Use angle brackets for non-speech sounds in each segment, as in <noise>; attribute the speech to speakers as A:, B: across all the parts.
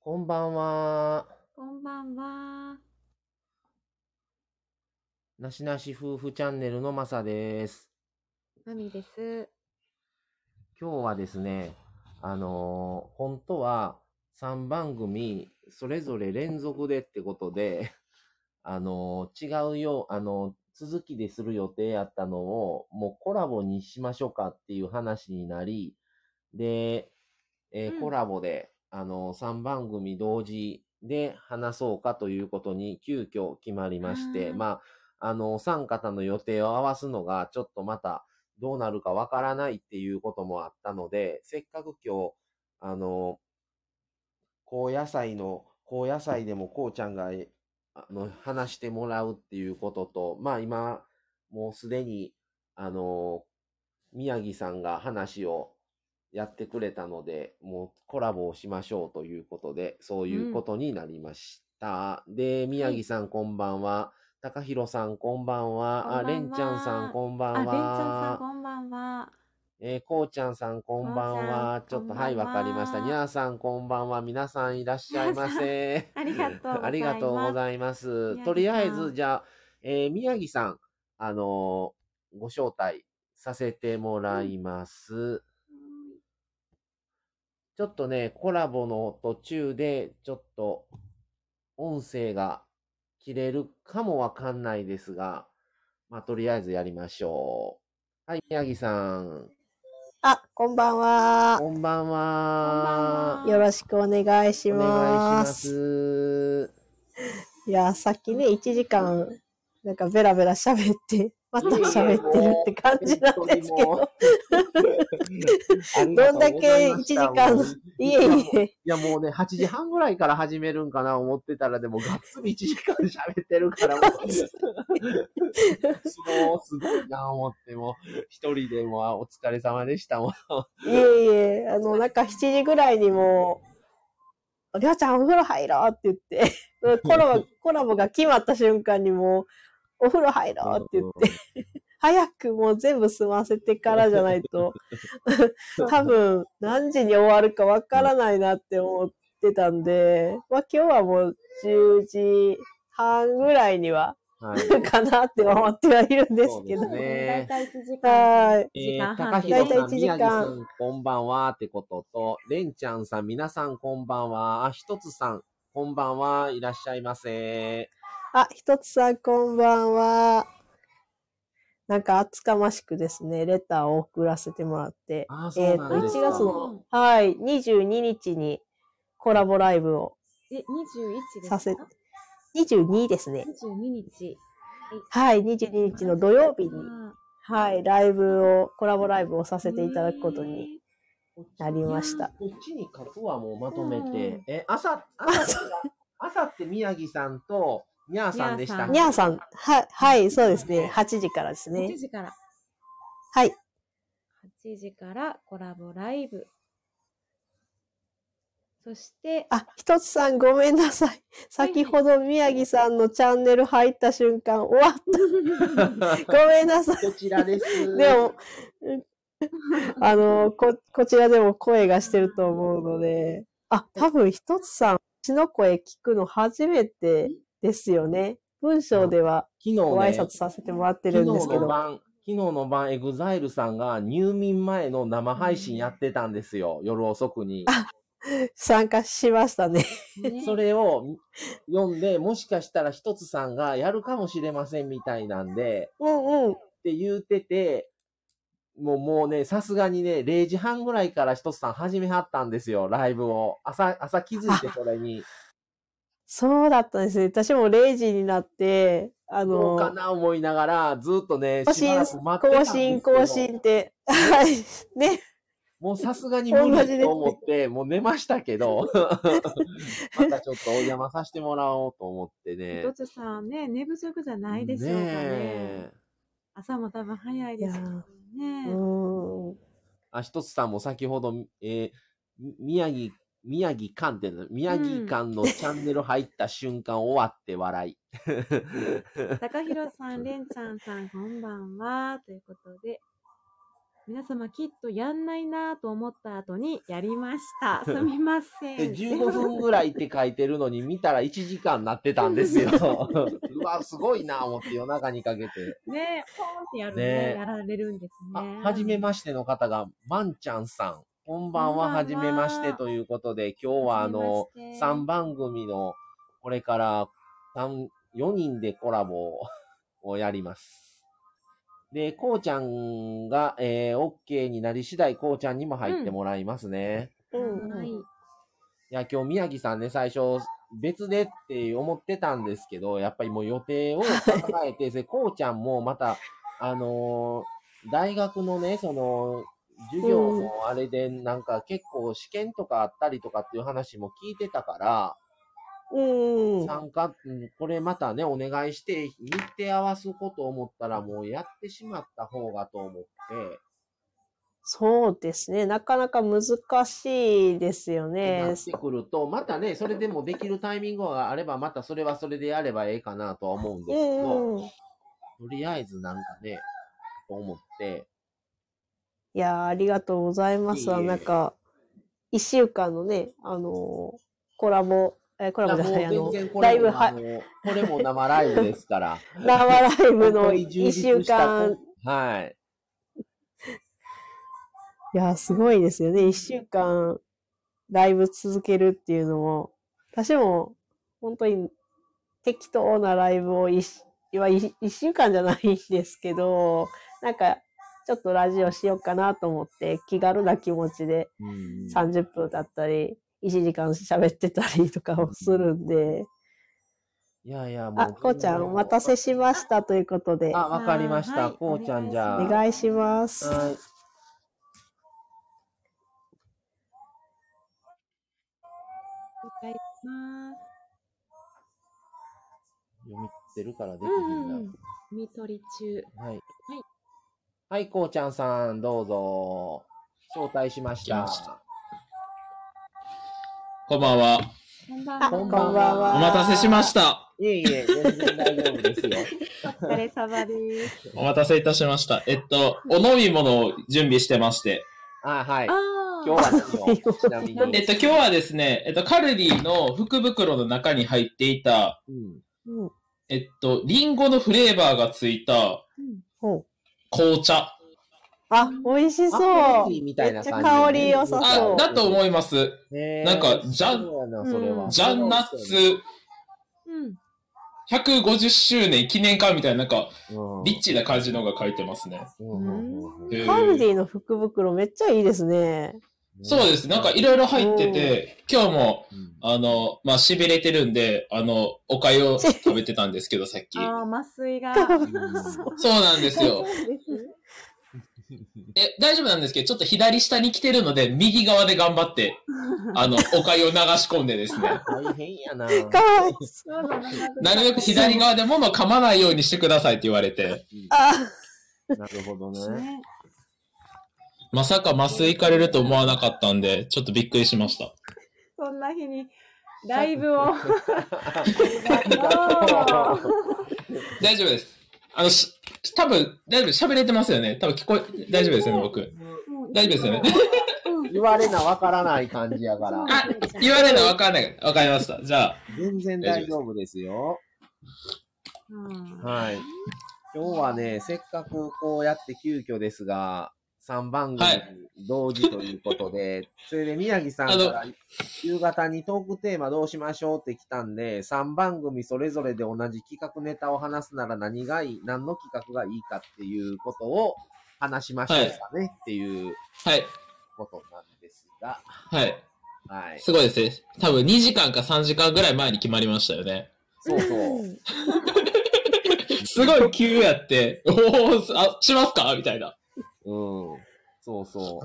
A: こんばんは。
B: こんばんは。
A: なしなし夫婦チャンネルのまさです。
B: まみです。
A: 今日はですね、あのー本当は3番組それぞれ連続でってことで、 <laughs> あのー違うよう、あのー続きでする予定やったのを、もうコラボにしましょうかっていう話になり、で、えー
B: うん
A: コラボで、あのー3番組同時で話そうかということに急遽決まりまして、
B: あー
A: まあ、あのお三方の予定を合わすのがちょっとまたどうなるかわからないっていうこともあったので、せっかく今日、あの、高野菜の、高野菜でもこうちゃんが、えあの、話してもらうっていうことと、まあ今、もうすでに、あの、宮城さんが話をやってくれたので、もうコラボをしましょうということで、そういうことになりました。で、宮城さんこんばんは。高弘さんこんばんは。
B: こ
A: あ、
B: んばん
A: れ
B: は
A: んちゃんさんこんばん
B: あ、
A: は。
B: れんちゃんさん、こんばんは。
A: えー、こうちゃんさん、こんばんは。ち
B: こ
A: ょっ
B: うちゃん
A: と、はい、
B: こ
A: わ
B: んばんは
A: かりました。にゃーさん、こんばんは。皆さんいらっしゃいませ。
B: ありがとうございま
A: <laughs>
B: す
A: ありがとうございます。
B: 宮城さん
A: とりあえず、じゃあ、えー宮城さん、あのーご招待させてもらいます。ちょっとね、コラボの途中で、ちょっと、音声が切れるかもわかんないですが、まあ、とりあえずやりましょう。はい、宮城さん。
C: あ、こんばんは。
A: こんばんは。
B: こんばんは
C: よろしくお願いし
A: お願
C: ま。
A: いします
C: い
A: す。
C: や、さっきね、1時間、なんかベラベラ喋って、また喋ってるって感じなんですけ <laughs> ど、どんだけ1時間、いえい
A: え。
C: え、
A: いやもうね、8時半ぐらいから始めるんかな思ってたら、でもがっつり1時間喋ってるから、も
C: <laughs>
A: う、もうすごいな思って、もう一人でもあお疲れ様でしたもん。
C: いえいえ、あの、なんか7時ぐらいにもう、りょうちゃんお風呂入ろうって言って、
A: <laughs>
C: コラボ、コラボが決まった瞬間にもう、お風呂入ろうって言って、早くもう全部済ませてからじゃない
A: <laughs>
C: と、多分何時に終わるかわからないなって思ってたんで、まあ今日はもう10時半ぐらいには、
A: はい。
C: かなって思ってはいるんですけ
A: そう
C: ど
A: で、ね
B: だいたい1時間。
C: はい。
B: 一時
A: えー、
B: 間
A: 高
B: 半
C: で
A: 弘さん、
C: 大体一時
A: 宮
C: 間
A: 城さん、こんばんはってことと、れんちゃんさん、皆さんこんばんは。あ、ひとつさん、こんばんは。いらっしゃいませ。
C: あ、ひとつさんこんばんは。なんか厚かましくですね、レターを送らせてもらって、
A: あー、
C: え
A: そ
C: っ、
A: うな
C: と、
A: ん
C: 1
A: ですか。
C: 月の、はい、22日にコラボライブを
B: え、21ですか
C: させ、22ですね。
B: 22日。
C: はい、22日の土曜日に、
B: あ
C: はい、ライブを、コラボライブを
B: ー
C: させていただくことに。。なりました
A: こっちに書くわ、もうまとめ
B: う
A: て
B: ん。
A: え、朝、朝、朝って宮城さんと、にゃーさんでしたっけ。
C: にゃーさん、は、はい、そうですね、8時からです
B: 8
C: ね。
B: 時から。
C: はい、
B: 8時からコラボライブ。そ
C: <laughs>
B: して、
C: あ、ひとつさんごめんなさい。先ほど宮城さんのチャンネル入った瞬間、終わった。ごめんなさい。
A: こちらです。
C: <laughs> でも、あの、こ、こちらでも声がしてると思うので、あ、多分ひとつさん、私の声聞くの初めてですよね。文章では
A: 昨日ね、
C: ご挨拶させてもらってるんです
A: 昨日
C: け
A: の
C: ど。
A: 晩、昨日の晩、エグザイルさんが入眠前の生配信やってたんですよ。夜遅くに。
C: 参加しましたね。
B: ね
A: それを読んで、もしかしたらひとつさんがやるかもしれませんみたいなんで、
C: うんうん。
A: って言うてて、もうもうね、さすがにね、0時半ぐらいからひとつさん始めはったんですよ、ライブを。朝、朝気づいてそれに。
C: そうだったんですね。私も0時になって、あ
A: どうか
C: の、
A: な思いながら、ずっとね、
C: 更
A: しばら
C: 新
A: く待ってたん
C: 更
A: ですけ
C: 新、
A: ど
C: 更新って、はい。ね。
A: もうさすがに無
C: 同
A: 理
C: じですね
A: と思って、もう寝ましたけど、 <laughs> またちょっとお邪魔させてもらおうと思って
B: <laughs>
A: ね。
B: どつさんね、寝不足じゃないでしょうか
A: ね
B: ね
A: え。
B: 朝も多分早いですよ
C: う
B: ね。
C: ん。
A: あ、ひとつさんも先ほど、えー宮城、宮城館ってな、宮城館のチャンネル入った瞬間終わって笑い。
B: 高弘さん、れんちゃんさん、こんばんは。ということで、皆様きっとやんないなぁと思った後にやりま
A: <laughs>
B: した。すみませ
A: で、
B: ん。
A: 15分ぐらいって書いてるのに見たら1時間なってたんですよ。 <laughs> うわ、すごいな、思って夜中にかけて。
B: ねポーンってやるね
A: ね
B: やられるんです
A: あ
B: ね。、
A: はじめましての方が、まんちゃんさん。こんばんは、
B: こんばんは
A: はじめましてということで、今日はあの、3番組の、これから3、4人でコラボを <laughs> やります。で、こうちゃんが、えー、OK になり次第、こうちゃんにも入ってもらいますね。
C: うん
B: はい。
A: いや、今日宮城さんね、最初、別でって思ってたんですけど、やっぱりもう予定を考えて、でこうちゃんもまた、あのー大学のね、その、授業のあれで、なんか結構試験とかあったりとかっていう話も聞いてたから、
C: うんうん。
A: 参加、うんこれまたね、お願いして、日程合わすこと思ったら、もうやってしまった方がと思って、
C: そうですね。なかなか難しいですよ
A: な
C: ね
A: っ。てくると、またね、それでもできるタイミングがあれば、またそれはそれでやればええかなとは思うんで
C: う
A: すけど、
C: んうん。い
A: とりあえずなんかね、と思って、
C: やー、ありがとうございま
A: い
C: す。
A: えいえ
C: なんか、一週間のね、あのーコラボ、えーコ
A: いや
C: ラボじゃない、あ
A: も
C: の
A: う全、然こ
C: だい
A: れ
C: ぶ
A: も、
C: は
A: あの、これも生ライブです
C: <laughs>
A: から。
C: 生ライブの
A: 本当に充
C: 一
A: 実
C: 週
A: した
C: 間。。
A: はい。
C: いやー、すごいですよね。一週間、ライブ続けるっていうのも、私も、本当に、適当なライブを一、いや一一週間じゃないんですけど、なんか、ちょっとラジオしようかなと思って、気軽な気持ちで
A: うん
C: 30分だったり、1時間喋ってたりとかをするんで、
A: いやいや、もう。
C: あ、こうちゃんお待たせしましたということで、
A: あ、わかりまし
B: は
A: た。
B: い
A: こうちゃんじゃあ。
C: お願いします。
A: はい。
B: 一回行きます
A: 読み切ってるからでき
B: う
A: る
B: ん
A: ん
B: う
A: だ。
B: んうん。見取り中。
A: はい。はい、こうちゃんさん、どうぞ。招待しました。
D: 来ましたこんばんは。
B: こんばん
C: あ、
B: は。
C: こ
A: こ
C: ん
A: ん
C: ば
A: ば
C: ん
A: ん
C: は
A: は。
D: お待たせしました。
A: いえいえ、全然大丈夫ですよ。
B: お疲れ様です。
D: お待たせいたしました。えっと、お飲み物を準備してまして。
A: あ、はい。
B: あ
A: 今日は何
B: <laughs>
A: をちなみ
D: えっ
A: に。
D: と、今日はですね、えっと、カルディの福袋の中に入っていた、
A: うん
C: うん、
D: えっと、リンゴのフレーバーがついた
C: ほう
D: 紅茶。
C: あ、美味し
A: アッ
C: そ
A: プルティ
C: う。
A: ーみたいな感じ
C: めっちゃ香り良さそ
D: あ
C: う、
D: だと思います。
A: ねえ
D: なんかジャン
A: そうやなそれ
C: う
A: は
C: ん
D: ジャンナッツ
B: うん。
D: 150周年記念館みたいな、なんか、
A: うん
D: リッチな感じのが書いてますね。
A: うんうんうん
D: へえ
C: カルディの福袋めっちゃいいですね。
D: そうです。なんか、いろいろ入ってて、今日も、
A: うん
D: あの、まあ、痺れてるんで、あの、お粥を食べてたんですけど、さっき。
B: ああ、麻酔が。 <laughs>
D: そうなんですよ。
B: です
D: え、大丈夫なんですけど、ちょっと左下に来てるので、右側で頑張って、あの、お粥を流し込んでですね。
A: 大変やな。
C: かわいい。
B: そうなの
D: なるべく左。側で物を噛まないようにしてくださいって言われて。
C: あ、
A: なるほどね。
B: ね
D: まさか麻酔行かれると思わなかったんで、ちょっとびっくりしました。
B: そんな日に、ライブを。
D: 大丈夫です。あの、し、多分、大丈夫、喋れてますよね。多分聞こえ、大丈夫ですよね、僕。大丈夫
B: <laughs>
D: ですよね。
A: <laughs> 言われなわからない感じやから。
D: あ、言われるのわかんない。わかりました。じゃあ、
A: 全然大丈夫ですよ。
B: うん
A: はい。今日はね、せっかくこうやって急遽ですが、3番組同時ということで、 <laughs> それで宮城さんから夕方にトークテーマどうしましょうって来たんで、3番組それぞれで同じ企画ネタを話すなら何がいい、何の企画がいいかっていうことを話しましょうかね、っていう
D: はい。
A: ことなんですが、
D: はい。
A: はい。
D: すごいですね。多分2時間か3時間ぐらい前に決まりましたよね。
A: そうそう。
D: すごい急やって、おお、あ、しますかみたいな。
A: うん。そう <laughs> そ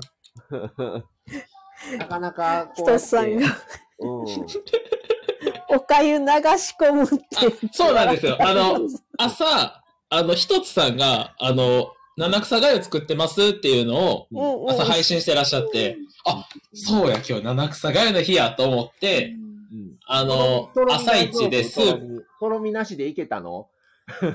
A: う。なかなかこ
C: ひ
A: うや
C: と
A: って
C: しさんが
A: うん。
C: おかゆ流し込むって。
D: そうなん
A: <laughs>
D: ですよ。あの、朝、あの、ひとつさんが、あの、七草がゆ作ってますっていうのを、
C: うんうん
D: 朝配信してらっしゃって、あ、そうや、今日七草がゆの日やと思って、
A: うん
D: あの
A: とろ、み
D: 朝一でスープ、
A: <laughs> とろみなしでいけたの
D: え、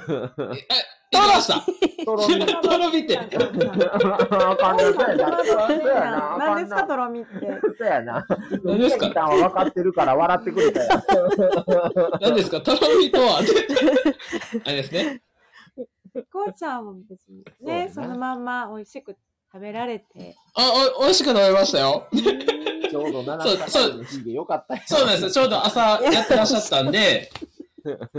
D: 出ました
A: とろみ。
D: とろみって。
A: あかんな、そうやな。そうやな。あ
B: 何
A: か
B: で
A: ん
B: すか、
A: な。
B: とろみって。
A: そうやな。
D: 何です
A: ケ
D: か
A: ンタンは分かってるから笑ってくれたやん。
D: 何ですかとろみと
A: <laughs>
D: はあれですね。
B: こうちゃんも別にね、
A: そ
B: そう
A: やな
B: のまんま美味しく食べられて。
D: あ、お、美味しくなりましたよ。
A: ちょうど7
D: そうそう
A: の日でよかったやん
D: そうなんですよ。ちょうど朝やってらっしゃった
C: <laughs>
D: んで、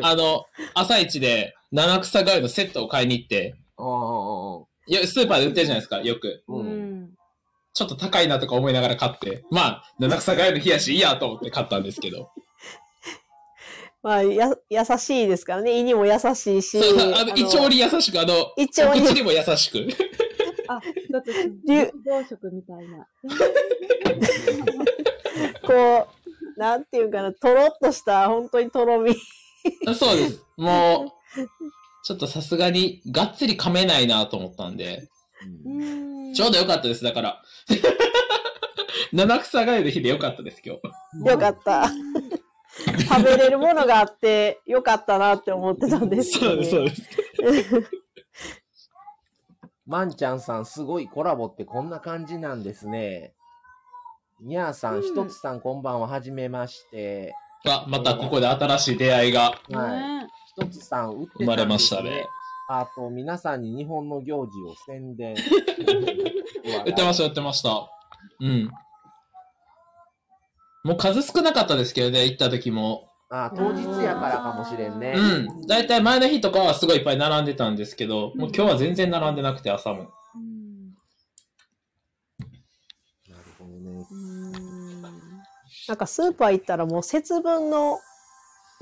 D: あの、朝一で七草ガイのセットを買いに行って、
A: う
D: よスーパーで売ってるじゃないですか、よく。
B: うん
A: うんうん。うん。
B: ん。
D: ちょっと高いなとか思いながら買って、まあ、七草ガイの冷やしいいやと思って買ったんですけど。
C: まあ、や、優しいですからね。胃にも優しいし。
D: そうそう、あの、
C: あの
D: 胃腸に優しく、あの、
C: 胃腸に
D: お口にも優しく。 <laughs>
B: あ、一つ、
C: 竜
B: 同食みたいな。
C: こう、なんていうかな、とろっとした、本当にとろみ。
D: そうです。も
C: <laughs>
D: う、ちょっとさすがに、がっつり噛めないなと思ったんで、
B: うん。
D: ちょうどよかったです、だから。 <laughs> 七草がゆの日でよかったです、今日。
C: よか
D: <laughs>
C: った。食べれるものがあって、よかったなって思ってたんですけ
D: そ
C: ど
D: う
C: ね、
D: です、そうです。
A: まんちゃんさん、すごいコラボってこんな感じなんですね。にゃーさ、
B: うんん
A: ひとつさん、こんばんは、はじめまして。
D: あ、またここで新しい出会いが
A: はい。
B: ね
A: ひとつさん、売ってたんです、
D: 生まれましたね。。
A: あと、皆さんに日本の行事を宣
D: <laughs>
A: 伝。
D: 売ってました、売ってました。うん。もう数少なかったですけどね、行った時も。
A: あ、当日やからかもしれんね。
D: うん。だいたい前の日とかはすごいいっぱい並んでたんですけど、もう今日は全然並んでなくて、朝も。
B: うん
A: なるほどね。
B: うん
C: なんかスーパー行ったらもう節分の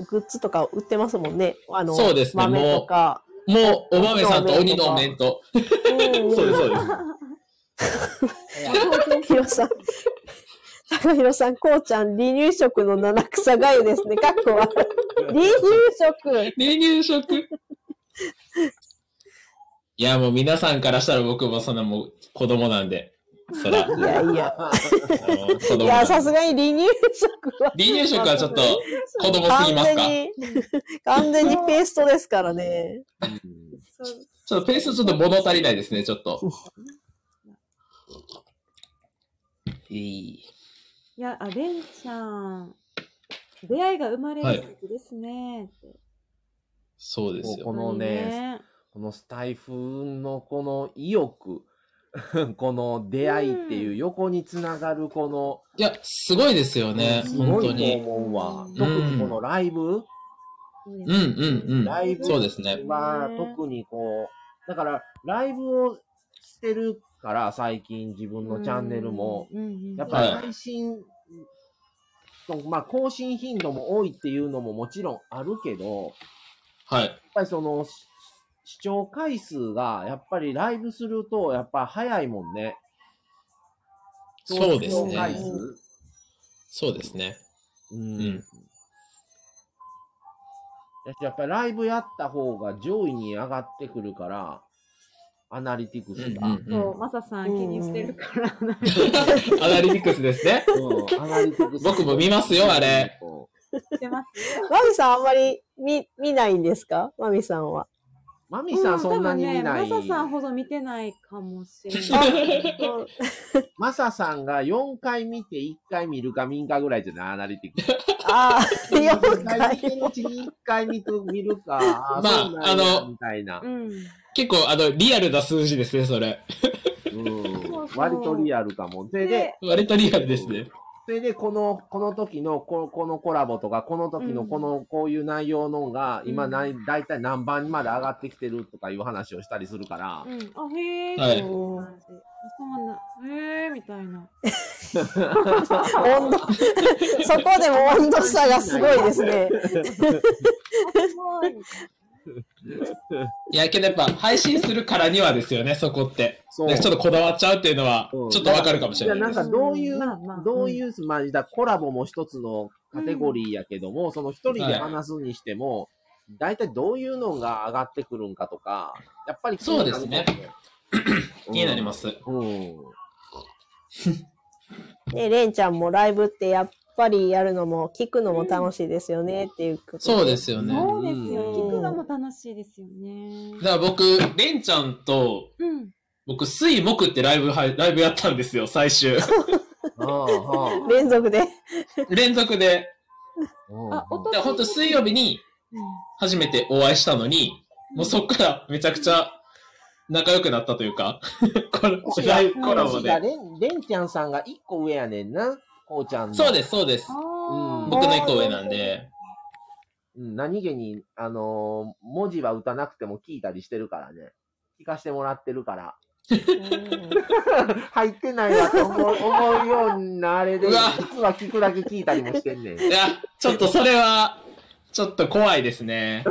C: グッズとか売ってますもんね。あの、
D: そうですね
C: 豆とか。
D: もう、お豆さんと鬼のお面と。
C: うん
D: そうです、そうです。
C: 高弘さん。高弘さん、こうちゃん、離乳食の七草がゆですね。かっこ
D: <laughs>
C: は。離乳食
D: 離乳食いや、もう皆さんからしたら僕もそんなもう子供なんで。そら、あ
C: いやいや。
D: の子
C: い
D: 供なん
C: や、
D: で。
C: さす
D: 離
C: がに離乳食は。
D: 乳食はちょっと子供すぎ
C: 完
D: ますか
C: 全に、完全にペーストですからね。
A: うん
B: そう
D: ちょっとペースちょっと物足りないですね、ちょっと。いい。
B: いや、あ、れんちゃん。出会いが生まれる時ですね。って
D: そうですよ
A: こ。のねこのスタイフのこの意欲、 <laughs> この出会いっていう横につながるこの、
D: いや、すごいですよね、
A: す
D: 本
A: ご
D: 当
A: いと
D: に。
A: 思うわ。
B: うん
A: 特にこのライブ、
B: そうで
D: うんう
B: す
D: ん
A: ライ
D: うん。
A: ブ
D: そうですね。
A: は
B: ね
A: 特にこう、だからライブをしてるから最近自分のチャンネルも、
B: うんうんうん
A: やっぱり
D: はい
A: 配信、まあ更新頻度も多いっていうのももちろんあるけど、
D: はい。
A: やっぱりその、し視聴回数が、やっぱりライブすると、やっぱ早いもんね。
D: そうです
A: 視聴回数
D: ね。そうですね。
A: うん。
D: うん
A: やっぱりライブやった方が上位に上がってくるから、アナリティク
D: うん
A: ス
D: う
A: が。
D: ん
B: そうう、マサさん気にしてるから。 <laughs>
D: ん。 <laughs> アナリティクスですね。
A: うんアナリティクス
D: 僕も見ますよあれ。
A: うん
B: してますよ。
C: マミさん、あんまり見、見ないんですかマミさんは。
A: マミさんそんなに見な
B: う
A: い。
B: ん多分ねマサさんほど見てないかもしれない。
A: マサさんが4回見て1回見るか見んかぐらいじゃない、アナリティクス。
C: ああ、4
A: 4
C: 回
A: 回見。てるうちに1回見て見るか、あ
D: まあ
A: そうなんや
D: あの
A: みたいな
B: う。ん。
D: 結構、あの、リアルな数字ですね、それ。
A: うん
B: う。そう
A: 割とリアルかも。それで
B: で、、
D: 割とリアルですね。
A: それで、この、この時のこ、このコラボとか、この時の
B: うん
A: この、こういう内容のが、今ない、だいたい何番まで上がってきてるとかいう話をしたりするから
B: う、ん。あ、へえ。
D: は
B: そ
D: いう
B: うんなんですそうなんだ。へえ、みたいな。
C: 温度、そこでも温度差がすごいですね。
B: あすごいみたいない
D: や、けどやっぱ、配信するからにはですよね、そこって。
A: そう
D: なんかちょっとこだわっちゃうっていうのは、ち
A: う
D: ょ
A: ん
D: っとわかるかもし
A: い
D: れ
A: や、
D: な
A: <laughs> ないん
D: です。
A: かどういう
B: まあまあ、
A: どういう、まあ、だコラボも一つのカテゴリーやけども、その一人で話すにしても、だいたいどういうのが上がってくるんかとか、やっぱり気になる
D: そうですね
A: うん。
D: 気になります。
A: うん。
C: ね、レンちゃんもライブってやぱりやるのも、聞くのも楽しいですよね、っていうこと
D: そうですよね。
B: そうですよ。
C: うん
B: 聞くのも楽しいですよね。
D: だから僕、レンちゃんと、
B: うん。
D: 僕、水木ってライブは、ライブやったんですよ、最終。
A: あ
C: 連続で。
D: 連続で。
B: あ音
D: だから本当水曜日に
B: う
D: 初めてお会いしたのに、
B: ん
D: もうそっからめちゃくちゃ仲良くなったというか、 <laughs> コラライブコラボで。
A: レン、レンちゃんさんが一個上やねんな、こうちゃんの。
D: そうです、そうです
B: あ。
A: うん
B: ー
D: 僕の一個上なんで。
A: うん、何気に、あのー文字は打たなくても聞いたりしてるからね。聞かしてもらってるから。 <laughs> 入ってないわと思う思うようなあれで、
D: うわ
A: 実は聞くだけ聞いたりもしてんねん。
D: いや、ちょっとそれは、ちょっと怖いですね。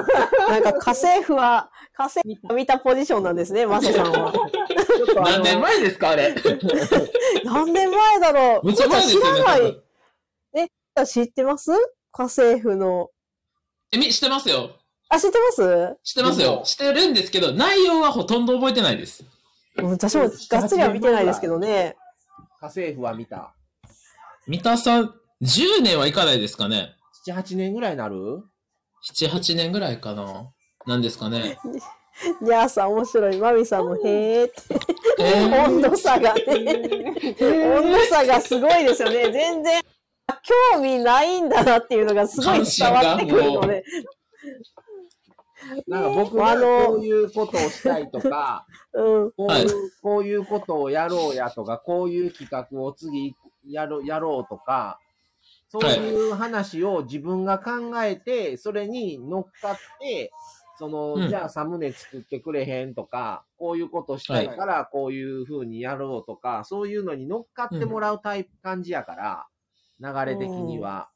C: なんか、家政婦は、家政婦は見たポジションなんですね、マサさん
D: <laughs>
C: は。ちょっとあ
D: <laughs> 何
C: の
D: 年前ですか、あれ。
C: 何年前だろう
D: めっちゃ前ですよね
C: 知ら
D: 多
C: ない
D: 分。
C: 知ってます家政婦の。
D: え、み、知ってますよ。
C: あ、知ってます
D: 知ってます
A: で
D: よ
A: も。
D: 知ってるんですけど、内容はほとんど覚えてないです。
C: うん私もがっつりは見てないですけどね。
A: 家政婦は見た。
D: 三田さん、10年はいかないですかね。
A: 7、8年ぐらいなる
D: 7、8年ぐらいかな。なんですかね。
C: にゃーさん面白い。マミさんも、へーって。
D: えー
C: 温度差がね。温度差がすごいですよね。全然、あ興味ないんだなっていうのがすごい伝わってくるので。
A: なんか僕
C: あ
A: が
C: の
A: こういうことをしたいとか、
C: うん。
A: こう、
D: はいいう
A: こういうことをやろうやとか、こういう企画を次やろう、やろうとか、そういう話を自分が考えて、それに乗っかって、その、
D: うん
A: じゃあサムネ作ってくれへんとか、こういうことしたいから、こういう風にやろうとか、そういうのに乗っかってもらうタイプ、感じやから、流れ的には。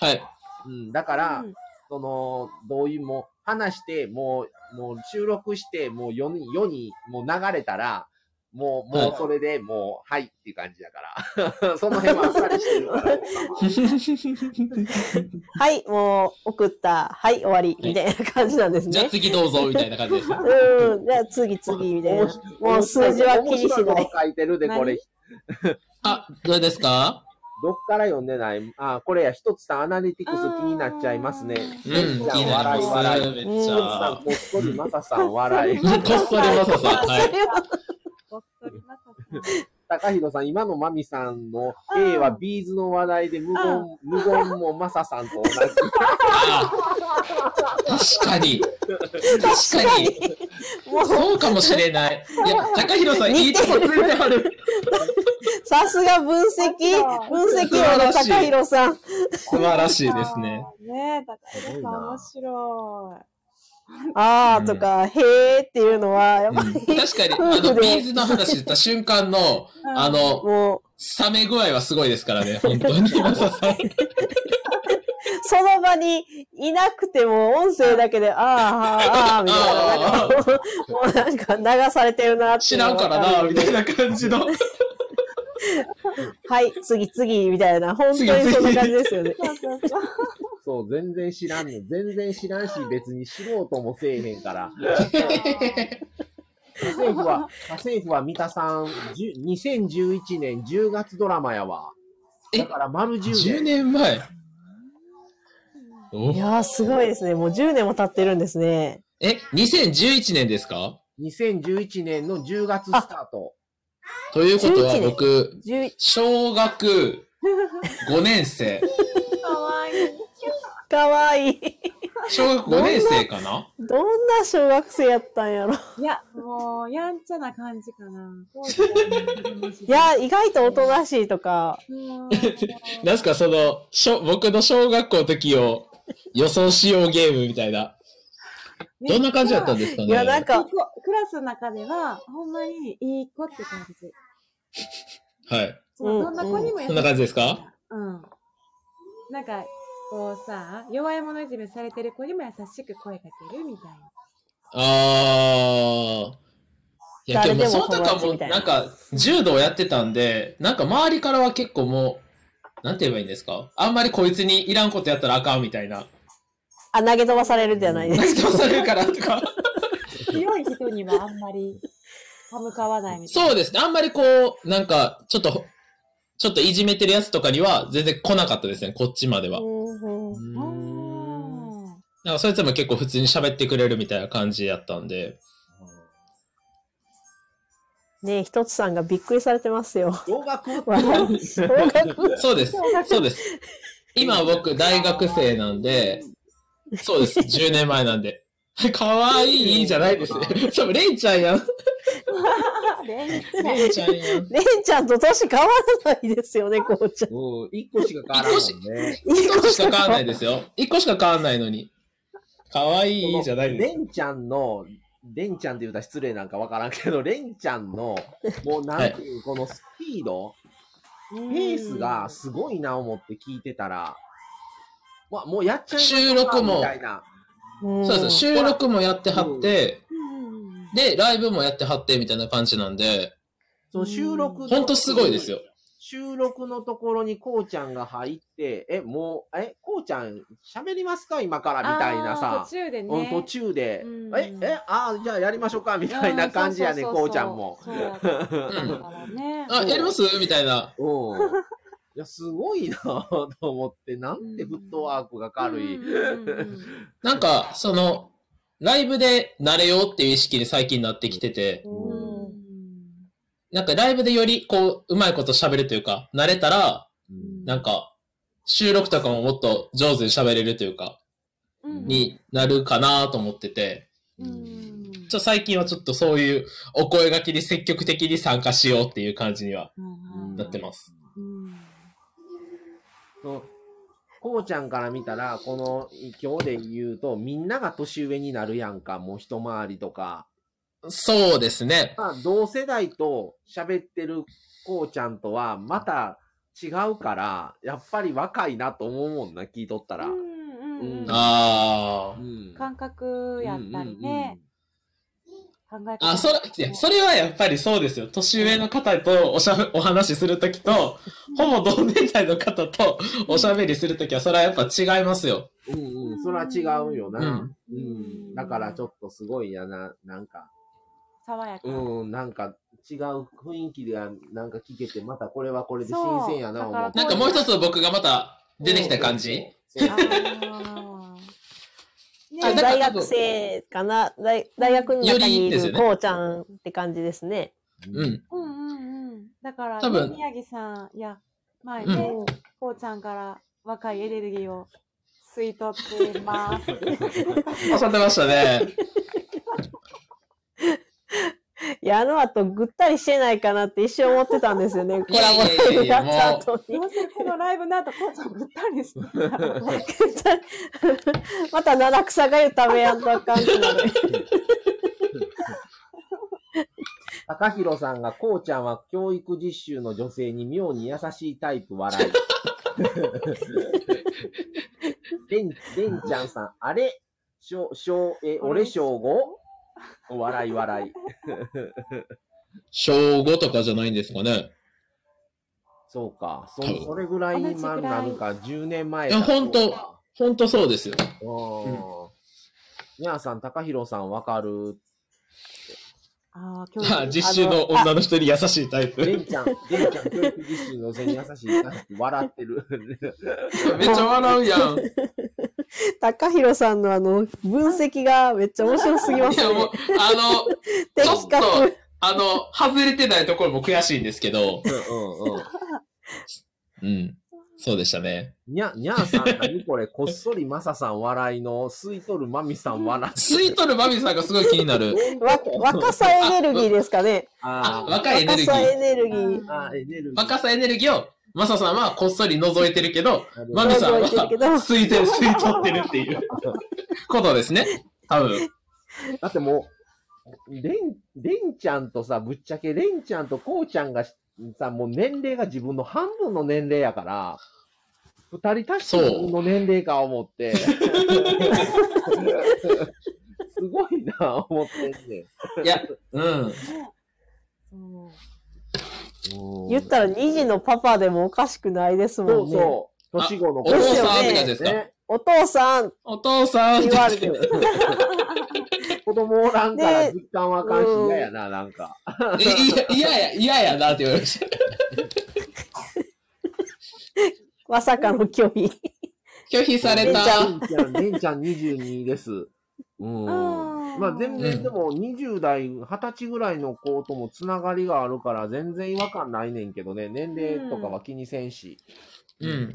D: はい。
A: う
D: <laughs>
A: ん、だから、その、どういうも、話して、もう、もう収録して、もう世に、世に、もう流れたら、もう、も
D: は
A: う
D: い
A: それでもう、はいっていう感じだから。その辺はあっさりしてるから。
C: はい、もう送った。はい、終わり。みたいな感じなんです
D: じゃあ
C: ね。
D: 次どうぞ、みたいな感じです。
C: うん。じゃあ次次みたいな。もう数字は気に
A: 面
C: しない
A: 白いこと書いてるで、これ。
D: あ、どれですか
A: どっから読んでないあ、これや、ひとつさんアナリティクス気になっちゃいますね。
D: うん、気
A: レンちゃ
D: に
A: ん
D: な
A: 笑
D: り
A: い
D: ま
A: 笑い。
D: す。
A: レ
D: めっち
A: ンさ
D: ゃ
A: ん。こっそりマサさん笑い。
D: こっそりまささん。はい。
B: こっそりまささん
A: 高弘さん、今のマミさんの A はビーズの話題で無言、無言もマサさんと同じ。
D: あー確かに。確かに。
C: もう、
D: そうかもしれない。いや、高弘さん、いいとこついてはる。
C: さすが分析分析王の高弘さん。
D: 素晴らしいですね。。
B: ねえ、だからさん面白い。
C: あーとか、へーっていうのは、やっぱり、
D: うん確かに、あの、ビーズの話した瞬間の、
B: うん
D: あの、
C: もう、
D: 冷め具合はすごいですからね、本当に。マサさん。
C: その場にいなくても、音声だけで、あーあー、あーみたいな。なんかもうなんか流されてるなって。
D: 知らんからな、みたいな感じ <laughs> の。
C: はい、次次、みたいな。本当にそんな感じですよね。
B: そうそうそう。
A: そう、全然知らんねん。全然知らんし、別に素人もせえへんから。家政婦
D: <laughs>
A: は、家政婦は三田さん、じゅ2011年10月ドラマやわ。
D: え
A: だから丸10年。
D: 10年前。お
C: いやー、すごいですね。もう10年も経ってるんですね。
D: え、2011年ですか
A: 2011年の10月スタート。
D: ということ
C: 11
D: は
C: 年
D: 僕、
C: 10
D: 小学5年生。
B: かわいい。
C: かわいい。
D: 小学5年生かな
C: どんな小学生やったんやろ。
B: いや、もう、やんちゃな感じかな。
C: いや、意外とおとなしいとか、
B: うん、
D: なんすかその、小僕の小学校の時を予想しようゲームみたいな。 <laughs> どんな感じだったんですかね
C: いや、なんか
B: こ、こクラスの中では、ほんまにいい子って感じ。
D: はい。
B: そう
C: うん
B: どんな子にも優しい
D: そんな感じですか
B: うん。なんか、こうさ、弱い者いじめされてる子にも優しく声かけるみたいな。
A: <laughs>
D: あー。いや、で
C: 誰で
D: も
C: も
D: その時は
C: 友達
D: もう、
C: みたいな
D: なんか、柔道やってたんで、なんか周りからは結構もう、なんて言えばいいんですかあんまりこいつにいらんことやったらあかんみたいな。
C: あ、投げ飛ばされるじゃないで
D: 投
C: すか。
D: げ飛ばされるから
C: <laughs>
D: とか。
B: 強い人に <laughs> はあんまり歯向かわないみたいな。
D: そうですね。あんまりこう、なんか、ちょっと、ちょっといじめてるやつとかには全然来なかったですね、こっちまでは。
C: うんうん
A: うん
D: なんかそいつも結構普通に喋ってくれるみたいな感じやったんで。
C: ねえ、ひとつさんがびっくりされてますよ。
A: 小学って
C: 小学
D: そうです。そうです。今僕大学生なんで、そう <laughs> です。10年前なんで。かわいいじゃない <laughs> ですね。そう、レイちゃんやん。レイちゃんやん。
C: レンちゃんと年変わらないですよ
D: <laughs>
C: ね、こうちゃん。
A: うん、一個しか変わらないもんね。
D: 1個しか変わんないですよ。1個しか変わんないのに。かわいいじゃないです
A: レンちゃんの、レンちゃんって言うたら失礼なんかわからんけど、レンちゃんの、もうなんていう、このスピード、ペースがすごいな思って聞いてたら、まあ、もうやっちゃいましょう
D: 収録も
A: みたいな。
C: <laughs> う
D: か。
C: ん
D: そうです。収録もやってはって、で、ライブもやってはってみたいな感じなんで、
A: その収録の
D: ほんとすごいですよ。。
A: 収録のところにこうちゃんが入って、え、もう、え、こうちゃん喋りますか今からみたいな
B: あー
A: さ
B: 途。中でね。
A: うん、途中で、
B: うん
A: え、え、あーじゃあやりましょうかみたいな感じやね、
B: うん
A: こうちゃんも。
B: そうそうそうそう
D: う
B: だ
D: ん。
B: からね。
D: あ、やりますみたいな。
A: <laughs> うん。いや、すごいなと思って、なんてフットワークが軽い。
B: うんうんうん
D: なんか、その、ライブで慣れようっていう意識に最近なってきてて、
B: うん
C: うん
D: なんかライブでよりこう、うまいこと喋るというか、慣れたら、
A: うん
D: なんか、収録とかももっと上手に喋れるというか、
B: うん
D: になるかなと思ってて、
B: うん
D: ちょっと最近はちょっとそういうお声がけに積極的に参加しようっていう感じには
B: うん
D: なってます。
B: うん
A: そうこうちゃんから見たら、この、今日で言うと、みんなが年上になるやんか、もう一回りとか。
D: そうですね。
A: まあ、同世代と喋ってるこうちゃんとは、また違うから、やっぱり若いなと思うもんな、聞いとったら。
B: う
A: うん
B: うんうん
D: ああ。
A: ん
B: 感覚やったりね。考え方
D: あ、それ、いや、それはやっぱりそうですよ。年上の方とおしゃ、お話しするときと、ほぼ同年代の方とおしゃべりするときは、それはやっぱ違いますよ。
A: うんうんうん、それは違うよ
D: う
A: な。
D: ん。
A: うん、だからちょっとすごいやな、なんか。
B: 爽やか。
A: うん、なんか違う雰囲気がなんか聞けて、またこれはこれで
B: そう
A: 新鮮やな、
B: だから
A: 思って
D: なんかもう一つ僕がまた出てきた感じ
A: そう
B: あ
A: そう
B: ー
D: あ
C: あ
D: だから
C: 大学生かな大大学の中にい
D: よりですよ
C: る
D: ね
C: こうちゃんって感じですね。
A: そう
D: うん。
B: うんうんうん。だから、
D: 多分
B: ね宮城さん、いや、前
D: う
B: ね、
D: ん
B: こうちゃんから若いエネルギーを吸い取って
D: <laughs>
B: ます。
D: おっしゃってましたね。
C: いや、あの後ぐったりしてないかなって一瞬思ってたんですよね。コラボライブやった後に。
B: 要するにこのライブの後、こうちゃんぐったりしてたの
D: <laughs>
B: ね。
C: <laughs> また七草がゆ食べやんとあかんくな
D: <laughs>
C: る。
A: 高弘さんが、こうちゃんは教育実習の女性に妙に優しいタイプ笑い。れん、れんちゃんさん、あれしょ、しょう、え、俺小五笑い笑い。
D: 小5とかじゃないんですかね。
A: そうか。そ
D: 多分
A: それぐらいにまんなるか、10年前
D: いやほんとほんとそうですよ。
A: と。うん。皆さん、高弘さんわかる
B: ああ、今
D: まあ、
B: 日、
D: 実習の女の人に優しいタイプ。
A: レ
D: めっ
A: ンちゃん、レンちゃん、教育実習の背に優しいなって笑って
D: <laughs>
A: る。
D: ちゃ笑うやん。
C: 高弘さんのあの、分析がめっちゃ面白すぎま
D: い
C: す
D: や、も
C: ね
D: う。、あの、
C: 的
D: ちょっと
C: 確。
D: あの、外れてないところも悔しいんですけど、
A: うんうんうん。
D: うん。そうでしたね。
A: にゃ、にゃーさん、何これ、こっそりまささん笑いの、吸い取るまみさん笑
D: 吸い取るバビさんがすごい気になる。
C: わ若さエネルギーですかね。
D: あ、
A: あ
D: 若いエネ
C: 若
D: ルギ
C: さエ
D: ー。
C: ネルギー。
A: あ、あ、エネルギー。
D: 若さエネルギーを、マサさんはこっそり覗いてるけど、マミさんは
C: 覗いてるけど
D: 吸いてる、吸い取ってるっていうことですね。多分。
A: だってもう、レン、レンちゃんとさ、ぶっちゃけ、レンちゃんとこうちゃんがしさ、もう年齢が自分の半分の年齢やから、二人足して自分の年齢か思って。 <laughs> すごいな、思ってんねん。
D: いや、うん。
B: そう
C: 言ったら2児のパパでもおかしくないです
A: そ
C: もん
A: う
C: ね。
A: そう。年後の
D: お
A: 子
C: で
D: 父
C: すよね
D: さんって感じですか、
A: ね。
C: お父さんって
D: お父さんって
C: 言われて。
A: 子供おらんから
C: ね
A: 実感わかんし嫌やな、なんか。
D: え、いや、いやや、いややなって言われました。
C: まさかの拒否。
D: 拒否された。
A: レンちゃん、レンちゃん22です。うん。
B: あー
A: まあ全然でも20代、20歳ぐらいの子ともつながりがあるから全然違和感ないねんけどね、年齢とかは気にせんし。
D: うん。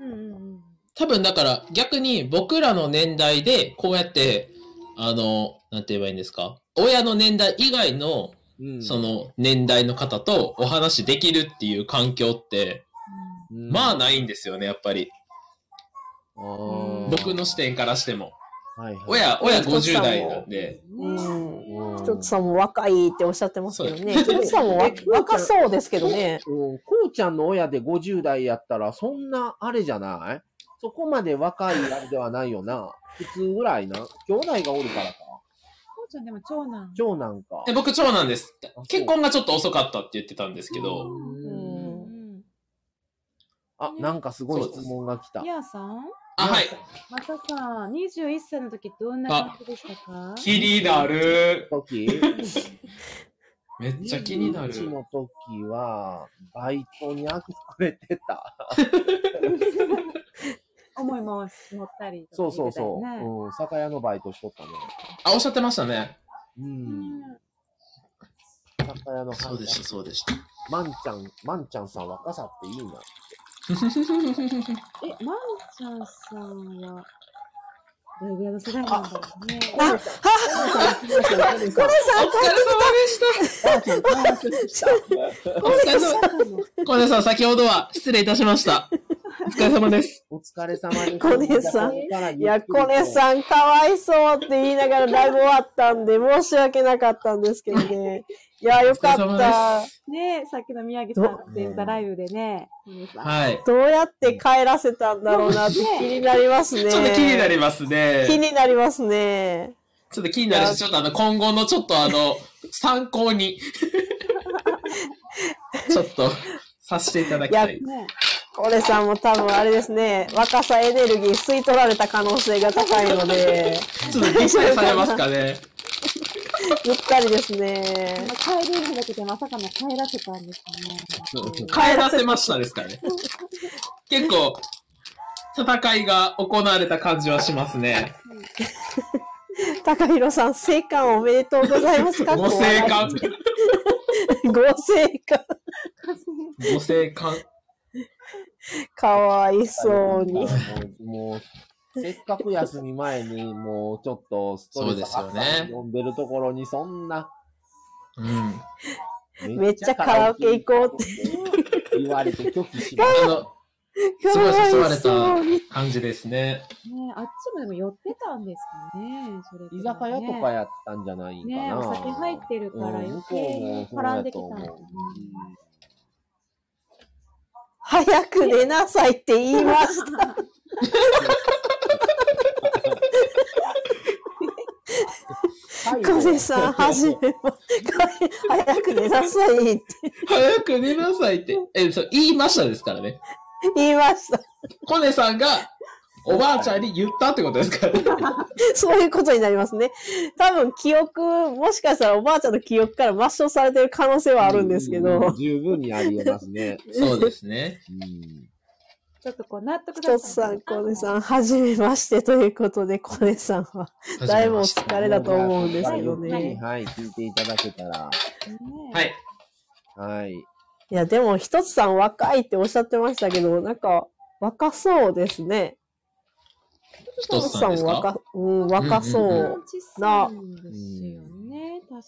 B: うんうんうん。
D: 多分だから逆に僕らの年代でこうやって、あの、なんて言えばいいんですか親の年代以外の
A: うん。
D: その年代の方とお話できるっていう環境って、
A: うん、
D: まあないんですよね、やっぱり。
A: あー
D: 僕の視点からしても。
A: はいはい
D: 親、親
C: そうそう
D: 50代なんで。
C: うん。
A: うん
C: ひとつさんも若いっておっしゃってますけどね。
D: そう
C: ひとつさんもわ若そうですけどね。
A: うん、こうちゃんの親で50代やったら、そんなあれじゃないそこまで若いあれではないよな。普通ぐらいな。兄弟がおるからか。
B: こうちゃんでも長男。
A: 長男か
D: で。僕長男です。結婚がちょっと遅かったって言ってたんですけ
B: う
D: ど、
B: んうん
A: あ、なんかすごい質問が来
B: う
A: た
B: ん。。やーさん
D: あ、はい。
B: またさん、21歳の時どんな感じでしたか
D: 気になる。
A: 時
D: めっちゃ気になる。
A: 21の時は、バイトにあくくれてた。
B: 思い回し持ったりとか
A: そうそうそ
B: 言ってたよね
A: う。うん、酒屋のバイトしとったね。
D: あ、おっしゃってましたね。
A: うん。
B: うん
A: 酒屋の
D: そうでした、そうでした。
A: まんちゃん、まんちゃんさん若さっていい
B: <laughs>
A: な。
B: え、まんちゃんさんは、どれぐらいの世代なんだろうね。
C: あ、は、これ
D: お疲れ様でし
C: さ、
D: た。お
C: こ
D: 疲れ
C: れ
D: 様
C: さ、。
D: 小根さん、先ほどは失礼いたしました。お疲れ様です。
A: お疲れ様です。
C: コネさん
A: ん
C: いや、これさん、かわいそうって言いながらライブ終わったんで、申し訳なかったんですけど
D: <laughs>
C: ね。いや、よかっ
D: お疲れ様
C: た。
B: ねえ、さっきの宮城さんの前座ライブでね、うんさ
D: はい。
C: どうやって帰らせたんだろうなって気になりますね。
D: ちょっと気にな
C: り
D: ります
C: 気
D: ね。
C: になりますね。
D: ちょっと気になるし、ちょっとあの、今後のちょっとあの、参考に、ちょっと、させていただきたい。
B: ね
C: これさんも多分あれですね、若さエネルギー吸い取られた可能性が高いの
D: <laughs>
C: で、
D: ちょっとびっくりされますかね。
C: ゆったりですね。
B: 帰りるだけでまさかの帰らせたんですね。
D: 帰らせましたですからね。結構、戦いが行われた感じはしますね。
C: 高弘さん、生還おめでとうございます。
D: ご生
C: かっ
D: 還。
C: こ笑い。ご生還。
D: ご生還。
C: かわいそうに。
A: もう。もう、せっかく休み前に、もうちょっとストレス発
D: そうですよ
A: 散
D: ね
A: 飲んでるところに、そんな、
D: うん。
C: めっちゃカラオケ行こう
A: って言われて拒否しま
D: あ
A: し
D: の、
C: か
D: すごい
C: わ
D: 誘われた
C: そうに。
D: 感じですね。
B: ねあっちもでも寄ってたんですかね、それ
A: た。
B: ぐ
A: 居
B: らい
A: 酒屋とかやったんじゃないかな。
B: ねねお酒入ってるから
A: うん
B: 余計に絡んできたんだね。
C: 早く寝なさいって言いました。小瀬さん、はじめまして。早く寝なさいって
D: 早く寝なさいって。え、そう、言いましたですからね。
C: 言いました。
D: コネさんが、おばあちゃんに言ったってことですからね。
C: そういうことになりますね。多分記憶、もしかしたらおばあちゃんの記憶から抹消されてる可能性はあるんですけ
A: う
C: ど
A: ん。十分にありえますね。
D: そうですね。
A: うん
B: ちょっとこう納得。
C: ひとつさん、小根さん、はじめましてということで、小根さんは、だいぶお疲れだと思うんですけど
A: はい
C: ね。
A: はい、聞いていただけたら。
D: はいい。
A: はい。
C: いや、でも、ひとつさん若いっておっしゃってましたけど、なんか、若そうですね。
D: ひとつさんですか
C: 若、うん、若
D: う
B: そ
D: んうん
C: そうう。
B: なんですよね、確か。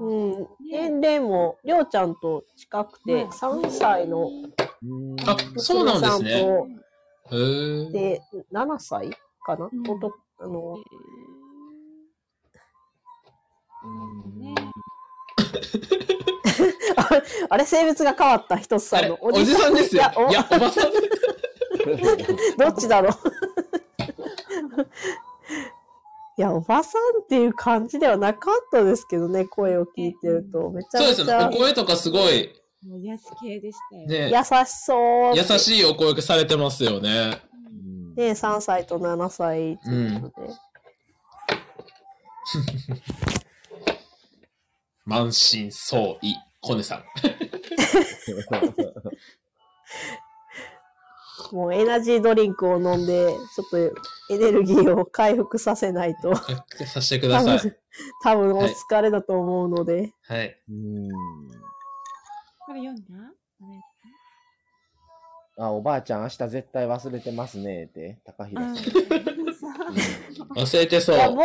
C: うん、
B: ね
C: 年齢も、りょうちゃんと近くて、
B: うん
C: 3歳
A: う
C: の、
A: ん
D: あ、そうなんです
C: 娘さ
D: ね。
C: と
D: へー
C: で、7歳かな、
B: うん
C: おとあの、
B: ね
C: あれ、性別が変わった、ひとつさ
D: あ
C: ん
D: れ
C: の。
D: おじさんですよ
C: いや。お
D: いや、お
C: <laughs>
D: ばさん。
C: どっちだろういや、おばさんっていう感じではなかったですけどね、声を聞いてると。めちゃ
D: そうで
C: め
D: す
C: ち
D: ね。お
C: ゃ
D: 声とかすごい、
B: もう癒し系でしたよ。
D: ね
C: 優、しそう。
D: 優しいお声されてますよね。
A: うん
C: ね、3歳と7歳っていうことで。
D: 満身創
C: <laughs>
D: 痍、コネさん。
C: もうエナジードリンクを飲んで、ちょっとエネルギーを回復させないと、
D: 回復させてくだ
C: 多
D: さ
C: 分
D: い。、
C: 多分お疲れだと思うので、
D: はい。
A: うん。
B: これ読んだ
A: あ、おばあちゃん、明日絶対忘れてますね、って、高平さん。
B: うん
D: 忘れてそ
C: いや、
D: う。
C: も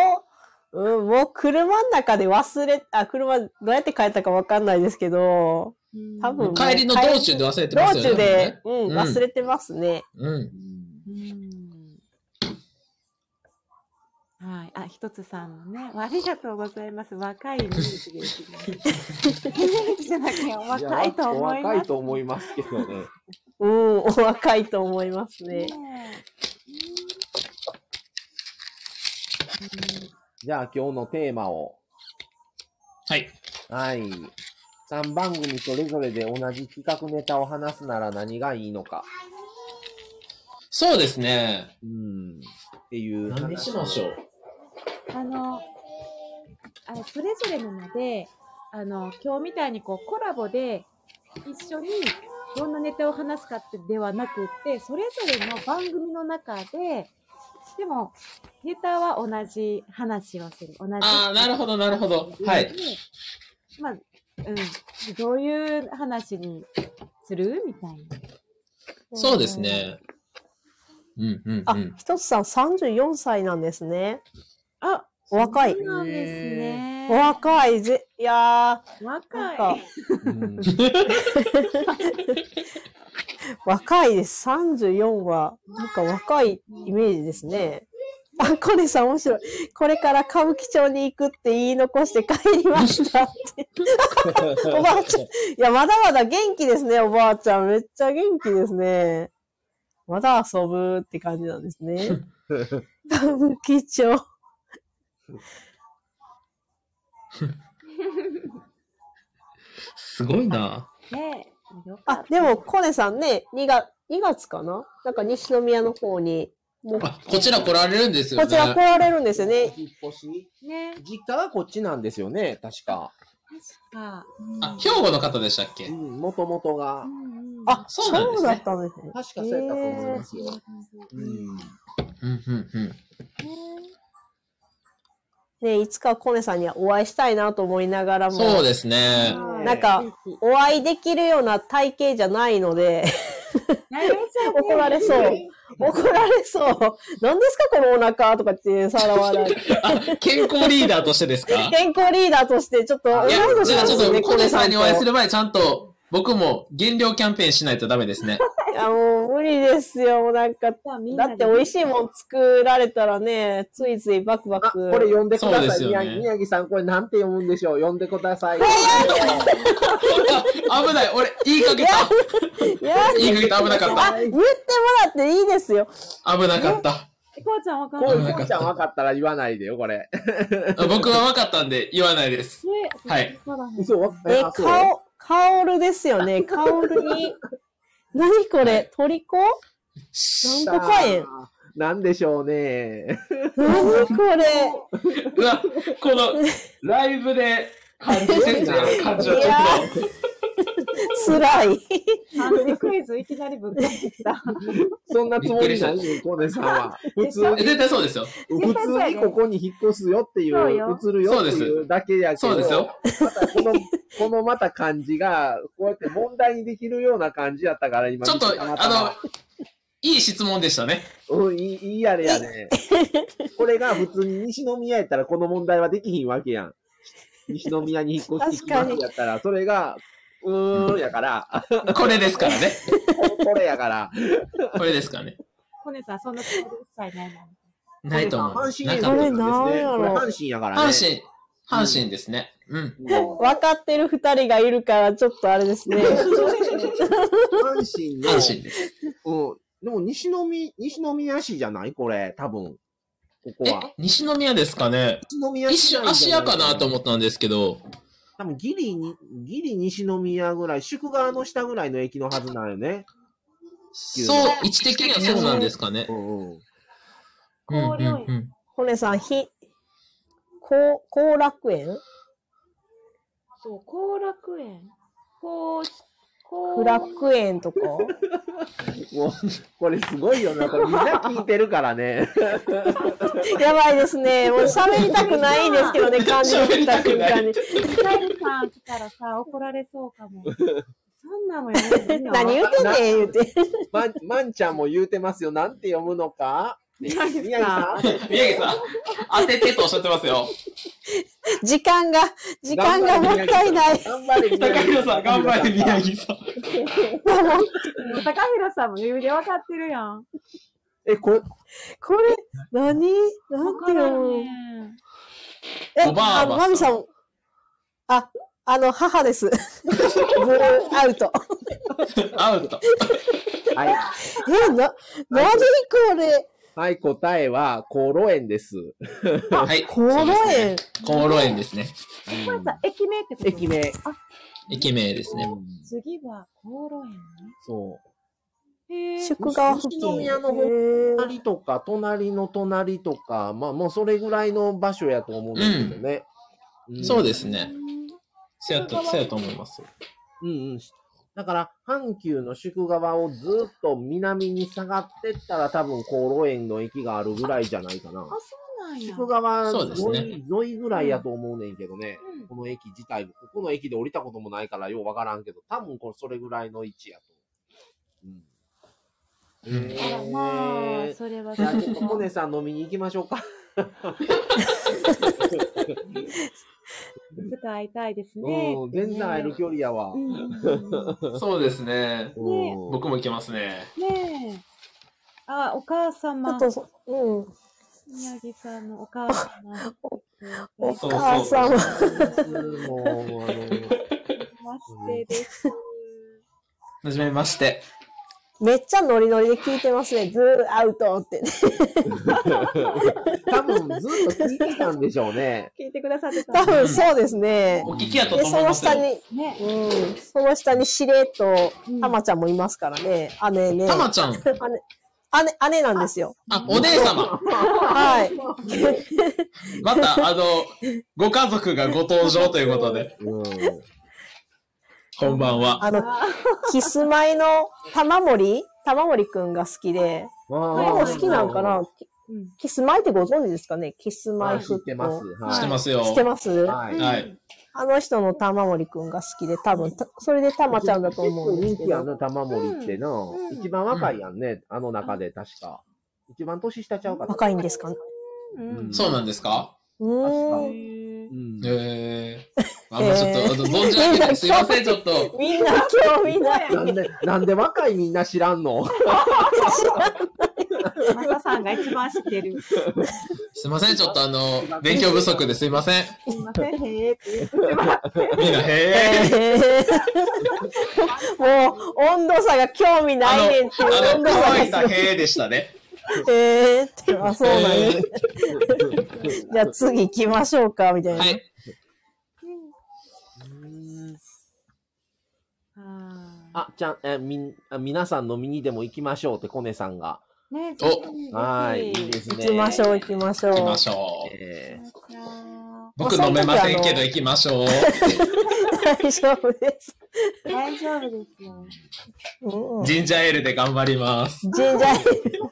C: う、うん、もう車の中で忘れ、あ、車、どうやって帰ったかわかんないですけど、
B: うん
C: 多分
D: 帰りの道中で忘れて
C: 道
D: ますよね。
C: 中で、うん、
D: うん
C: 忘れてますね。
D: うん。
A: うん
B: うんはい。あ、ひとつさんもね。ありがとうございます。若いミュージッ
D: <laughs>
B: ク <laughs> じゃなくて、お
A: や
B: 若いと思います。
A: 若いと思いますけどね。
C: うん、 <laughs> お若いと思いますね
B: ね。
A: じゃあ今日のテーマを。
D: はい。
A: はい。3番組それぞれで同じ企画ネタを話すなら何がいいのか。
D: そうですね。
A: うん。っていう。
D: 何にしましょう。
B: えあの、あのそれぞれなので、あの、今日みたいにこうコラボで一緒にどんなネタを話すかってではなくって、それぞれの番組の中で、でも、ネタは同じ話をする。同じ。
D: ああ、なるほど、なるほど。はい。
B: まあ、うん。どういう話にするみたいな。
D: そうです。ね。うん、うん、う
C: あ
D: ん、。
C: ひとつさん34歳なんですね。
B: あ、
C: お若い
B: そうなんですね。
C: お若いぜ、いや
B: 若い。
C: なんか
A: うん
C: ー、若いです。34は、なんか若いイメージですね。あ、コネさん面白い。これから歌舞伎町に行くって言い残して帰りました
D: <laughs>
C: って。おばあちゃん。いや、まだまだ元気ですね、おばあちゃん。めっちゃ元気ですね。まだ遊ぶって感じなんです
D: <laughs>
C: ね。歌舞伎町。
D: すご
C: <laughs>
D: いな。
B: ねよか
C: あ
B: っ、た
C: でも、コネさんね、2月、2月かななんか西宮の方に、もう
D: あ、こちら来られるんですよね。
C: こちら来られるんですよね。
A: 引っ越し
B: ね
A: 実家がこっちなんですよね、確か。
B: 確か。うん
D: あ、兵庫の方でしたっけ
A: うん、もともとが
B: う。んうん
C: あ、
D: そうなんですね
C: だったんですね。
A: 確かそうやったと思いますよ。
B: う
A: うんん。
D: うん、うん、うん。
C: ね、いつかコネさんにはお会いしたいなと思いながらも、
D: そうですね。
A: ね
C: なんか、お会いできるような体型じゃないの
D: <laughs>
C: で、
B: なるほど
C: 怒られそう。怒られそう。何ですかこのお腹とかってさらわれ
D: <laughs>
C: て。
D: あ、健康リーダーとしてです
C: <laughs>
D: か
C: 健康リーダーとして、ちょっと、
A: い
D: いや
C: なん、と
D: じ
C: し
D: ゃあ
C: ま
D: ち
C: す
D: ょっと、コネさんにお会いす
C: る。
D: る前、ちゃんと、僕も減量キャンペーンしないとダメですね。 <laughs>
C: いや、もう無理ですよ。もうなんか、
B: じゃあみん
C: だ
B: な
C: っ
B: で
C: て美味しいもん作られたらね、ついついバクバ
A: あ、
C: ク。
A: これ読んでくだ
D: そうで
A: さい。
D: すよ
A: 宮
D: ね
A: 城宮城さん、これなんて読むんでしょう。読んでください。
D: あ危ない、俺、言いかけた。
C: いや、
D: 言いかけた、危なかっ
C: あ、言ってもらっていいですよ。
D: た。危なかった。
B: こうちゃんわかん
A: こ
B: な
A: う
B: い。
A: いうこうちゃん分かったら言わないでよ、こ
D: <laughs>
A: れ。
D: 僕は分かったんで、言わないです。
B: ね
D: はい。
B: そうだね
A: 嘘わ
C: え、
A: あそう
C: かお、カオルですよね。カオル
B: <laughs>
C: に、何これ、トリコ何個か園
A: さあなんでしょうね。
C: 何これ。
D: うわ、この、ライブで、感じてる感じはちょっと。
C: 辛い。
B: あのクイズいきなりぶっかけて
C: <laughs>
B: きた。
A: そんなつもりないね、コネさんは。普通
D: え
A: に、
D: 絶対そうですよ。
A: 普通にここに引っ越すよっていう、
B: そうよ
A: 移るよっていうだけやけど、
D: そうですよ。
A: またこの、このまた感じが、こうやって問題にできるような感じやったから、今。
D: ちょっと、
A: たまたま
D: あの、いい質問でしたね。
A: うん、いい、いいやれやね。これが普通に西宮やったらこの問題はできひんわけやん。西宮に引っ越してきますやったら、それが、うーんやから、あ
D: これですからね。
A: これやから。
D: これですからね。
B: コネさん、そんなつもり一切ないもん。
D: ないと思う。
A: 阪神
D: な
A: や
D: ん
A: か
D: から
C: こ
A: で
C: れ
A: すね。
C: なんやろ
A: これ阪神やからね。
D: 阪神、阪神ですね。うん。
A: うん
C: 分かってる二人がいるから、ちょっとあれですね。
A: 阪神の、
D: 阪神です。
A: うん。でも西宮、西宮市じゃないこれ、多分。ここ
D: え
A: は。、
D: 西宮ですかね
A: 西宮
D: 一
A: 市
D: 瞬芦屋かなと
A: って。
D: 思ったんですけど、
A: 多分ギリに、ギリ西宮ぐらい、宿川の下ぐらいの駅のはずなんよね。
D: そう、位置的にはそうなんですかね
A: う。んうん。
D: うんうんうん。
C: コネさん、ひ、こう、後楽園
B: そう、後楽園。こう、ほ
C: フラッグ園とか。
A: もう、これすごいよな。これみんな聞いてるから
C: <laughs>
A: ね。
C: やばいですね。もう喋りたくないんですけど
D: <laughs>
C: ね、感じが来た瞬間に。
B: ミカエルさん来たらさ、怒られそうか
A: <laughs>
B: も。そんなのやめるよ。
C: 何言うてんねん、言うて。
A: まん、まんちゃんも言うてますよ。なんて読むのか宮城さん。
D: 宮城さん、当ててとおっしゃってますよ。
C: 時間が、時間がもったいない。
A: 頑張れ、
D: 高
A: 宮城
D: 平さん、頑張れ、宮城さん。
B: 高弘さんも余裕で分かってるやん。
A: え、これ、
C: これ、何なんて
B: 分
C: い
B: から
C: うんの
B: ね。
C: え、
D: おばあ
C: あの、
D: ばさ
C: マ
D: ん
C: ミさん、あ、あの、母です。 <laughs> ブルーアウト。
D: アウト。
A: はい。
C: え、な、何これ、
A: はい、答えは、コロ園です。
D: はい。
C: この園。
D: コロ園ですね。
B: これさ、駅名ってこと
A: 駅名。
D: 駅名ですね。
B: 次は、高路園
A: そう。
B: ね。へー
C: 宿川付
A: 西
C: 近。へ
A: 宮の方
C: ー
A: 隣とか、隣の隣とか、まあもうそれぐらいの場所やと思うんですけどね。ん
D: そうですね。
B: うん
D: そうやと、そうやと思います。
A: うんうん。だから、阪急の宿川をずっと南に下がってったら、多分、厚労園の駅があるぐらいじゃないかな
B: あ、。そうなんや。
A: 宿川
D: そうですね
A: 沿い,、沿いぐらいやと思うねんけどね、
B: うん
A: この駅自体も、ここの駅で降りたこともないから、ようわからんけど、多分、これそれぐらいの位置やと。うん。
D: うん
B: あらまあ、それは
A: じゃあ、ちょっと
B: そ
A: コ
B: う
A: ネさん飲みに行きましょうか。
B: いつか会いたいです <laughs> ね。
A: うん、全然会える距離やわ
B: う。んうん
D: そうです
B: ね
D: ね。
A: うん
D: 僕も行けますね。
B: うん。ねえ。あ、お母
C: ちょ
B: 様
C: っ。とそ、うん。
B: 宮城さんのお母様。
C: お
D: そう
C: 母さんは
A: もう、もうあの、
B: ましてです。
D: はじめまして。
C: めっちゃノリノリで聞いてますね。ズーアウトってね。
A: 多分ずっと聞いてたんでしょうね。
B: 聞いてくださってた
C: 多
B: んで
C: 分そうですね。
D: お聞きやと
C: で、
D: と
C: そ
D: 思い
C: の
D: ますよ
C: 下。に、
B: すね。
C: うん、その下にしれっと
B: うん、
C: たまちゃんもいますからね。姉ね。
D: たまちゃん。
C: 姉、姉、姉なんですよ。
D: あ、お姉様。
C: はい。
D: また、あの、ご家族がご登場ということで、
A: うん。
D: こんばんは。
C: あの、キスマイの玉森玉森くんが好きで。
A: ま
C: あ
A: あ
C: れも好きなんかなキ
B: うん
C: キスマイってご存知ですかねキスマ
A: は
C: イ
A: い、知
C: フ
A: っ
C: ッ
A: てます。
D: 知って
A: は
D: ますよ。
C: 知ってます、
A: い。はい。
D: は
A: 結
D: い。
C: あの人の玉森くんが好きで、多分、たそれで玉ちゃんだと思う
A: 構
C: んです
A: 人
C: け
A: 気や
C: ど。
A: な、玉森ってな
B: うん。
A: 一番若いやんね、あの中で確か。一番年下ちゃうかった。
C: 若いんですかね
B: うん
D: そうなんですか
C: うー
B: へ
C: ん。
B: え
A: うん。
D: ええあんまちょっと、あの存じ上げない。すいません、ちょっと。
C: みんな興味ない。
A: なんで、なんで若いみんな知らんの
B: マサさんが一番知ってる。す
D: すいません、ちょっとあの、勉強不足ですいません。
B: いません、へえって言ってしまっ
D: みんな、へえ。
C: えー <laughs> もう、温度差が興味
D: あ
C: ないねんって
D: の、
C: いう
D: あ
C: 温
D: の、
C: 度
D: 可愛
C: 差
D: さ、
C: が
D: へえでしたね。
C: えーって、あ、そうなんや。
D: へー
C: じゃあ次行きましょうか、みたいな。
D: はい。
A: うん
B: た。あ
A: あ、ちゃん、え、みん、あ皆さん飲みにでも行きましょうって、コネさんが。
B: ーね
D: お
A: はい、いいですね。
C: 行きましょう、行きましょう。
D: 行きましょう。
A: えー
D: 僕飲めませんけど行きましょう。
C: 大丈夫です。
B: 大丈夫ですよ。
C: うんうん
D: ジンジャーエールで頑張ります。
C: ジンジャーエール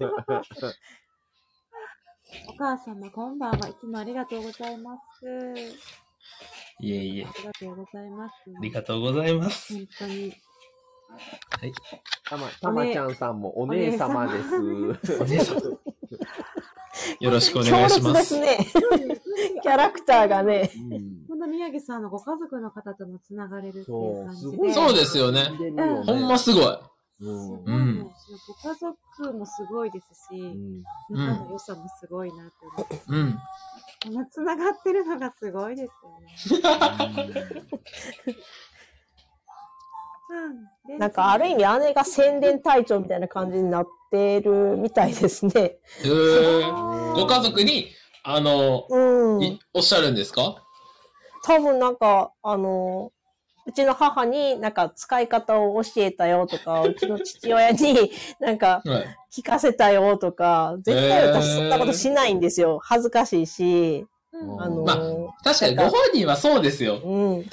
B: お母様、こんばんは。いつもありがとうございます。
D: いえいえ、
B: ありがとうございます。
D: ありがとうございます。
B: 本当に。
A: た <laughs> ま、たまちゃんさんもお姉様です。
D: お姉さん。よろしくお
C: 強
D: 願いし
C: 烈
D: ま。
C: ですすね。キャラクターがね。
A: うん
B: こんな宮城さんのご家族の方ともつながれるっていう感じ
A: そうすご
B: で。
A: い
D: そうですよね。
B: うん
D: ほんますごい。
A: うん
B: すごいもご家族もすごいです
A: う
B: し、
A: ん
D: ん
B: 仲の良さもすごいなと思って、
D: うん。
B: こんなつながってるのがすごいですよね。う
C: なんかある意味姉が宣伝隊長みたいな感じになってるみたいですね。
D: へーご
B: ご
D: 家族に、あの、
C: <laughs> うん
D: い。おっしゃるんですか
C: 多分なんか、あの、うちの母になんか使い方を教えたよとか、うちの父親に <laughs> なんか
D: はい。
C: 聞かせたよとか、絶対私
D: へー
C: そんなことしないんですよ。恥ずかしいし、あの、
D: ま確かにご本人はそうですよ。
C: うん、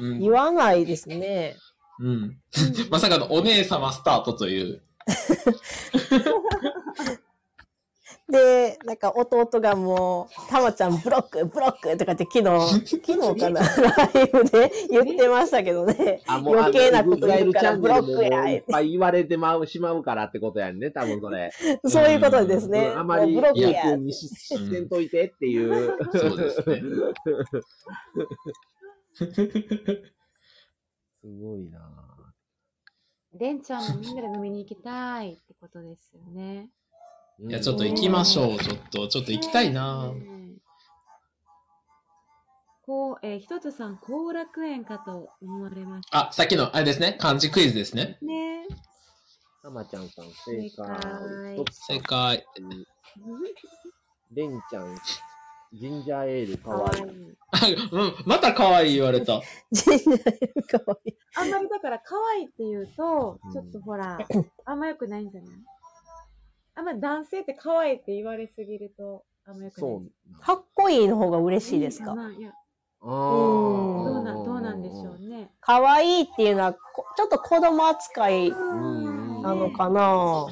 D: うん
C: 言わないですね。
D: うん。まさかのお姉様スタートという。
C: で、なんか弟がもう、たまちゃんブロック、ブロックとかって昨 <laughs> 日、昨日かな、ライブで言ってましたけどね。
A: あ
C: <laughs> 余計なこと
A: が
C: 言うからブロックや
A: いっぱい言われてまうしまうからってことやんね、多分それ。
C: そういうことですね。
A: うんあまり
C: もうブロック
A: 言
C: や。
A: にしせんといてっていう。
D: そうですね。
A: すごいな
B: レンちゃんもみんなで飲みに行きたいってことですよね。
A: ぁ
D: いや、ちょっと行きましょう。ちょっと、ちょっと行きたいな
B: う。んこう、えーひとつさん、後楽園かと思われまし
D: あ、さっきの、あれですね。漢字クイズですね。
B: たね。
A: たまちゃんさん、正
B: 正解
A: 解。
D: 正解。
A: レンちゃん、ジンジャーエール、か
B: か
A: わ
B: わ
A: い
B: い
A: い。
B: い。
D: あうん、また可愛い言われた。
C: ジンジャーエールかわいい。
B: あんまりだから、可愛いって言うと
A: う、ん
B: ちょっとほら、あんま良くないんじゃないあんま男性って可愛いって言われすぎると、あんま良くない。
A: そう。
C: かっこいいの方が嬉しいですか
B: んじゃないいや、
A: あー
B: どうな、どうなんでしょうね。
C: かわいいっていうのは、こちょっと子供扱いなんのかな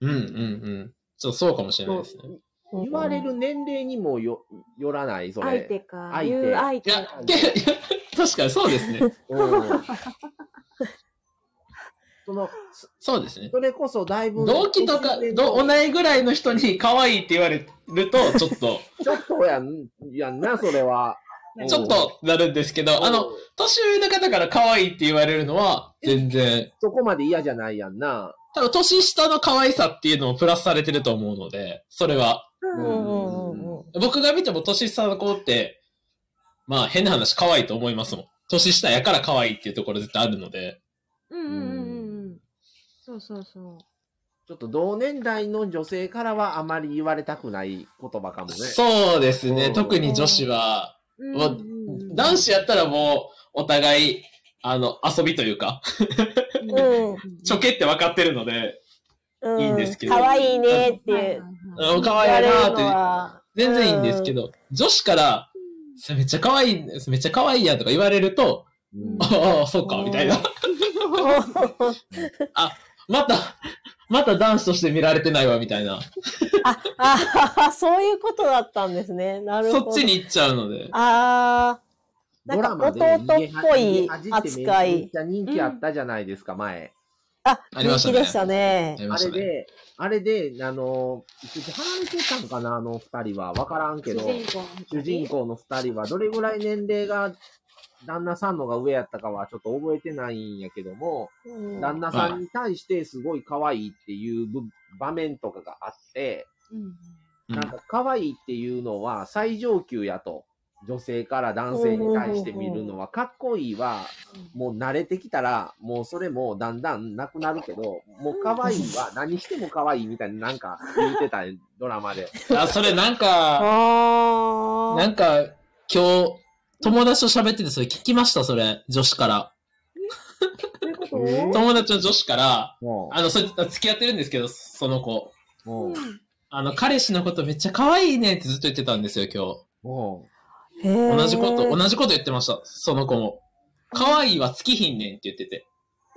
D: うん、うん、うん。ちょっとそうかもしれないですね。
A: 言われる年齢にもよよらない、それ。
B: 相手か。
A: 相手
B: 言う相
D: い
B: 手。
D: や、けいや確かにそうですね。
A: うんその、そ
D: そうですね。
A: それこそだいぶ。
D: 同期とか、ど同いぐらいの人に可愛いって言われると、ちょっ <laughs> と、
A: ちょっとやん、やんな、それは。うん
D: ちょっとなるんですけど、あの、、年上の方から可愛いって言われるのは、全然、
A: そこまで嫌じゃないやんな。
D: 多分年下の可愛さっていうのもプラスされてると思うので、それは。
B: う
C: うん
B: ん
C: うんうんうん。
D: 僕が見ても年下の子って、まあ変な話可愛いと思いますもん。年下やから可愛いっていうところ絶対あるので。
B: うんうんうんうんうん。そうそうそう。
A: ちょっと同年代の女性からはあまり言われたくない言葉かもね。
D: そうです
A: う
D: ね。
A: ん
D: 特に女子は、
B: うん
D: まあ
B: うん
D: 男子やったらもうお互い、あの、遊びというか、
C: うん
D: ちょけって分かってるので、
C: うん
D: いいんですけど
C: かわいいねって
B: はいはい
C: 言
B: はい
D: うん可
C: わ
D: 愛
C: れ
D: い
C: る
D: な
C: の
D: ーって、
C: は、
D: 全然いいんですけ
C: <laughs>
D: ど、女子から、それめっちゃ可愛い、それめっちゃ可愛いやんとか言われると、
A: うん
D: ああ、そうか、みたいな。また、また男子として見られてないわ、みたいな。
C: あ、あ、そういうことだったんですね。なるほど。
D: そっちに行っちゃうので。
C: あー、
A: ド
C: な
A: ラ
C: ん
A: マ
C: か
A: で
C: 弟っぽ
A: 家
C: い
A: 恥ってめ
C: 扱
A: っ
C: い。
A: ちゃ人気あったじゃないですか、前。
C: あ、
D: あり
C: 人
D: ました
C: 気
D: ね
C: でしたね。
D: やり
A: あ
D: まし
A: れ
D: たね。
A: で、あれで、あの、一時離れてたんかな、あの二人は。わからんけど、
B: 主人公
A: 主人公の二人は、どれぐらい年齢が、旦那さんのが上やったかはちょっと覚えてないんやけども、
C: うん
A: 旦那さんに対してすごい可愛いっていう部場面とかがあって、
B: うん
D: う
A: な
D: ん
A: んか可愛いっていうのは最上級やと。女性から男性に対して見るのは、かっこいいは、もう慣れてきたら、もうそれもだんだんなくなるけど、もう可愛いは何しても可愛いみたいななんか言ってたドラマで。
D: あ、それな
C: <laughs>
D: んか、
C: あ
D: なんか、今日、友達と喋ってて、それ聞きました、それ。女子から。
B: どういうこと
A: え
D: 友達の女子から、
A: も
D: あの、それ、付き合ってるんですけど、その子。
A: う、もう、
D: あの、彼氏のことめっちゃ可愛いねってずっと言ってたんですよ、今日。
A: も
C: ー。
D: 同じこと、
C: じ。
D: 同じこと言ってました、その子も。可愛いは尽きひんねんって言ってて。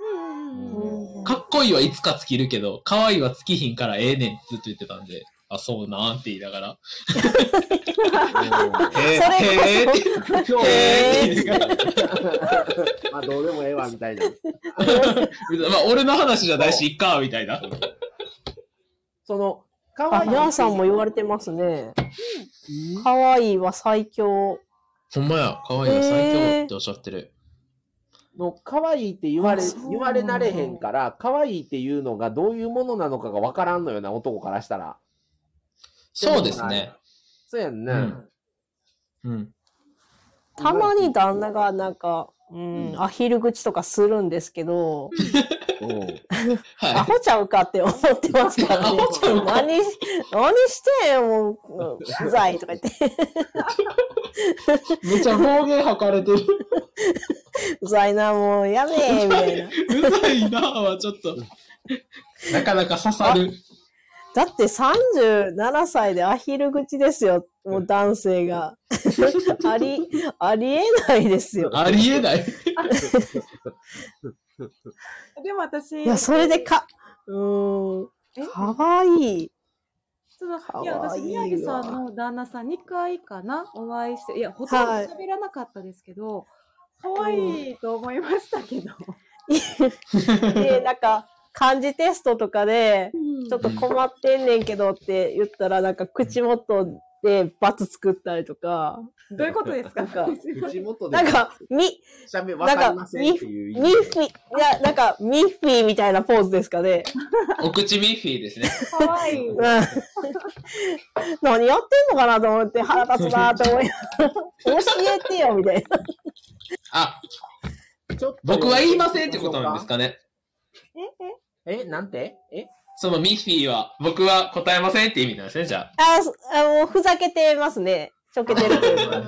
B: うんうんうん
C: うん
D: かっこいいはいつか尽きるけど、可愛いは尽きひんからええねんってずっと言ってたんで。あ、そうなんって言いながら。
A: う。も
D: へえ、
C: それこそ
D: へえって。
A: う今日、
D: へえって言いながら。 <laughs>
A: まあどうでもええわみたいな。
D: まあ、俺の話じゃないし、いっか、みたいな。
A: <laughs> その、可
C: あ、
A: 愛い。
C: ヤンさんも言われてますね。
A: うん
C: かわいいは最強。
D: ほんまや、可愛いな、最強っておっしゃってる。
A: の可愛いって言われ
C: あそうなん、だ
A: 言われ慣れへんから、可愛いっていうのがどういうものなのかがわからんのよな、男からしたら。
D: そうですね。
A: そうやんね。
D: うんうん。
C: たまに旦那がなんか、う、
A: うんん
C: アヒル口とかするんですけど、
A: うん。
C: ア
D: はい。
C: ホちゃうかって思ってますからね
D: アホちゃう。か
C: 何、何してんよ、もううん、うざいとか言って。
D: めっちゃ方言吐かれてる。
C: うざいな、もうやめえ、みたいな。
D: うざいなぁは、ちょっと。なかなか刺さる。
C: だって37歳でアヒル口ですよ、もう男性
D: <laughs>
C: が。あり、ありえないですよ。
D: ありえない。
B: でも私、
C: いや、それでか、うーん、
B: え
C: かわいい。
B: その
C: かわ
B: い
C: いい
B: や
C: わ
B: 私、宮城さんの旦那さん2回かな、お会いして、いや、ほとんど喋らなかったですけど、可愛いと思いましたけど。
C: で、なんか、漢字テストとかで、
B: ち
C: ちょっと困ってんねんけどって言ったら、なんか口元で罰作ったりとか、
B: どういうことですか
C: なんか
B: すいませ
A: 口
B: ん
A: 元で
C: なんか、み、
A: しゃべ、わかりませんっていう意
C: ミッフィ、いや、なんか、ミッフィーみたいなポーズですかね。
D: お口ミッフィーですね。
B: 可愛い
C: うん何やってんのかなと思って腹立つなと思い <laughs> 教えてよみたいな。
D: あ、
A: ちょっと
D: 僕は言いませんってことなんですかね。
B: ええ
A: え、なんてえ
D: そのミッフィーは、僕は答えませんって意味なんですね、じゃあ。
C: あ、そあもうふざけてますね。ちょけてるというか。
B: ね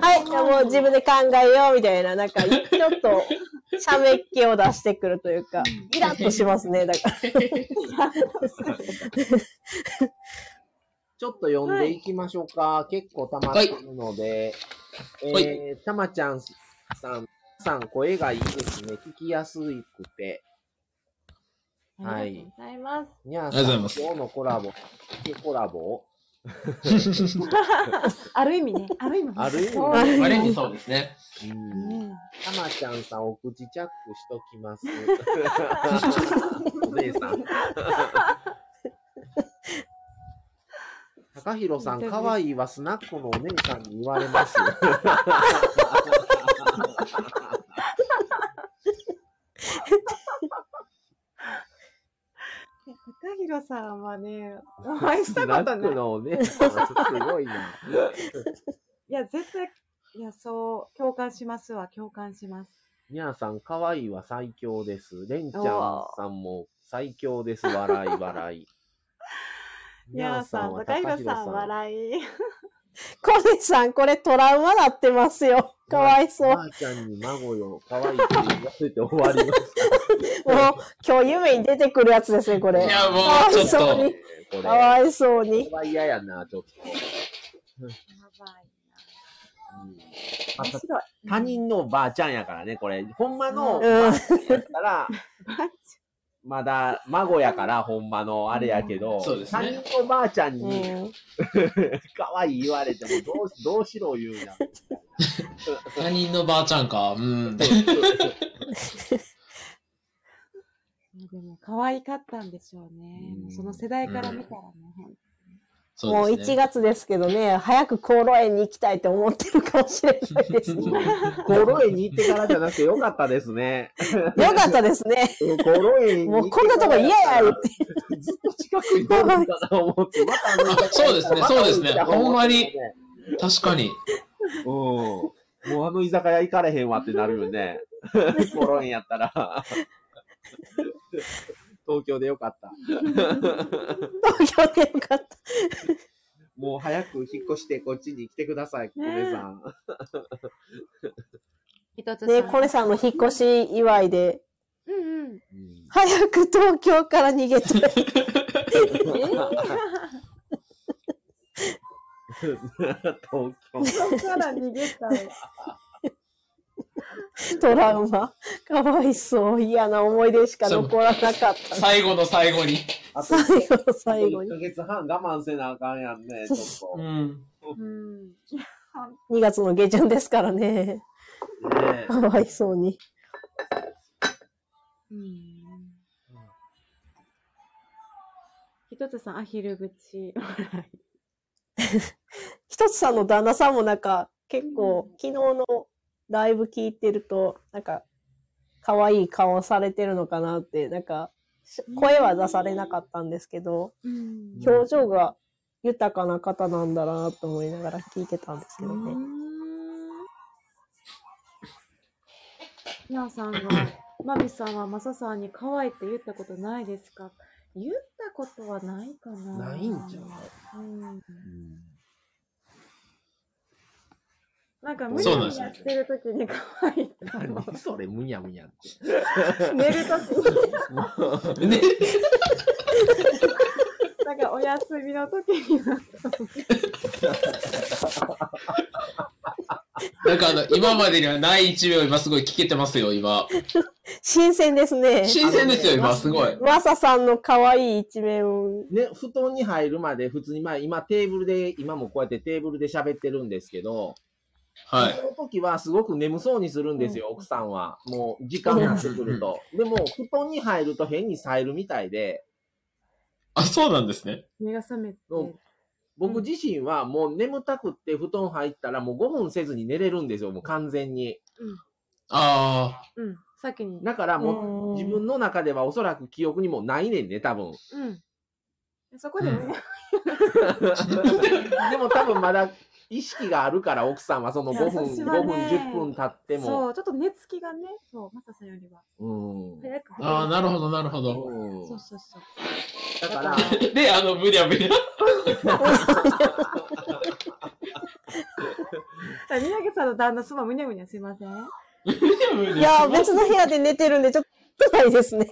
C: はい、もう自分で考えようみたいな、なんか、ちょっと、しゃべっ気を出してくるというか、イラッとしますね、だから。
A: ちょっと読んでいきましょうか。結構溜まってるので。
D: はい
A: えー、たまちゃんさん、さん、声がいいですね。聞きやすくて。
B: ありがとうございます。
A: にゃー
D: ありが
A: さ、
D: と
A: 今日
D: うんござ
A: のコラボ、コラボ
B: ある意味ね、ある意味。
A: ある意味
B: そう
A: あ
D: あれにそうですね。
A: うん
B: ね
A: たまちゃんさん、お口チャックしときます。お姉さん。高弘さん、かわいいはスナックのお姉さんに言われます。
B: 高弘さんはね、お会いしたこと
A: スナッ
B: ない
A: ク。のお姉さん、すごいな。
B: いや、絶対、いや、そう、共感しますわ、共感します。
A: にゃーさん、かわいいは最強です。れんちゃんさんも最強です。笑い笑い。
B: いやーさん、高弘さん、笑い。
C: コネさん、これトラウマなってますよ。かわいそう。
A: まーちゃんに孫よ、かわいいって言わせて終わりまし
C: もう、今日夢に出てくるやつですね、こ
D: い
C: れ。
D: や、も
C: かわ
D: う、ちょ
C: い
D: っ
C: そう
D: と
C: に。
A: た。これ
C: かわいそうに
A: こ。れは嫌やな、ちょっと。
B: やば
A: あ
B: いな。面白い。
A: 他
B: <laughs>
A: 人のばあちゃんやからね、これ。ほんまの
B: う
A: ば
C: ん
A: あちゃんやったら、
B: ばあちゃん
A: まだ孫やから、ほんまのあれやけど、
D: そうです
A: 他
D: ね
A: 人のばあちゃん
C: う
A: に、
C: ん、
A: 可愛い言われても、どうし、どうしろ言う
C: <laughs>
A: な。
D: 他人のばあちゃんか。うん。
B: いやでも、可愛かったんでしょうね。
A: うん
B: もうその世代から見たらね、ほん
D: そ
C: も
D: う
C: う
D: です
C: 1
D: ね。
C: 月ですけどね、早く高路園に行きたいと思ってるかもしれないです <laughs> ね。
A: コロ園に行ってからじゃなくてよかったですね。
C: よかったですね。
A: コロ園に
C: <laughs> も
A: 行
C: う
A: って
C: こ
A: から
C: んなとこ嫌や言っ
A: ずっと近くにいたのかな思って、またあの
D: あそうですねそうですね
A: またあの
D: ほんまに確かに。
A: うん。もうあの居酒屋行かれへんわってなるよね。 <laughs> コロンやったら。東京でよかった。
C: て、東京でよかった。
A: もう早く引っ越してこっちに来てください、コメさん。
B: 一つ
C: ね、コネさんの引っ越し祝いで、
B: うん <laughs> うん。
A: うん <laughs>
C: 早く東京から逃げて。
A: 東京。
B: そこから逃げたい。
C: トラウマ。かわいそう。嫌な思い出しか
D: そう
C: 残らなかった。
D: 最後の最後に。
A: あと
C: 最後の最後
A: 1
C: に。
A: ヶ月半我慢せなあかんやんね、ちょっ
D: う
A: と。
D: ん。
B: うん。
C: 2月の下旬ですからね。
A: ね
C: かわいそうに。
B: うん。一つさん、アヒル口。
C: ひとつさんの旦那さんもなんか、結構、昨日のライブ聞いてると、なんか、可愛い顔されてるのかなって、なんか、し声は出されなかったんですけど、
B: うん
C: 表情が豊かな方なんだなと思いながら聞いてたんですけどね。
B: にゃんさんが、まみさんはまささんに可愛いって言ったことないですか言ったことはないかな。
A: ないんちゃ
B: う。ん。
A: うん
B: なんか、む
A: む
B: に
A: に
B: ゃ
A: ゃむに
B: むにゃ
A: ゃ
B: し
A: してて
B: るときに可愛い <laughs> って
A: 何それ、むにゃむにゃって。
B: 寝るときに。
D: ね。
B: なんかお休みの時にな
D: なんかあの、今までにはない一秒今すごい聞けてますよ、今。
C: 新鮮ですね。
D: 新鮮ですよ、今、すごい。
C: マサさんの可愛い一面を。
A: <laughs> ね、布団に入るまで普通に、まあ今テーブルで、今もこうやってテーブルで喋ってるんですけど、
D: はい
A: そ。の時はすごく眠そうにするんですよ、奥さんは。もう時間になってくると。でも、布団に入ると変に冴えるみたいで、
D: あ、そうなんですね。
B: 目が覚めて。
A: うん僕自身はもう眠たくって布団入ったらもう5分せずに寝れるんですよ、もう完全に。
D: あ
B: うん。先に。
A: だからもう自分の中ではおそらく記憶にもないねんね、多分。
B: うん。そこでね、
A: <laughs> でも多分まだ意識があるから、奥さんはその5分、
B: いや私は
A: 5分、
B: ね
A: 10分経って
B: そ
A: も。
B: う、ちょっと寝つきがね、そう、マサさんよりは
A: うん。
B: 早く
D: あ。ああ、なるほ
B: ど。
D: ど、なるほど。
A: うん
B: そうそうそう。
A: だから、
D: で、あの、ブリャブリャ。
B: さあ、宮城さんの旦那、すごいむにゃむにゃすいません。
D: ブリャブリャ。
C: いやー、別の部屋で寝てるんで、ちょっとないですね。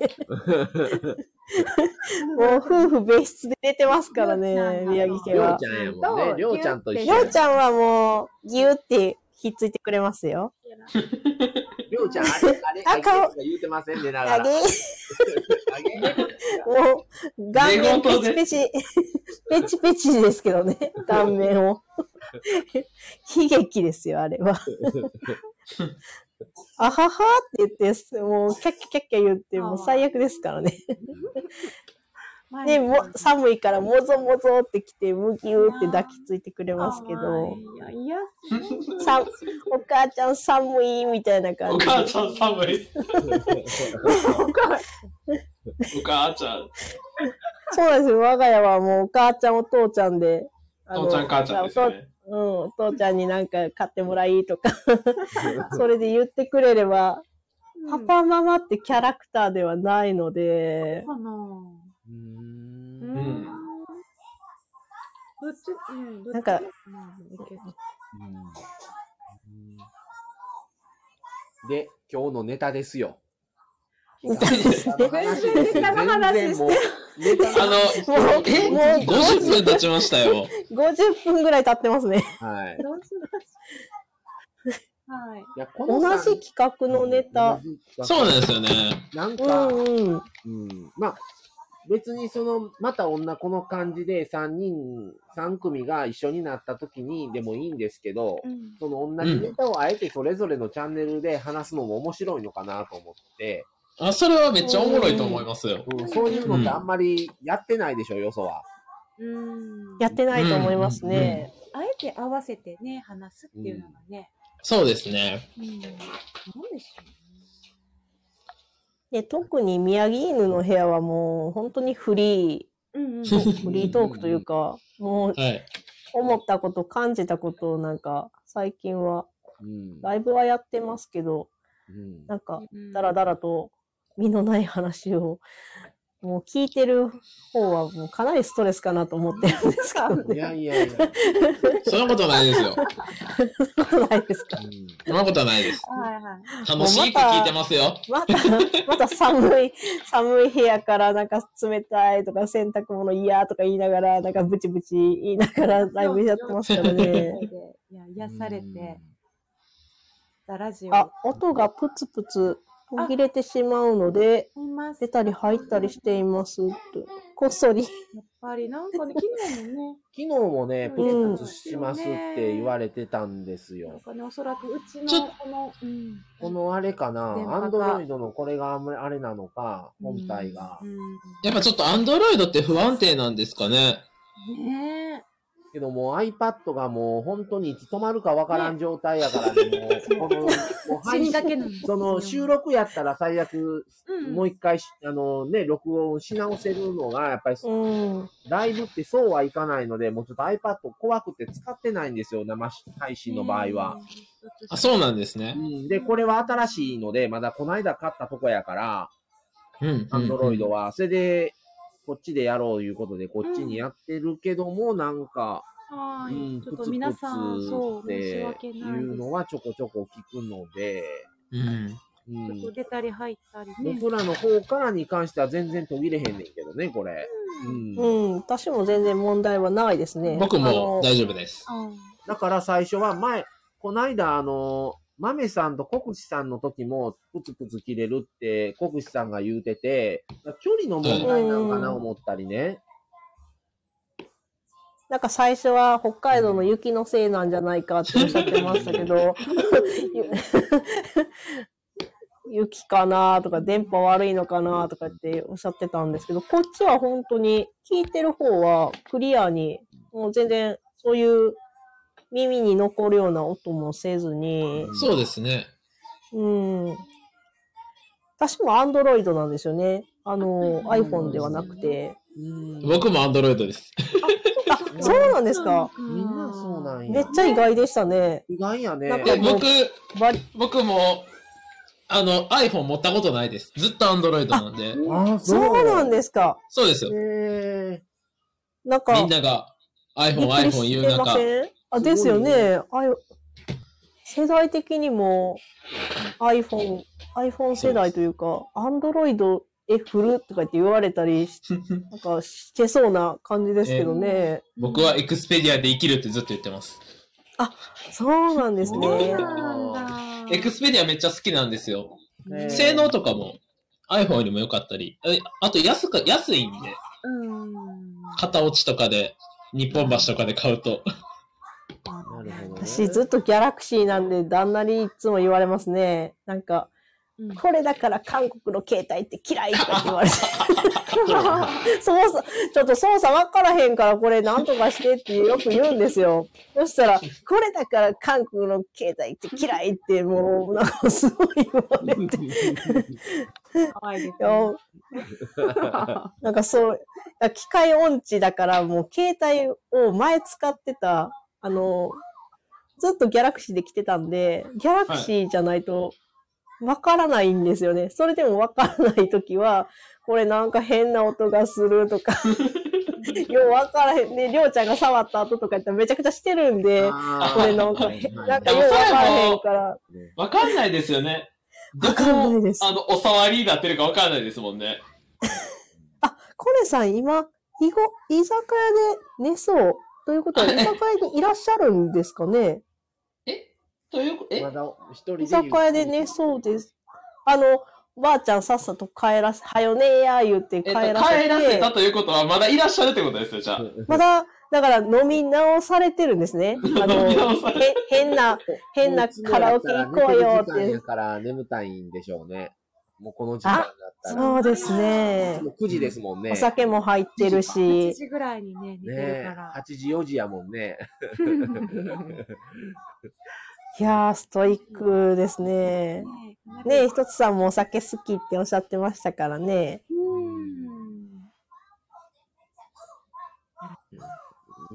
C: もう夫婦別室で寝てますからね、宮城家
A: りょう
C: は。
A: ちゃんやもんね。りょうちゃんと一
C: り
A: 緒
C: ょ
A: や
C: うちゃんはもう、ぎゅってひっついてくれますよ。
A: りょうちゃん、あれ、あれ、
C: あ
A: あれ、
C: 顔
A: とか言うてませんね、なが
C: あ
A: ら。
C: げ
A: あげ
C: もう、顔面
D: 寝言で
C: ペチペチ、ペチペチですけどね、顔面を。悲劇ですよ、あれは。あははって言って、もう、キャッキャキャッキャ言って、もう最悪ですからね。
B: 前
C: で、
B: に
C: も、寒いから、もぞもぞってきて、むぎゅーって抱きついてくれますけ
B: かわい
C: ど、
B: いよ。いや、
C: さお母ちゃん寒いみたいな感
D: お
C: じ
D: 母ちゃん寒い。
B: お母さ
D: お母ちゃん。
C: そうなんですよ、我が家はもう、お母ちゃん、お父ちゃんで、あの
D: 父ちゃん、母ちゃんですよね。
C: うん、お父ちゃんになんか買ってもらいとか、それで言ってくれれば、
B: ん
C: パパママってキャラクターではないので、
B: かな。
A: うー。
B: うんん。どっち、うん、どっち
C: なんか
B: まあいいけど
A: で、今日のネタです
B: <laughs>
A: よ。
C: ネタですね
B: 全然ネタの
A: 全
B: 話して
A: 然もうネタの
D: あの、
C: もう、
D: え
C: もう
D: ?50 分経ちましたよ。
C: 50分ぐらい経ってますね。
A: はい。
B: どうしましょうはい。
A: いやこ
C: 同
A: のさ
C: じ企画のネタ。。
D: <laughs> そうなんですよね。
A: なん
C: う
A: か、
C: んう
A: う
C: ん。
A: ん、まあ、別にその、また女この感じで3人、3組が一緒になった時にでもいいんですけど、
B: うん
A: その同じネタをあえてそれぞれのチャンネルで話すのも面白いのかなと思って、
D: あ、それはめっちゃおもろいと思いますよ。
A: うんそういうのってあんまりやってないでしょ、よそは。
B: うん。
C: やってないと思いますね。
B: あえて合わせてね、話すっていうのがね。
D: そうですね。
B: うん。どうでしょ
C: で特に宮城犬の部屋はもう、本当にフリ
B: うね。うんうん。
C: ー、フリートークというか、もう、
D: はい。
C: 思ったこと、感じたことをなんか、最近は、
A: うん。
C: ライブはやってますけど、
A: うん
C: なんか、
B: うん
C: だらだらと身のない話を、もう聞いてる方はもうかなりストレスかなと思ってるんですけ
A: <laughs>
C: ど
A: いや
C: ね。
A: いやいや。
D: そんなことないです
C: そ
D: よ。
C: んなことないですか。
A: う
D: そんなことはないです。
B: はいはい。
D: 楽しく聞いてますよ。
C: また、また寒い、寒い部屋からなんか冷たいとか洗濯物嫌とか言いながら、なんかブチブチ言いながらライブやってますからね。
B: いや、癒されて、。ラジオ。
C: あ、音がプツプツ途切れてしまうので、
B: います。
C: 出
B: や
C: たり入ったりしていますと。こっそり。
B: っぱりなんかね、気分もね、
A: 昨日もね、プツプツしますって言われてたんです
B: なん
A: よ。
B: かね、おそらくうち
D: ちょ
B: の、この、うん。
A: このあれかな、
B: 電
A: アン
B: 波
A: ド
B: が
A: ロイドのこれがあんまりあれなのか、本体が
B: う。ん。
D: やっぱちょっとアンドロイドって不安定なんですかね。
B: うんね
A: けどもう iPad がもう本当にいつ止まるかわからん状態や
B: <laughs>
A: からね、もう、この、もう
B: え。死にかけなんですよ
A: その収録やったら最悪、
B: うん
A: もう一回し、あのね、録音し直せるのが、やっぱり
C: うん。
A: ライブってそうはいかないので、もうちょっと iPad 怖くて使ってないんですよ、生配信の場合は。。
D: あ、そうなんですね
A: う。ん、で、これは新しいので、まだこの間買ったとこやから、
D: うん。
A: アンドロイド
D: は。
A: は。それで、こっちでやろういうことで、こっちにやってるけども、なんか、
B: は
A: う
B: い。
A: ん、
B: ちょっと皆さん、そう、
A: プツプツっ
B: 申して訳
A: い
B: ないで
A: う
B: す。
A: のはちょこちょこ聞くので、
D: うん。
A: う
B: ちょっと
A: ん、
B: 出たり入ったりね。
A: 僕らの方からに関しては全然途切れへんねんけどね、これ。う
B: うん。
A: ん
C: うん、私も全然問題はないですね。あ
D: 僕も
C: の
D: 大丈夫です。
B: あ
A: だから最初は前、こないだあの、豆さんと国士さんの時も、プツプツ切れるって、国士さんが言うてて、距離の問題なんかな
C: うん
A: 思ったりね。
C: なんか最初は北海道の雪のせいなんじゃないかっておっしゃってましたけど、 <laughs> 雪かなとか電波悪いのかなとかっておっしゃってたんですけど、こっちは本当に聞いてる方はクリアに、もう全然そういう耳に残るような音もせずに、
D: そうですね。
C: うん。私もアンドロイドなんですよね。あの、iPhone ではなくて。
D: 僕もアンドロイドです。
C: あ、そうなんですか。
A: みんなそうなん
C: めっ
A: や。
C: ちゃ意外でしたね。
A: 意外やね
C: な。ん
D: いや、
C: か
D: 僕、
C: バリ
D: 僕も、あの、iPhone 持ったことないです。ずっとアンドロイドなんで。
A: あ、
C: そうなん
A: す。
C: ですか。
D: そうですよ。
A: へ
C: なんか、
D: みんなが iPhone、
C: びっく
D: iPhone
C: り
D: 言
C: し
D: う
C: てま
D: 中。
C: せんあ、ですよね。あよ世代的にも iPhone、iPhone 世代というか、Android、え、フルとかって言われたりし、なんかしてそうな感じですけどね。
D: 僕は Xperia で生きるってずっと言ってます。
C: そうなんです
B: そう
C: ね。
B: なんだ。
D: Xperia めっちゃ好きなんですよ。
A: え。
D: 性能とかも iPhone よりも良かったり。えあと安く、安いんで、
B: うん。
D: 片落ちとかで、日本橋とかで買
C: <laughs>
D: うと。
A: なるほど、ね。
C: 私ずっとギャラクシーなんで、旦那にいつも言われますね。なんか、
B: うん
C: これだから韓国の携帯って嫌いとかって言われ
D: <laughs>
C: て。操作、ちょっと操作わからへんからこれなんとかしてってよく言うんですよ。そしたら、これだから韓国の携帯って嫌いってもう、なんかすごい言われて。
B: 可愛いです
C: いや
B: ね。
C: なんかそう、だから機械音痴だからもう携帯を前使ってた、あの、ずっとギャラクシーで来てたんで、ギャラクシーじゃないとわからないんですよね。それでもわからないときは、これなんか変な音がす
A: <laughs>
C: るとか、ようわからへんね。りょうちゃんが触った後とかやったらめちゃくちゃしてるんで、
A: あー
C: これなんか、
A: はいはい
C: なんかようわからへんから。
D: わかんないですよね。
C: わかんないです
D: どこの、お触りになってるかわかんないですもんね。
C: あ、コネさん今、いご、居酒屋で寝そう。という
D: <laughs>
C: ことは、
D: あ
C: 居酒屋にいらっしゃるんですかね
D: えというこ、え
A: まだ一人で。
C: 居酒屋で寝そうで。す。あの、ばあちゃんさっさと帰らせ、はよねーや言って
D: え
C: 帰
D: っ
C: らせて
D: と、、帰らせたということは、まだいらっしゃるってことですよ、じゃあ。
C: まだ、だから飲み直されてるんですね。あの、
D: <laughs> 飲み
C: へ
D: 直され
C: 変な、変なカラオケ行こうよって
A: もつやったら寝る時間やから眠たいんでしょうね。もうこの時間だったら。
C: そうですね。
A: もう9時ですもんね。
C: お酒も入ってる
B: 8
C: し、
B: 時ぐらいにね、寝てる
A: ね
B: か
A: 8
B: ら。
A: 時4時やもんね。
C: いやー、ストイックですね。ねえ、ひとつさんもお酒好きっておっしゃってましたからね。
B: うん。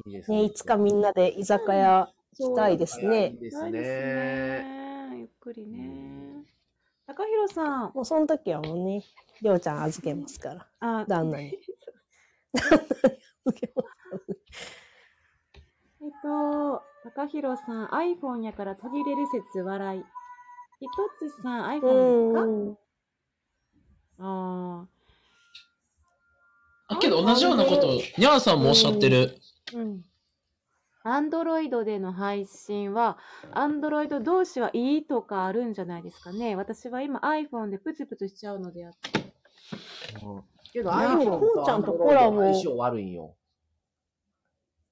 A: いいです
C: ねいつかみんなで居酒屋行きたいですね
A: いい。で
B: ですす
A: ね。
B: ね。ゆっくりね。高弘さん、
C: もうその時はもうね、りょうちゃん預けますから、
B: あ、
C: 旦那に。預けます
B: <laughs> えっと、高弘さん、iPhone やから途切れる説笑い。ひとつさん、
C: う
B: iPhone ですか
C: ん。
B: あ
D: あ、けど同じようなこと、にゃーさんもおっしゃってる。
B: あ。うん。Android での配信は、Android 同士はいいとかあるんじゃないですかね。私は今 iPhone でプツプツしちゃうのであって。
A: けど
C: でも
A: iPhone
C: こうちゃんとコラボ
A: Android は相性悪いんよ。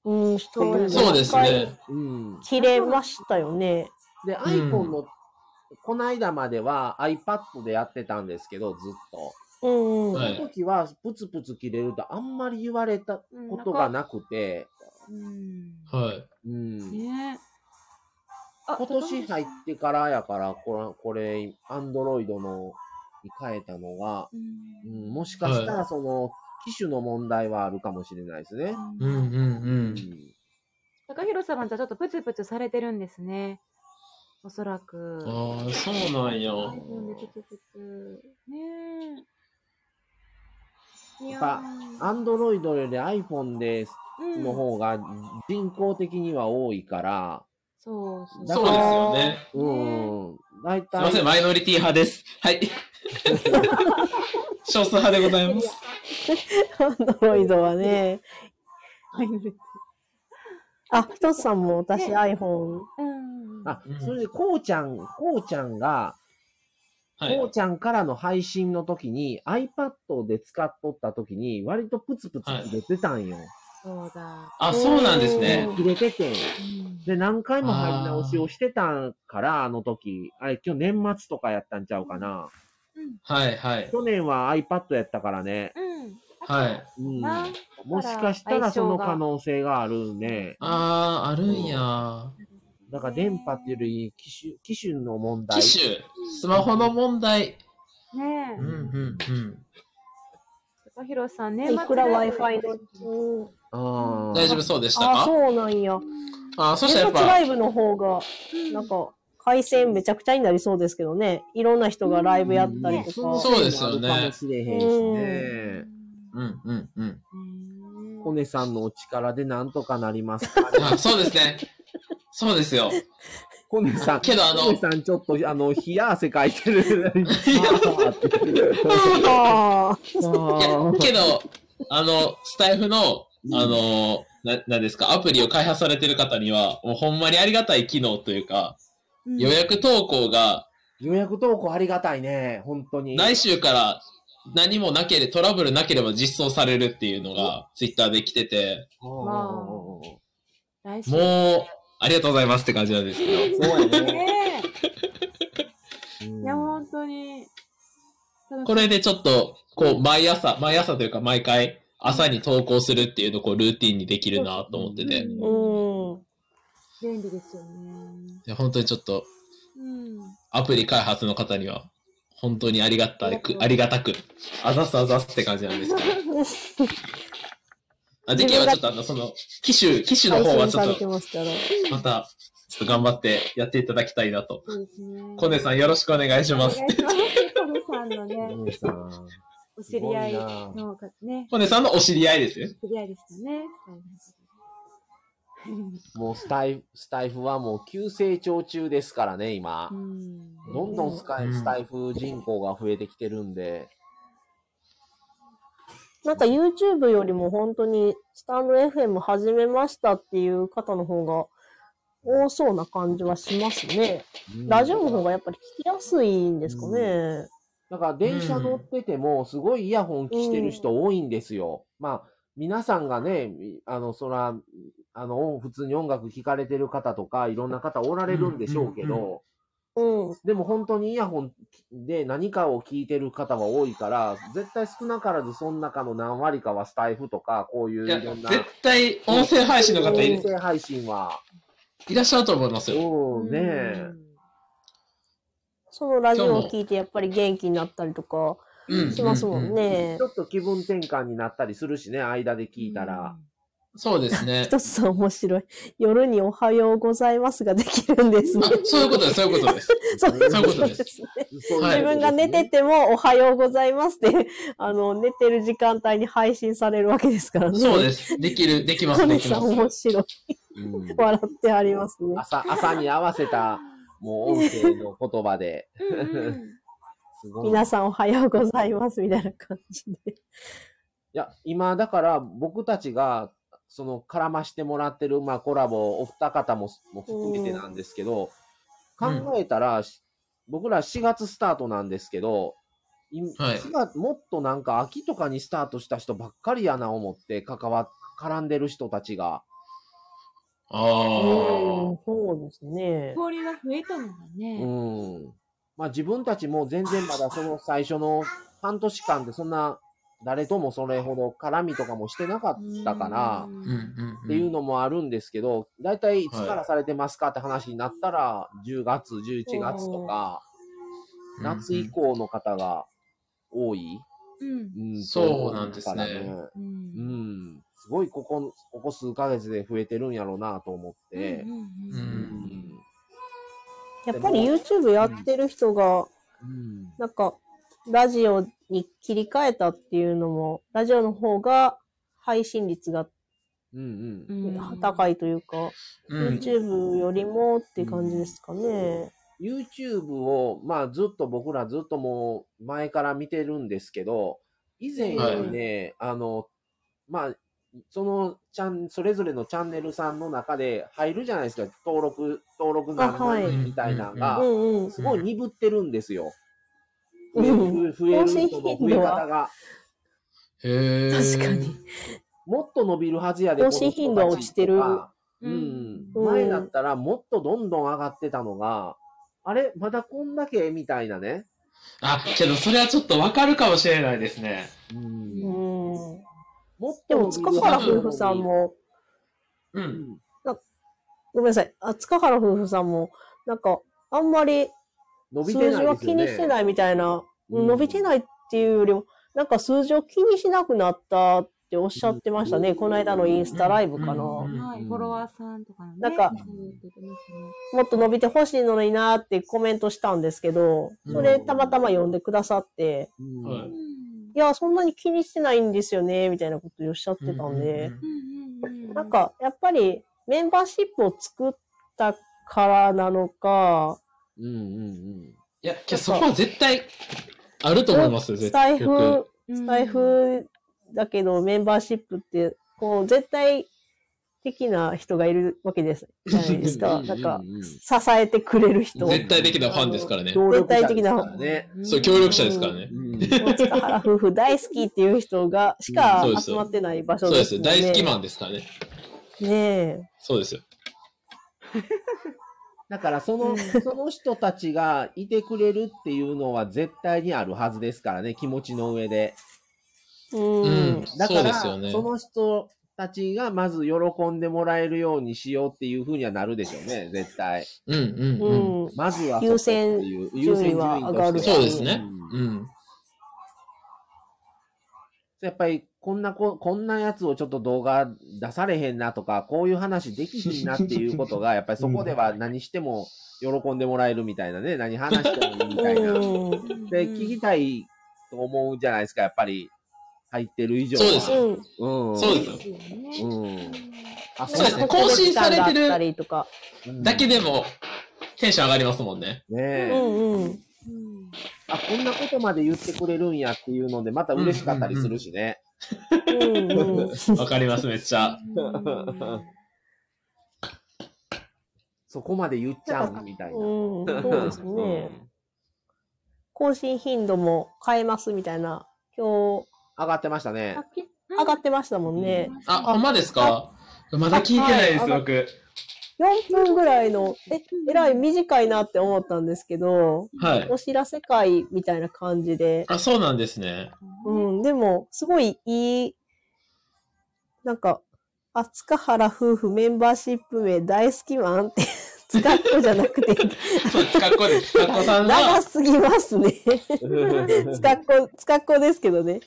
C: うん、
A: そうです
D: そうです。ね。
A: うん。
C: 切れましたよね。
A: で、iPhone の、この間までは iPad でやってたんですけど、ずっと。
C: うん。
D: はい
A: その時はプツプツ切れるとあんまり言われた
B: うん
A: ことがなくて、
B: うん。
D: はい。
A: うん。
B: ねあ
A: 今年入ってからやから、これ、これ、アンドロイドのに変えたのが、
B: うん
A: うん、もしかしたらその、機種の問題はあるかもしれないですね。
D: うんうんうん。
B: 高弘さんはじゃあちょっとプツプツされてるんですね。おそらく。
D: ああ、そうなんや。
B: iPhone でプツプツ。ねえ。
A: や
B: いや
A: っぱアンドロイドより iPhone で
B: うん
A: の方が人口的には多いから、
B: そうそう。
A: だ
D: そう
A: か
D: です
A: ら
D: よね。
A: うん。大
D: すいません、
A: 体、
D: マイノリティ派です。はい。少数派でございます。
C: アンドロイドはね。
B: うん
C: あ、ひとつさんも私 iPhone
B: うん
A: あ、それで、こうちゃん、こうちゃんが、
D: はい
A: こうちゃんからの配信の時に、iPad で使っとった時に、割とプツプツ切れてたんよ。
B: そうだ。
D: あ、そうなんですね。
A: 切れてて。
B: うん
A: で、何回も貼り直しをしてたから、あの時。あれ、今日年末とかやったんちゃうかな。
D: はいはい。
A: 去年は iPad やったからね。
B: うん。
D: はい。
A: うん。
B: な
A: もしかしたらその可能性があるね。
D: あー、あるんや。
A: だから電波っていうより機種、機種の問題。
D: 機種、スマホの問題。
B: ね
D: うんうんうん。
B: え、高弘さん、年末
C: いくら
B: ラ
C: Wi-Fi
B: イ
C: の、うん、
A: あー
D: 大丈夫そうでした
C: あ
D: か
C: あ、そうなんや。
D: あー、そした
C: 年
D: ら
C: 末
D: やっ
C: ラ
D: ぱ、
C: イブの方が、
B: ブ
C: なんか、回線めちゃくちゃになりそうですけどね。いろんな人がライブやったりとか。
D: んそうですよね
A: あるかもしれへんしね。
D: うんうんうん。
A: コネさんのお力でなんとかなりますかね。
D: あそうですね。そうですよ。
A: コネさん、
D: けどあの
A: コネさんちょっと、あの、冷や汗かいてる。あー
C: ああ、
A: あー
D: けど、あの、スタイフの、あの、な、なんですか、アプリを開発されてる方には、もうほんまにありがたい機能というか、予約投稿が、
A: 予約投稿ありがたいね、本当に。
D: 来週から何もなければ、トラブルなければ実装されるっていうのが、ツイッターで来てて、
A: あー
B: 来週
D: もう、ありがとうございますって感じなんですけど。
A: そうやね。
B: ね
A: うん
B: え、いや、本当に。
D: これでちょっと、こう、毎朝、毎朝というか毎回、朝に投稿するっていうのをこう、ルーティンにできるなと思ってて、
B: うん
C: うん。
B: 便利ですよね。
D: で本当にちょっと、
B: うん。
D: アプリ開発の方には、本当にありがたく、ありがたく、あざすあざすって感じなんですけど。あできればちょっとあの、その、機種、機種の
C: 配
D: 方は
C: 信
D: ちょ
C: され
D: ってと、
C: ますから。
D: また、ちょっと頑張ってやっていただきたいなと。
B: そうですね。
D: コネさんよろしくお願いし
B: お
D: ま
B: 願い
D: す
B: し。ます。コネさんのね、
A: コネさん。
B: お知り合い
A: すごいな
B: の方ね、
D: コネさんのお知り合いですよ。
B: 知り合いでしたね。そうです
A: もうスタイフ、スタイフはもう急成長中ですからね、今
B: う。ん。
A: どんどんスカ
D: う
A: イ
D: ん
A: スタイフ人口が増えてきてるんで。
C: なんか YouTube よりも本当に、スタンド FM 始めましたっていう方の方が多そうな感じはしますね。ラジオの方がやっぱり聞きやすいんですかね。
A: だから電車乗ってても、すごいイヤホンしてる人多いんですよ。まあ、皆さんがね、みあの、そら、あの、音普通に音楽聴かれてる方とか、いろんな方おられるんでしょうけど、
D: うんうん
C: うん。
A: でも本当にイヤホンで何かを聞いてる方は多いから、絶対少なからずその中の何割かはスタイフとか、こういう
D: い
A: い
D: や、
A: ろんな
D: 絶対音声配信の方い
A: 音
D: る
A: 声配信は。
D: いらっしゃると思いますよ。
A: うん、ねえ。
C: そのラジオを聞いてやっぱり元気になったりとか
D: うん。
C: しますも
D: うんう
C: ね
A: ち。ょっと気分転換になったりするしね、間で聞いたら。
D: そうですね。
C: 一つさん面白い。夜におはようございますができるんですね
D: あ。そういうことです、そういうことです。
C: そういう
D: そういうこと
C: こと
D: で
C: ですすね。
A: そういうことですね
D: はい
C: 自分が寝ててもおはようございますって、あの、寝てる時間帯に配信されるわけですからね。。
D: そうですす。できる、できます、
C: カ
D: で
C: ネ
D: き
C: さ
D: ま
C: ん
D: す。
C: 面白い。
A: うん
C: 笑ってありますね。
A: 朝、朝に合わせた、もう音声の言葉で。
B: うんうん
A: すごい。い
C: 皆さんおはようございますみたいな感じで。
A: や、今、だから僕たちが、その、絡ましてもらってる、まあ、コラボ、お二方も、も含めてなんですけど、
D: うん
A: 考えたら、し僕ら4月スタートなんですけど、い
D: はい
A: 4月もっとなんか秋とかにスタートした人ばっかりやな思って、関わ、絡んでる人たちが。
D: あ
C: うん
D: あ。、
C: そうですね。
B: 交流が増えたのが
A: う
B: ね。
A: ん。まあ自分たちも全然まだその最初の半年間でそんな誰ともそれほど絡みとかもしてなかったから
B: う
D: うんんうん
A: っていうのもあるんですけど、だいたいいつからされてますかって話になったら10月、11月とか、
D: うん
A: 夏以降の方が多い。
B: うん
A: うん
D: そうなんですね
A: と思うから
B: う
A: うんん。すごいここ、ここ数ヶ月で増えてるんやろうなと思って。
B: うん
D: う
A: うんん。
C: やっぱり YouTube やってる人が、
A: うん
C: なんか、ラジオに切り替えたっていうのも、ラジオの方が配信率が
A: うん
B: う。んうん
C: 高いというか、
D: うん
C: YouTube よりもって感じですかね。
A: YouTube を、まあずっと僕らずっともう前から見てるんですけど、以前よりね、あの、まあそのチャン、それぞれのチャンネルさんの中で入るじゃないですか。登録、登録なん
C: あはい
A: みたいなの
C: う
A: が、
C: んうん。
A: すごい鈍ってるんですよ。
C: う
A: 増え
C: ん
A: る増える人の増え方が。
D: へえ。
C: 確かに。。
A: もっと伸びるはずやで、
C: 更新頻度は落ちてる
A: この人たちとかう
B: うんん。
A: 前だったらもっとどんどん上がってたのが、あれまだこんだけみたいなね。
D: あ、けどそれはちょっとわかるかもしれないですね。
A: うん
C: うん。
A: もっ
C: で
A: 伸
C: も、
A: び
C: 塚
A: る
C: 原
A: はずなのに
C: 夫婦さん。も、
D: う。
A: うんん
C: ごめんなさい。あ、塚原夫婦さんも、なんか、あんまり
A: 伸びて
C: 数
A: ないですよね
C: 字は気にしてないみたいな、
A: うん
C: 伸びてないっていうよりも、なんか数字を気にしなくなったっておっしゃってましたね。
A: うん
C: この間のインスタライブかな。
D: うんうん
B: はい、フォロワーさんとかね。
C: なんか
B: そう言ってますね
C: もっと伸びてほしいのになーってコメントしたんですけど、それたまたま読んでくださって、
A: うん
D: は
B: う
D: い
B: ん
C: いや、そんなに気にしてないんですよね、みたいなことおっしゃってたんで、
B: うんうんうん。
C: なんか、やっぱりメンバーシップを作ったからなのか、
A: うんうん
D: いや、けどそこは絶対あると思いますよ、
C: ス
D: 絶
C: タ
D: 対。
C: イフ、
B: うん、
C: スタイフだけどメンバーシップって、こう、絶対的な人がいるわけです。じゃないです
A: う
C: か。
A: ん
C: なんか
A: うんうんうん、
C: 支えてくれる人。
D: 絶対的なファンですからね。
A: うん。
C: 絶対的な
A: 協力者ですからね。
B: うん
D: そう、協力者ですからね。
A: うん
C: もう塚原 <laughs> 夫婦大好きっていう人が、しか
D: うんそうです
C: 集まってない場
D: そ
C: 所
D: うで
C: です
D: す
C: もんね。
D: 大好きマンですからね。
C: ねえ。
D: そうですよ。
A: だからその、
C: うん
A: その人たちがいてくれるっていうのは絶対にあるはずですからね、気持ちの上で。
C: うん。
D: うん。
A: だ
D: そ
A: か
D: うで
A: ら、
D: す
A: そ
D: よね。
A: の人たちがまず喜んでもらえるようにしようっていうふうにはなるでしょうね、絶対。
D: うんうん
C: う
D: うん。
C: ん。
A: まずは
C: 優先
A: そこっていう
C: 順位は上がる
A: 優先順位としては
D: そうですね。
A: う
D: うんん。
A: やっぱり、こんなこ、こんなやつをちょっと動画出されへんなとか、こういう話できひんなっていうこと
C: <laughs>
A: が、やっぱりそこでは何しても喜んでもらえるみたいなね、何話してもいいみたいな。
C: うん。うん
A: で、聞きたいと思うじゃないですか、やっぱり、入ってる以上は。
D: そうですよ
A: うん。
D: そう
A: で
D: ですよ。
B: ですよね。
A: す。うん。あ、
D: そうですね
C: なんか
D: 更新されて
C: 特別感
D: る
C: があったりとか。
A: うん
D: だけでも、テンション上がりますもんね。
A: ね
C: う
A: え、
C: んうん。
B: うん
A: あ、こんなことまで言ってくれるんやっていうので、また嬉しかったりするしね。
C: うん
D: <laughs>
C: うん。
D: わかります、めっちゃ。
B: うん
A: そこまで言っちゃうみたいな。
C: うん、そうですね。
A: うん
C: 更新頻度も変えますみたいな、今日
A: 上がってましたね
B: あ。き
C: 上がってましたもんね。
D: あ、ほんまですかまだ聞いてないです、
C: はい
D: 僕。
C: 4分ぐらいの、え、えらい短いなって思ったんですけど、
D: はい。
C: お知らせ会みたいな感じで、
D: あ、そうなんですね。
C: うん、でも、すごいいい、なんか、あ、塚原夫婦メンバーシップ名大好きマン
D: <laughs>
C: って、塚っ子じゃなくて、
D: そう、つかっこです。つかっこさん
C: 長
D: が、
C: すぎますね。塚っ子、塚っ子ですけどね。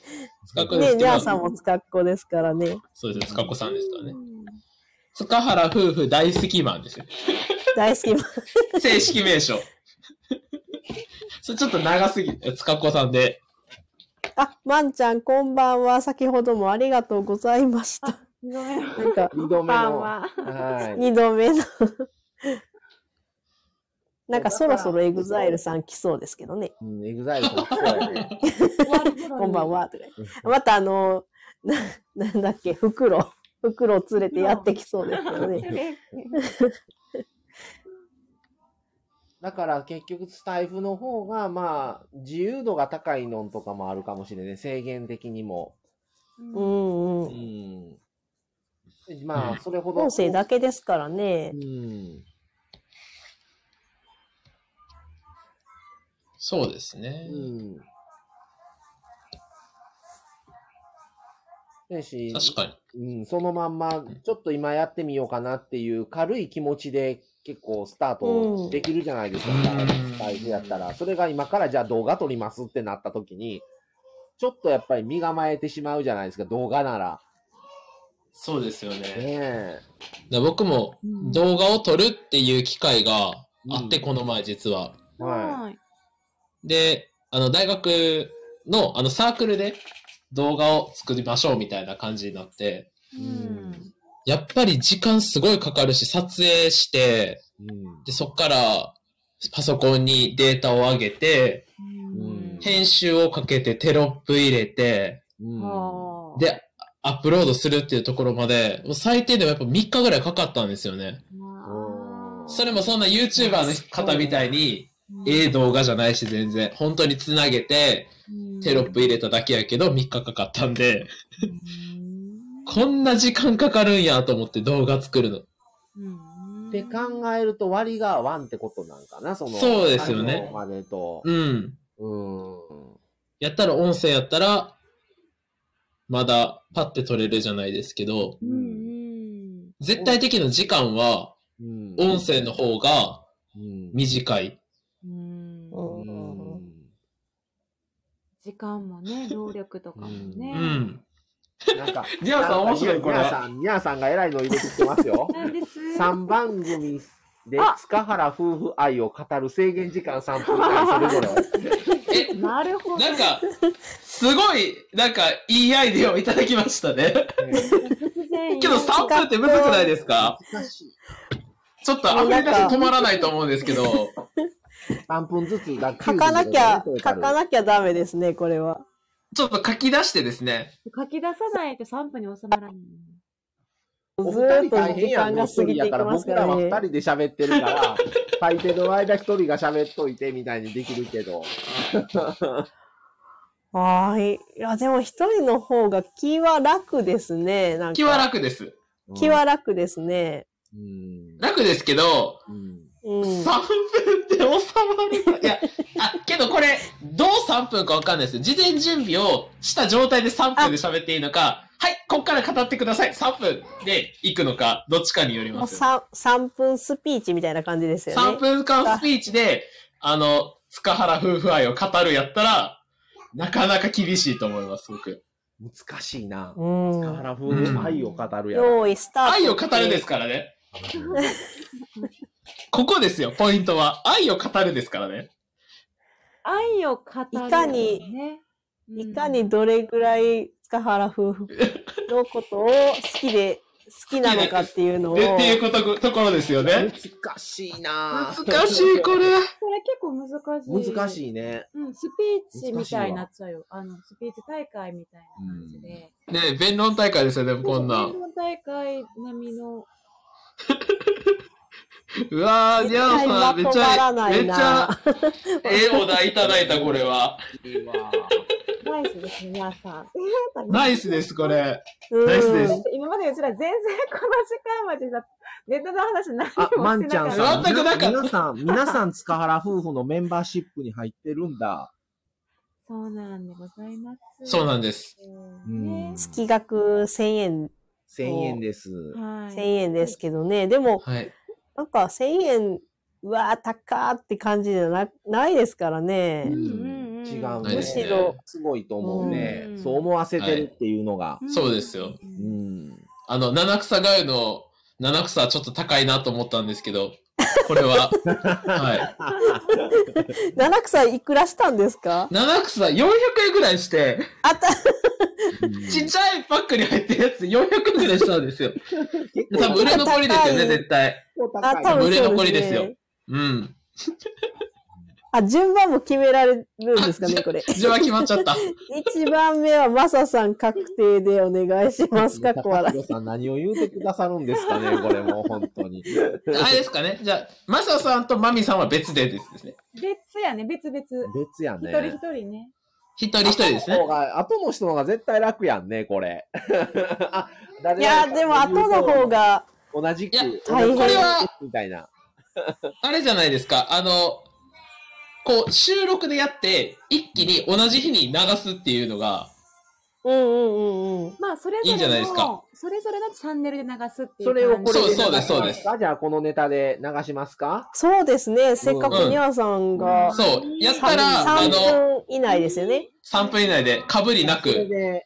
D: つかっこで
C: ね、
D: す
C: ニ
D: け
C: ャ
D: ど
C: ー、さんも塚っ子ですからね。
D: そうです、つかっこさんですからね。塚原夫婦大好きマンですよ。
C: 大好きマン。
D: 正式名 <laughs> 称。それちょっと長すぎ、つかっこさんで。
C: あ、まんちゃん、こんばんは。先ほどもありがとうござい
A: <laughs>
C: ました。
B: ごめんな
C: なんか、
A: 二度目
B: さい
A: の。は。
B: はい
C: <laughs> 二度目
A: <laughs>
C: の。なんか、そろそろエグザイルさん来そうですけどね。
A: うん、エグザイルさん、そうやね。
C: <laughs>
B: 終わる頃に
C: こんばんは。とか言ってまた、あの、な、なんだっけ、袋。袋を連れてやってきそうですけどね。
A: だから結局スタイフの方が、まあ、自由度が高いのんとかもあるかもしれない。制限的にも。
C: う
B: うん
C: ん
A: う
C: うん。
A: ん。まあ、それほど。
C: 音声だけですからね
A: う。ん。
D: そうですね。
A: うん。やし、
D: 確かに。
A: うん、そのまんま、ちょっと今やってみようかなっていう軽い気持ちで結構スタートできるじゃないですか。
D: うん
A: 大事やったら。それが今からじゃあ動画撮りますってなった時に、ちょっとやっぱり身構えてしまうじゃないですか、動画なら。
D: そうですよね。
A: ね
D: だ僕も
B: うん
D: 動画を撮るっていう機会があって、
A: うん
D: この前実は。
A: え。は
B: はい。
D: で、あの、大学の、あの、サークルで動画を作りましょうみたいな感じになって、
B: うん
D: やっぱり時間すごいかかるし、撮影して、
A: い。うん。
D: で、そっから、パソコンにデータを上げて、
A: ん
D: 編集をかけてテロップ入れて、
A: うん。
B: あー
D: で、アップロードするっていうところまで、もう最低でもやっぱ3日ぐらいかかったんですよね。
A: ん
D: それもそんな YouTuber の方みたいに、ええ動画じゃないし全然、本当につなげて、テロップ入れただけやけど3日かかったんで、こんな時間かかるんやと思って動画作るの。
A: って考えると割がワンってことなんかな、その。
D: そうですよね
A: 最後までと。
D: うん。
A: うん。
D: やったら音声やったら、まだパッて撮れるじゃないですけど、
B: うんうん
D: 絶対的な時間は
A: うん
D: 音声の方が
A: うん
D: 短い。
B: うん
C: う
A: うんん
B: 時間も
C: <laughs>
B: ね、労力とかもね。
D: うん。
A: なんか、
D: ニャーさん面白いこれ
A: ニャーさん、ニャーさんが偉いの入れてきてます
C: <laughs>
A: よ。
B: なんです。
A: 3番組で
B: あ
A: 塚原夫婦愛を語る制限時間3分間それぞれ。
D: え、
B: なるほど。
D: なんか、すごい、なんか、いいアイディアをいただきましたね。
B: 突然
D: けど3分ってむずくないですか
A: 難しい。
D: ちょっとアフリカで止まらないと思うんですけど。
A: 3分ずつだ
C: 書かなきゃ、書か
A: き
C: なきゃダメですね、これは。
D: ちょっと書き出してですね。
B: 書き出さないと3分に収まらない。
C: ず
A: お
C: ー
A: 二
C: っ
A: 人
C: と
A: 大変
C: 時
A: や
C: 間
A: ん。
C: が
A: 一
C: 過
A: 人
C: ぎて
A: や
C: いき
A: から
C: ます
A: 僕
C: からら
A: は二
C: ね。
A: 人で喋ってるから、最低の間一人が喋っといてみたいにできるけど。
C: はーい。いや、でも一人の方が気は楽ですね。なんか
D: 気は楽です。
C: 気は楽ですね。
A: うん。
D: 楽ですけど、
A: うん。
C: うん。
D: 3分で収まるか。いや、あ、けどこれ、どう3分かわかんないです。事前準備をした状態で3分で喋っていいのか、はい、こっから語ってください。3分で行くのか、どっちかにより
C: もう
D: ます
C: 3、
D: よ。
C: 三分スピーチみたいな感じですよね。
D: 3分間スピーチで、あの、塚原夫婦愛を語るやったら、なかなか厳しいと思います、僕。
A: 難しいな。塚
C: うん。
A: 原夫婦愛を語るやろ。
C: 用意スタート。
D: 愛を語るですからね。ここですよ、ポイントは。愛を語るですからね。
B: 愛を語る、
C: いかに
B: ね、うん
C: いかにどれぐらい塚原夫婦のことを好きで、好きなのかっていうのを。
D: でっていうこと、ところですよね。
A: 難しいな。
D: 難しい、これ。
B: これ結構難しい。
A: 難
B: い。
A: しいね。
B: うん、スピーチみたいになっちゃうよ。あの、スピーチ大会みたいな感じで。
D: ね弁論大会ですよ、でもこんなん
B: 日。本大会並みの。
D: うわー、
C: 絶
D: ニャオ
C: 対
D: さん、めっち
C: まとま
D: ゃ
C: ら、な
D: め
C: い
D: っち
C: な
D: ゃ、
C: <laughs>
D: ええお題いただいた、これは。
A: いいわ
B: ナイスですね、皆さん。
D: ナイスです、これ。
C: うん
D: ナイスです
B: 今までうちら全然この時間までさ、ネタの話何もしてな
A: あ
B: か
C: <laughs>
B: っ、
A: まんちゃん
B: た
A: さん。
D: 全くなかった
A: 皆さん、皆さん、塚原夫婦のメンバーシップに入ってるんだ。
B: そうなんでございます。
D: そうんなんです。
A: うん。
B: ね。
C: 月額1000円、
A: 1000円です。
B: はい。
C: 1000円ですけどね。でも、
D: はい。
C: なんか1000円、うわー、高ーって感じじゃなないですから
A: う
C: ね。
B: ん
A: ん違う
B: む
A: ね。
C: む
D: し
C: し
D: ろ
C: ろ、
A: すごいと思うね
B: う。ん
A: そう思わせてるっていうのが。
B: ん
D: そうです
B: う
D: よ。
A: うんん。
D: あの、七草がゆの、七草はちょっと高いなと思ったんですけど、これ <laughs> は、はい。
C: 七草いくらしたんですか
D: 七草400円ぐらいして、
C: あた、
D: ちっちゃいパックに入ってるやつ400円ぐらいしたんですよ。多分売れ残りですよね、絶対。
C: あ、多分
D: 売れ
C: そう
D: 残り
C: で
D: です
C: す
D: よ
C: ね。
D: うん。
C: あ、順番も決められるんですかね、これ。
D: 順番決まっちゃった。
C: 一番目はマサさん確定でお願いしますか、小
A: 高
C: 笑
A: 弘さん何を言うてくださるんですかね、これもう本当に。
D: あれですかね。じゃあ、マサさんとマミさんは別でですね。
B: 別やね、別々。
A: 別や
B: 一
A: ね。
B: 人一人ね。
D: 一人一人ですね
A: 後の方。が後の人の方が絶対楽やんね、これ。 <laughs> あ
C: い。いや、でも後の方。が、
A: 同じく
D: いや、
A: 同じく
C: これ
D: は、
A: みたいな。
D: あれじゃないですか。あの、こう、収録でやって、一気に同じ日に流すっていうのが、
C: うんうんうんうん。
B: まあ、それぞれの、
D: いいんじゃないですか
B: それぞれのチャンネルで流すっていう感じ。
A: それをこれで流し
D: そう
A: ま
D: ですすそうです
A: かじゃあ、このネタで流しますか
C: そうですね、せっかくニアさんが、
B: うん
D: そう、やったら、あ
C: 3
D: の、
C: 分以内ですよね。
D: 3分以内で、かぶりな
A: それ
D: く。
A: で、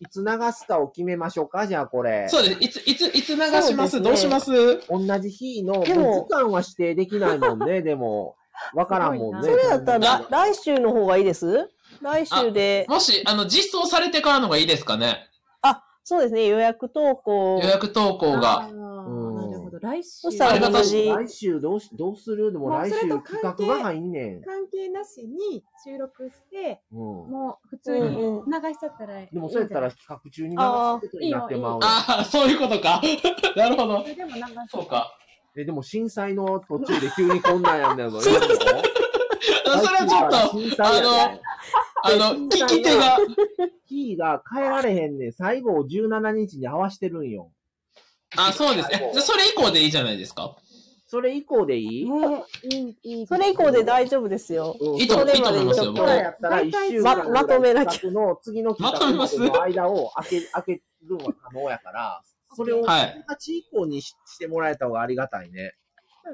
A: いつ流すかを決めましょうかじゃあ、これ。
D: そうです。いつ、いつ、いつ流します
C: そうですね
D: どうします
A: 同じ日の、もう時
C: でも
A: 間は指定できないもん
C: <laughs>
A: ね、でも。わからんもんね。
B: すご
C: それだったら
D: あ、
C: 来週の方がいいです来週で、
D: もし、あの、実装されてからのがいいですかね。
C: あ、そうですね、予約投稿
D: 予。約投稿
B: あ
D: が。
B: ーなるほど。来週。
C: そしたら同じ。
A: 来週どうし、どうするでも
B: もう
A: 来週
B: それと
A: 企
B: 関係
A: 画が入んねん。
B: 関係なしに収録して、
A: うん。
B: もう普
C: う
B: 通に
C: んうん
B: 流しちゃったらいいんじ
A: で
B: ゃない
A: もそうやったら、企画中に流すことになってまうやん
D: ああ、そういうことか。 <laughs> なるほど
B: そ。れでも流す。
D: そうか。
A: え、でも震災の途中で急にこんなんやんだ
D: <laughs>
A: よ。それ
D: それはちょっと、
A: 震災やね
D: あの、聞き手が、
A: キーが変えられへんねん。最後を17日に合わしてるんよ。
D: あ、そうですね。じゃあそれ以降でいいじゃないですか。
A: それ以降でいい、
B: ねいい、いい。
C: それ以降で大丈夫ですよ。
A: うん
D: いいと
C: そ
D: 思い
C: れまで
D: ま
C: に
D: す
C: ち
D: よ、
C: ょっ
D: 僕
C: と
A: そう。やったら
B: 大
A: 一
B: 体
A: 週間
C: ままとめなきゃ
A: 企画の次の企画までの間を開け、開けるのは可能やから、それを
D: はい
A: 18以降にししてもらえた方がありがたいね。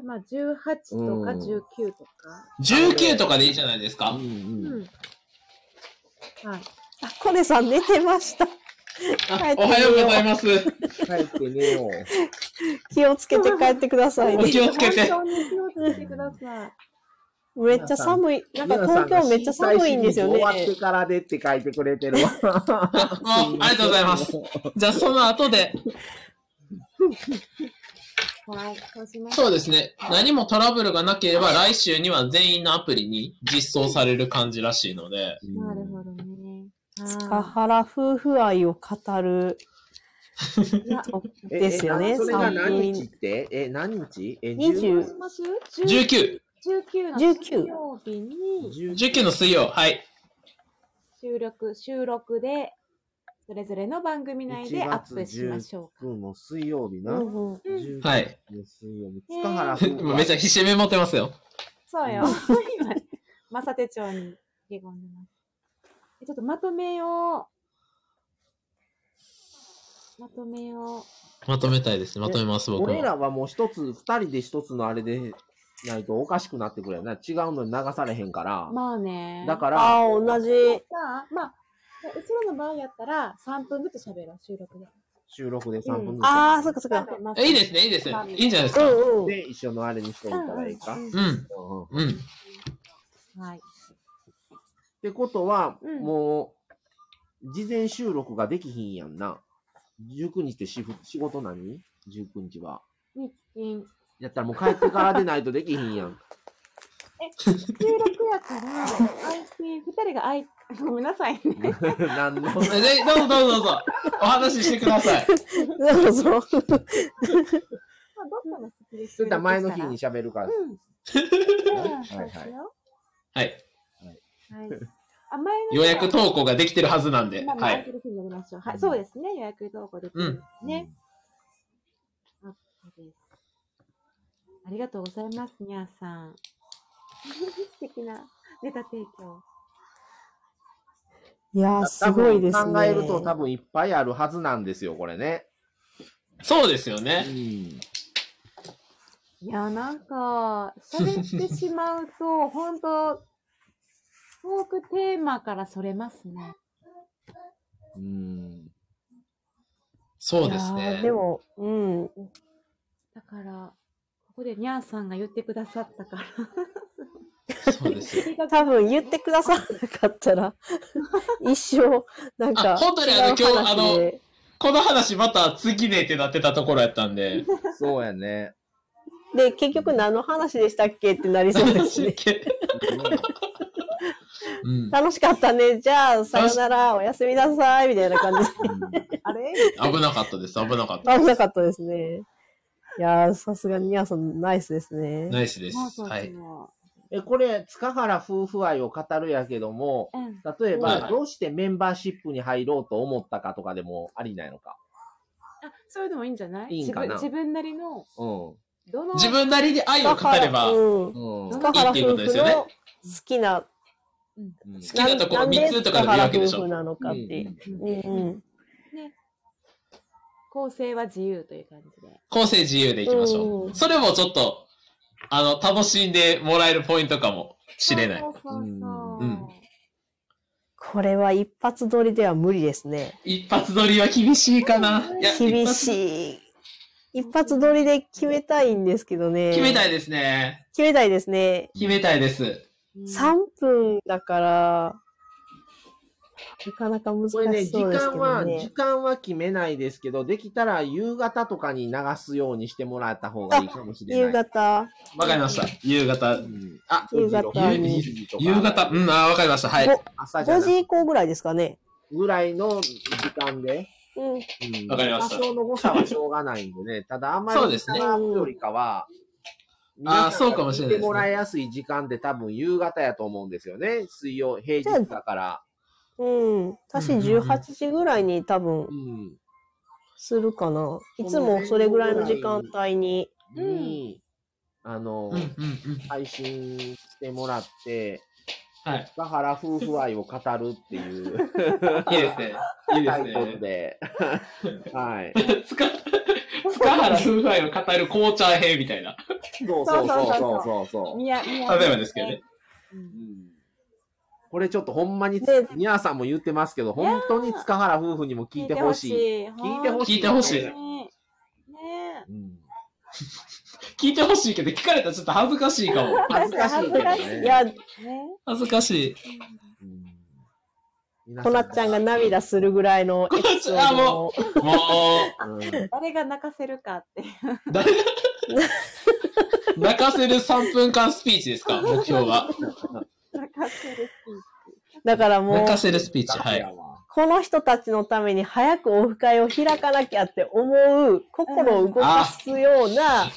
B: まあ、18とか19とか。
D: 19とかでいいじゃないです
A: う
D: か。
B: うんん。はい。
C: あ、コネさん寝て
A: <laughs>
C: ました。
D: あおはようございます。
A: うん。帰ってねよう。
C: 気をつけて帰ってください
D: お
C: ね。
D: 気をつけて
B: 本当に気をつけてください。
C: めっちゃ寒い。なんか東京めっちゃ寒いんですよね
A: 皆。さんが震災シリーズ終わってからでって書いてくれてるわ。
D: あもうありがとうございます。じゃあその後で、
B: はい、そうします。
D: <laughs> そうですね。何もトラブルがなければ来週には全員のアプリに実装される感じらしいので、
B: なるほどね。
C: 塚
B: は
C: 原夫婦愛を語る
B: い。いや、
A: <laughs> え
C: ですよ
A: え
C: ね。
A: それが何
C: 寒
A: 日
C: い
A: ってえ、何日え、
B: どう
C: 20
B: します
D: 19、
B: 19の
C: 19
B: 水曜日に
A: 10
D: 19の水曜、はい。
B: 収録、収録で、それぞれの番組内でアップしましょ
A: 19の水曜日
C: う
A: な。
C: んうん
B: うか。うん、
A: 19
D: はい。
A: の水曜日。
B: うん
A: 塚原夫婦
D: <laughs> 今めっちゃひしめ持ってますよ。
B: そうよ
A: う。
B: 今、まさて町に入れ込んでます。えちょっとまとめを、まとめを、
D: まとめたいですね。まとめます、僕
A: 俺
D: も。
A: らはもう一つ、二人で一つのあれでないとおかしくなってくるやな。違うのに流されへんから。
B: まあね。
A: だ
B: ら。
A: から、
C: ああ、同じ。
B: まあ、うちらの場合やったら、3分ずつ喋ろう、収録で。
A: 収録で3分ずつ。
C: ああ、そっかそっか。
D: えいい
B: い
D: ですね、いいですね。いいんじゃないです
C: う
D: か。
C: んうん。
A: で、一緒のあれにしておいたらいいか。
D: うん、
A: うんうん
D: うん。
B: はい。
A: ってことは、
B: うん
A: もう、事前収録ができひんやんな。19日ってしふ仕事何 ?19 日は。
B: 日勤。
A: やったらもう帰ってからでないとできひんやん。
B: 収録やから、IT、二人が IT、ごめんなさいね。
A: 何の。
D: えでどうぞどうぞどうぞ。お話ししてください。
C: どうぞ。
B: まあ、どっかの好きで
A: そ
B: す
A: ういったら前の日に。喋るから。
B: うん。
A: はい
B: そうし
A: はい。
B: よ
D: はい。
B: うはい。あ、前の日
D: 予約投稿ができてるはずなんで。
B: まあ、
D: は
B: 空い
D: い
B: て。る日にやりましょう。はい、そうですね。予約投稿できるんですね。そうです。ありがとうございます、にゃーさん。素敵なネタ提供。
C: いやー、すごいです
A: <laughs> 多
C: ね。
A: 分考えると多分いっぱいあるはずなんですよ、これね。
D: そうですよ
A: う
D: ね。
A: ん。
B: いや、なんか、喋ってしまうと、本当トークテーマからそれますね。
A: うん。
D: そうです
C: いや
D: ね
C: ー。でも、うん。
B: だから、ここでにゃーさんが言ってくださったから。
D: そうですよ。
C: 多分言ってくださらなかっ
A: <laughs>
C: たら、一生、なんか、
D: あ本当にあの
C: 違う話
D: 今日あの
C: で
D: この話また次でってなってたところやったんで。
A: そうやね。
C: で、結局何の話でしたっけってなりそうです
D: <laughs>
C: ね。
D: うん。
C: 楽しかったね。じゃあ、さよなら、おやすみなさい、みたいな
D: <laughs>
C: 感じで。
B: あれ
D: 危なかったです、危なかった。
C: 危なかったですね。いやー、さすがにニアさん、ナイスですね。
D: ナイスです
B: もう。そう
D: は
B: そ
D: い。
B: う。
A: え、これ、塚原夫婦愛を語るやけども、
B: うん。
A: 例えば、
D: はい
A: どうしてメンバーシップに入ろうと思ったかとかでもありなのか。
B: あ、そういうのもいいんじゃない
A: いいんかな
B: 自分自分なりの、
A: う
B: どの、
D: 自分なりに愛を語れば、好
A: ん。う
C: うん。
A: ん。
C: 塚原
D: いいっていうこ
C: 夫
D: とです
C: 婦
D: よね
C: の好きな、
A: うん
D: きなところ3つとかでもいいわけでし
C: なん塚原夫婦
D: ょ。
C: なのかっていう。
B: うん
C: うんうん。
B: 構成は自由という感じで。
D: 構成自由でいきましょ
C: う
D: う。
C: ん
D: それもちょっと、あの、楽しんでもらえるポイントかもしれない
B: そ。うそうそう。
D: うん
C: これは一発撮りでは無理ですね。
D: 一発撮りは厳しいかな。いや
C: 厳
D: 一発
C: しい。一発撮りで決めたいんですけどね。
D: 決めた
C: い。
D: いですね。
C: 決めたいですね。
D: 決めたいです。
B: うん
C: 3分だから、なかなか難し
A: こ
C: そう
A: れ
C: で
A: ね、
C: す
A: 時
C: けど
A: 間
C: ね。
A: は、時間は決めないですけど、できたら夕方とかに流すようにしてもらった方がいいかもしれない。
C: 夕方。
D: わかりました。夕方
A: う。んあ、
C: 夕方
A: 5時6時7時とか
D: 夕方。うん、あーわかりました。はい。
C: お
A: 朝じゃ
C: 5
A: な
C: 時
A: い
C: 以降ぐらいですかね。
A: ぐらいの時間で。
C: うん。
A: うん
D: わかりました
A: 多少の誤差はしょうがないんで
D: <laughs>
A: ね。ただ、あんまり
D: そうですね
A: アップよりかは、
D: あーそうかもしれない
A: 見
D: ですね
A: てもらいやすい時間って多分夕方やと思うんですよね。水曜、平日だから。
C: うん。私
D: うんうんうん
C: 18時ぐらいに多分
A: うん。
C: するかな。いつもそれぐらいの時間帯に。
A: に、あの、
D: うんうんうん。
A: 配信してもらって、
D: はい。
A: 塚原夫婦愛を語るっていう
D: いいですね。いいで
A: タ
D: す
A: イトル
D: ね。 <laughs>
A: で、はい。
D: 塚塚原夫婦愛を語る紅茶編みたいな。
A: そうそうそうそうそうそう。
B: 宮宮
D: 例えばですけどね。
B: うん
A: これちょっとほんまに
C: で、
A: ニャーさんも言ってますけど、本当に塚原夫婦にも聞いてほしい。聞いてほしい。
D: 聞いてほしい
B: 本当にねえ
A: うん
D: 聞いてほしいけど、聞かれたらちょっと恥ずかしいかも。
A: 恥ずかしいけどね。
C: いや、
B: ね
D: 恥ずかしい。
A: うん、皆さ
C: こなっちゃんが涙するぐらいのエピソ
D: あ
C: ード
D: も
C: を。
D: も
A: うん
B: 誰が泣かせるかって。 <laughs>
D: う、だ泣かせる3分間スピーチですか、
C: <laughs>
D: 目標は。
B: 泣かせる
C: だからも
D: 泣
C: う、
D: かせるスピーチ。はい。
C: この人たちのために早くオフ会を開かなきゃって思う、心を動かすような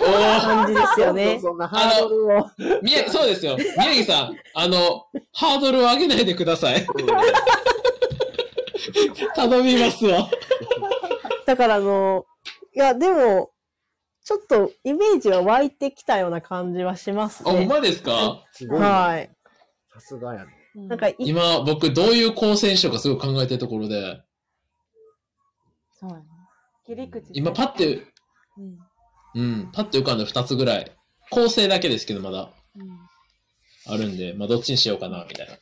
D: お
C: 感じですよね。
A: そんなハードルを。
D: お、みえ、そうですよ。宮城さん、あの、ハードルを上げないでください。頼みます <laughs> わ。
C: だからあの、いや、でも、ちょっとイメージは湧いてきたような感じはします
D: あ、ほん
C: ね。
D: まですか
A: すごいね。
C: はい。
A: さすがやね。
B: 気。
C: なんかい、
D: 今、僕、どういう構成にしようかすごい考えてるところで、
B: そうやね切り口。
D: 今、パッ。て、
B: うん。
D: うん、パッて浮かんだ2つぐらい。構成だけですけど、まだ
B: うん
D: あるんで、まあ、どっちにしようかな、みたいな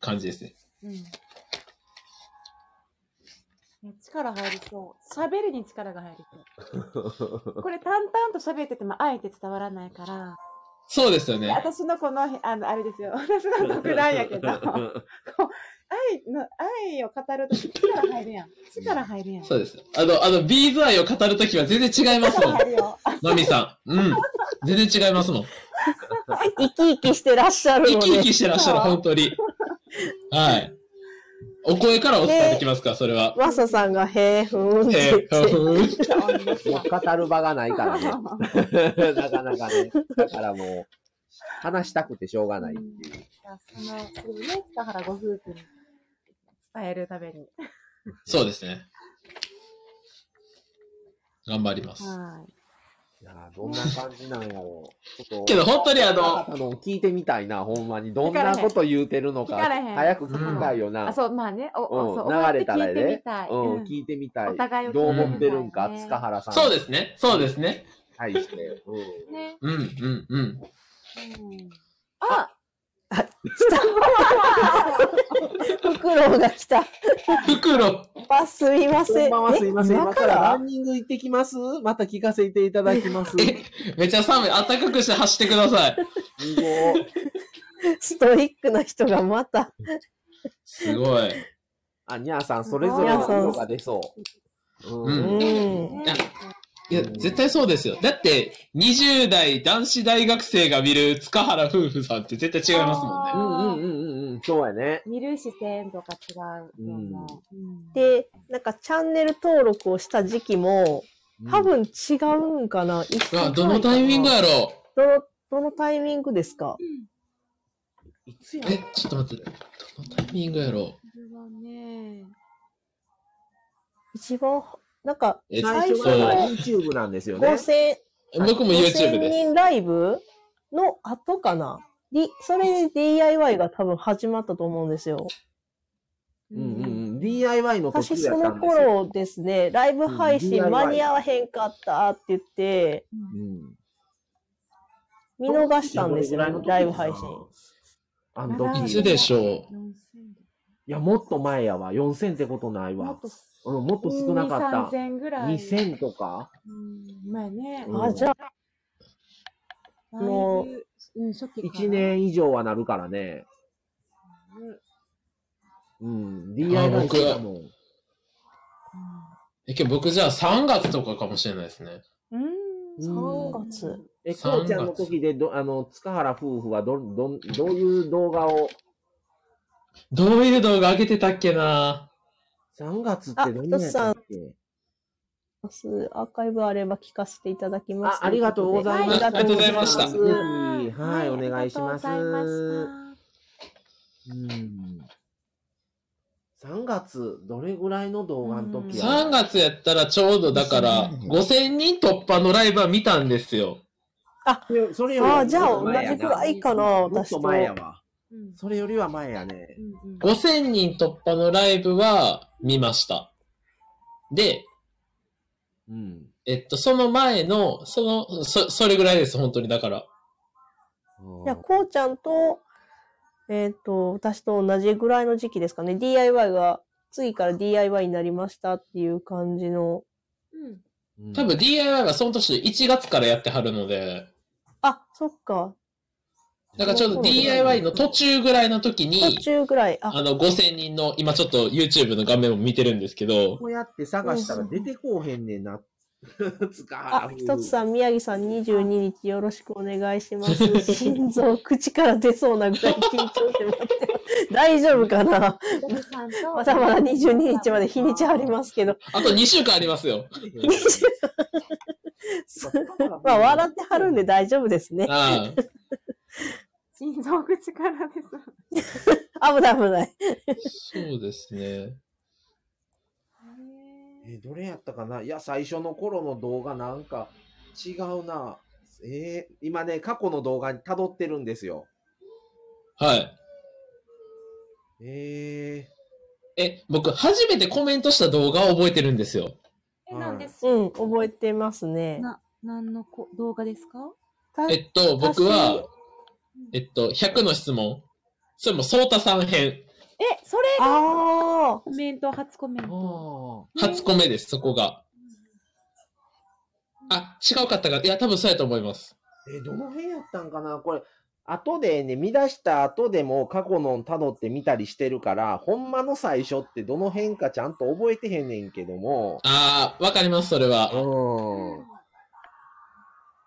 D: 感じですね。
B: うん。いや力入りそう。喋りに力が入り
D: <laughs>
B: そう。これ淡々と喋っててもあえて伝わらないから、
D: そうですよね。
B: 私のこの、あの、あれですよ。 <laughs> 私の独断やけど、愛の、愛を語るとき力入るやん。力入るやん。
D: そうです。あの、あの、ビーズ愛を語るときは全然違います
B: 力
D: もん
B: 入。るよ。
D: ナミさん。うん。全然違いますもん。
C: 生き生きしてらっしゃる
D: 生
C: の
D: き生
C: で、
D: きしてらっしゃる、本当に。はい。お声からお伝えできますか、それは。
C: マサさんが、へえ、ふーんっ
D: え
C: て言って、
D: ー
A: もう語る場がないからね。なかなかね。だからもう、話したくてしょうがない。
B: その、それをね、北原ご夫婦に伝えるために。
D: そうですね。頑張ります。
B: はい。
A: いやーどんな感じなんやろう。ちょっと
D: けど本当にあの
A: あの、聞いてみたいな、ほんまに。どんなこと言うてるのか、
B: 聞かれへん
A: 早く聞きたいよ
B: あ、
A: な。
B: そう、まあね、お、おそう、
A: うん、流れたら
B: 聞いてみ
A: ね
B: たい。。
A: うん、
B: うん
A: 聞いてみたい
B: お。互いを聞いてみ
A: ど
B: たいね
A: う思ってるんか、塚原さん
D: そう
A: に
D: ですね。そうですね。
A: 対して。うん
B: ね。
D: うん、うん、うん。
B: うんあ、
C: フクロウが来た。
D: 袋。
C: あ、すみません。
A: こんばんはすいません。
C: え
A: 今からランニング行ってきますまた聞かせていただきます。
D: え、めっちゃ寒い。暖かくして走ってください。
A: すごい
C: ストイックな人がまた。
D: すごい。
A: あ、にゃーさん、それぞれの色が出そう。う。
C: うんん。
D: やいや、絶対そうですよ。だって、20代男子大学生が見る塚原夫婦さんって絶対違いますもんね
A: う。んうんうんうんうん。そうやね。
B: 見る視線とか違うよね。うん
C: で、なんかチャンネル登録をした時期も、多
A: うん
C: 分違うんかな。一緒
D: うわ、どのタイミングやろ
C: どの、どのタイミングですか
A: いつや
D: う。え、ちょっと待って。どのタイミングやろ
B: それはね、
C: 一番、なんか、
D: えっと
A: 最初
D: そう
A: は YouTube なんですよね。
C: 5000、
D: う。僕も
C: 5000
D: YouTube です。
C: 人ライブの後かな。りそれで DIY が多分始まったと思うんですよ。
A: うんうんうん。DIY の途中
C: 私
A: や
C: そ
A: った
C: の
A: んですよ。
C: 頃ですね、ライブ配信
A: うん DIY
C: 間に合わへんかったって言って、
A: うん。
C: 見逃したんです
A: どれぐらいの
C: よ、
A: 時
C: ライブ配信。
A: あの時
B: うん
D: いつでしょう。
B: 4000
A: いや、もっと前やわ。4000ってことない
B: もっ
A: わ。
B: と
A: うんもっと少なかった。
B: 2000ぐらい。
A: 2000とか
B: うん、まあね。
A: うん
C: あ、じゃあ、
B: もう、うん、初期かな
A: ?1。年以上はなるからね。うん。DIY してたもん。
D: え、けど僕じゃあ3月とかかもしれないですね。
B: うん。
A: うん
C: 3月。
A: え、
D: 3
A: こうちゃんの時でど、あの、塚原夫婦はど、どん、どういう動画を、
D: どういう動画上げてたっけな
A: 3月って何やったっけ
C: 明日アーカイブあれば聞かせていただきます。
A: あありがとうござい
D: ました
C: は
D: ありがとう
A: ござい
C: あ
A: うんはいお願いします
B: ありがとうございま
A: うん。3月、どれぐらいの動画の時や
D: ?3 月やったらちょうどだから5000人突破のライブは見たんですよ。
A: 月それより
C: あー、じゃあ
A: もっと
C: 同
A: 前や
C: じ
A: な
C: くらいかな、
A: もっ
C: 私
A: と
C: と。
A: 前やわ。
B: うんうん
A: それよりは前やね。
B: うん
D: 5000人突破のライブは見ました。で、
A: うん。
D: えっと、その前の、その、そ、それぐらいです、本当に。だから。
C: じゃあ、こうちゃんと、えっ、と、私と同じぐらいの時期ですかね。DIY が、次から DIY になりましたっていう感じの。
B: うん
A: うん
D: 多分 DIY がその年1月からやってはるので、
C: あ、そっか。
D: だからちょうど DIY の途中ぐらいの時
C: 途
D: に、
C: 中ぐらい。あ、
D: あの5000人の、今ちょっと YouTube の画面を見てるんですけど
A: こ、うやって探したら出てこうへんねん <laughs> な。つか
C: あ、ひと
A: <laughs>
C: つさん、宮城さん、22日よろしくお願いします。
B: <laughs>
C: 心臓、口から出そうなぐらい緊張して待ってます。大丈夫かなまだまだ22日まで日にちありますけど。
D: あと2週間ありますよ。
C: まあ、笑ってはるんで大丈夫ですね。
D: ああ
B: す。心臓口からです。
C: 危ない危ない。
D: そうですね。
A: え、どれやったかないや、最初の頃の動画なんか違うな。えー今ね、過去の動画に辿ってるんですよ。
D: はい。
A: え
D: え、僕、初めてコメントした動画を覚えてるんですよ。
B: え、なんです。
C: うん、覚えてますね。
B: な、何のこ動画ですか
C: た
D: えっと、僕は、えっと、100の質問。それも、ソータさん編。
B: え、それが
C: あ
B: コメント、初コメン
A: ー、
B: ト。
A: あ
D: 初個目です、そこが。あ、違うかったか。いや、多分そうやと思います。
A: ーえ、どの辺やったんかなこれ、後でね、見出した後でも過去の辿って見たりしてるから、ほんまの最初ってどの辺かちゃんと覚えてへんねんけども、
D: あー、わかります、それは。
A: うん。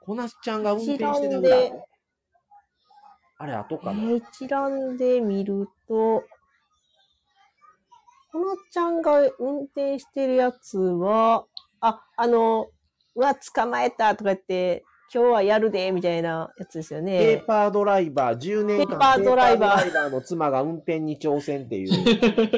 A: こなしちゃんが運転してた
C: 一覧
A: ぐらい
C: で。
A: あれ、後
C: あ、
A: か
C: え
A: な。
C: ー一覧で見ると、このちゃんが運転してるやつは、あ、あの、うわ、捕まえたとか言って、今日はやるで、みたいなやつですよ
A: ペー
C: ね。
A: パードライバー、10年間
C: ペーパードライバー
A: ペーパードライバーの妻が運転に挑戦っていう。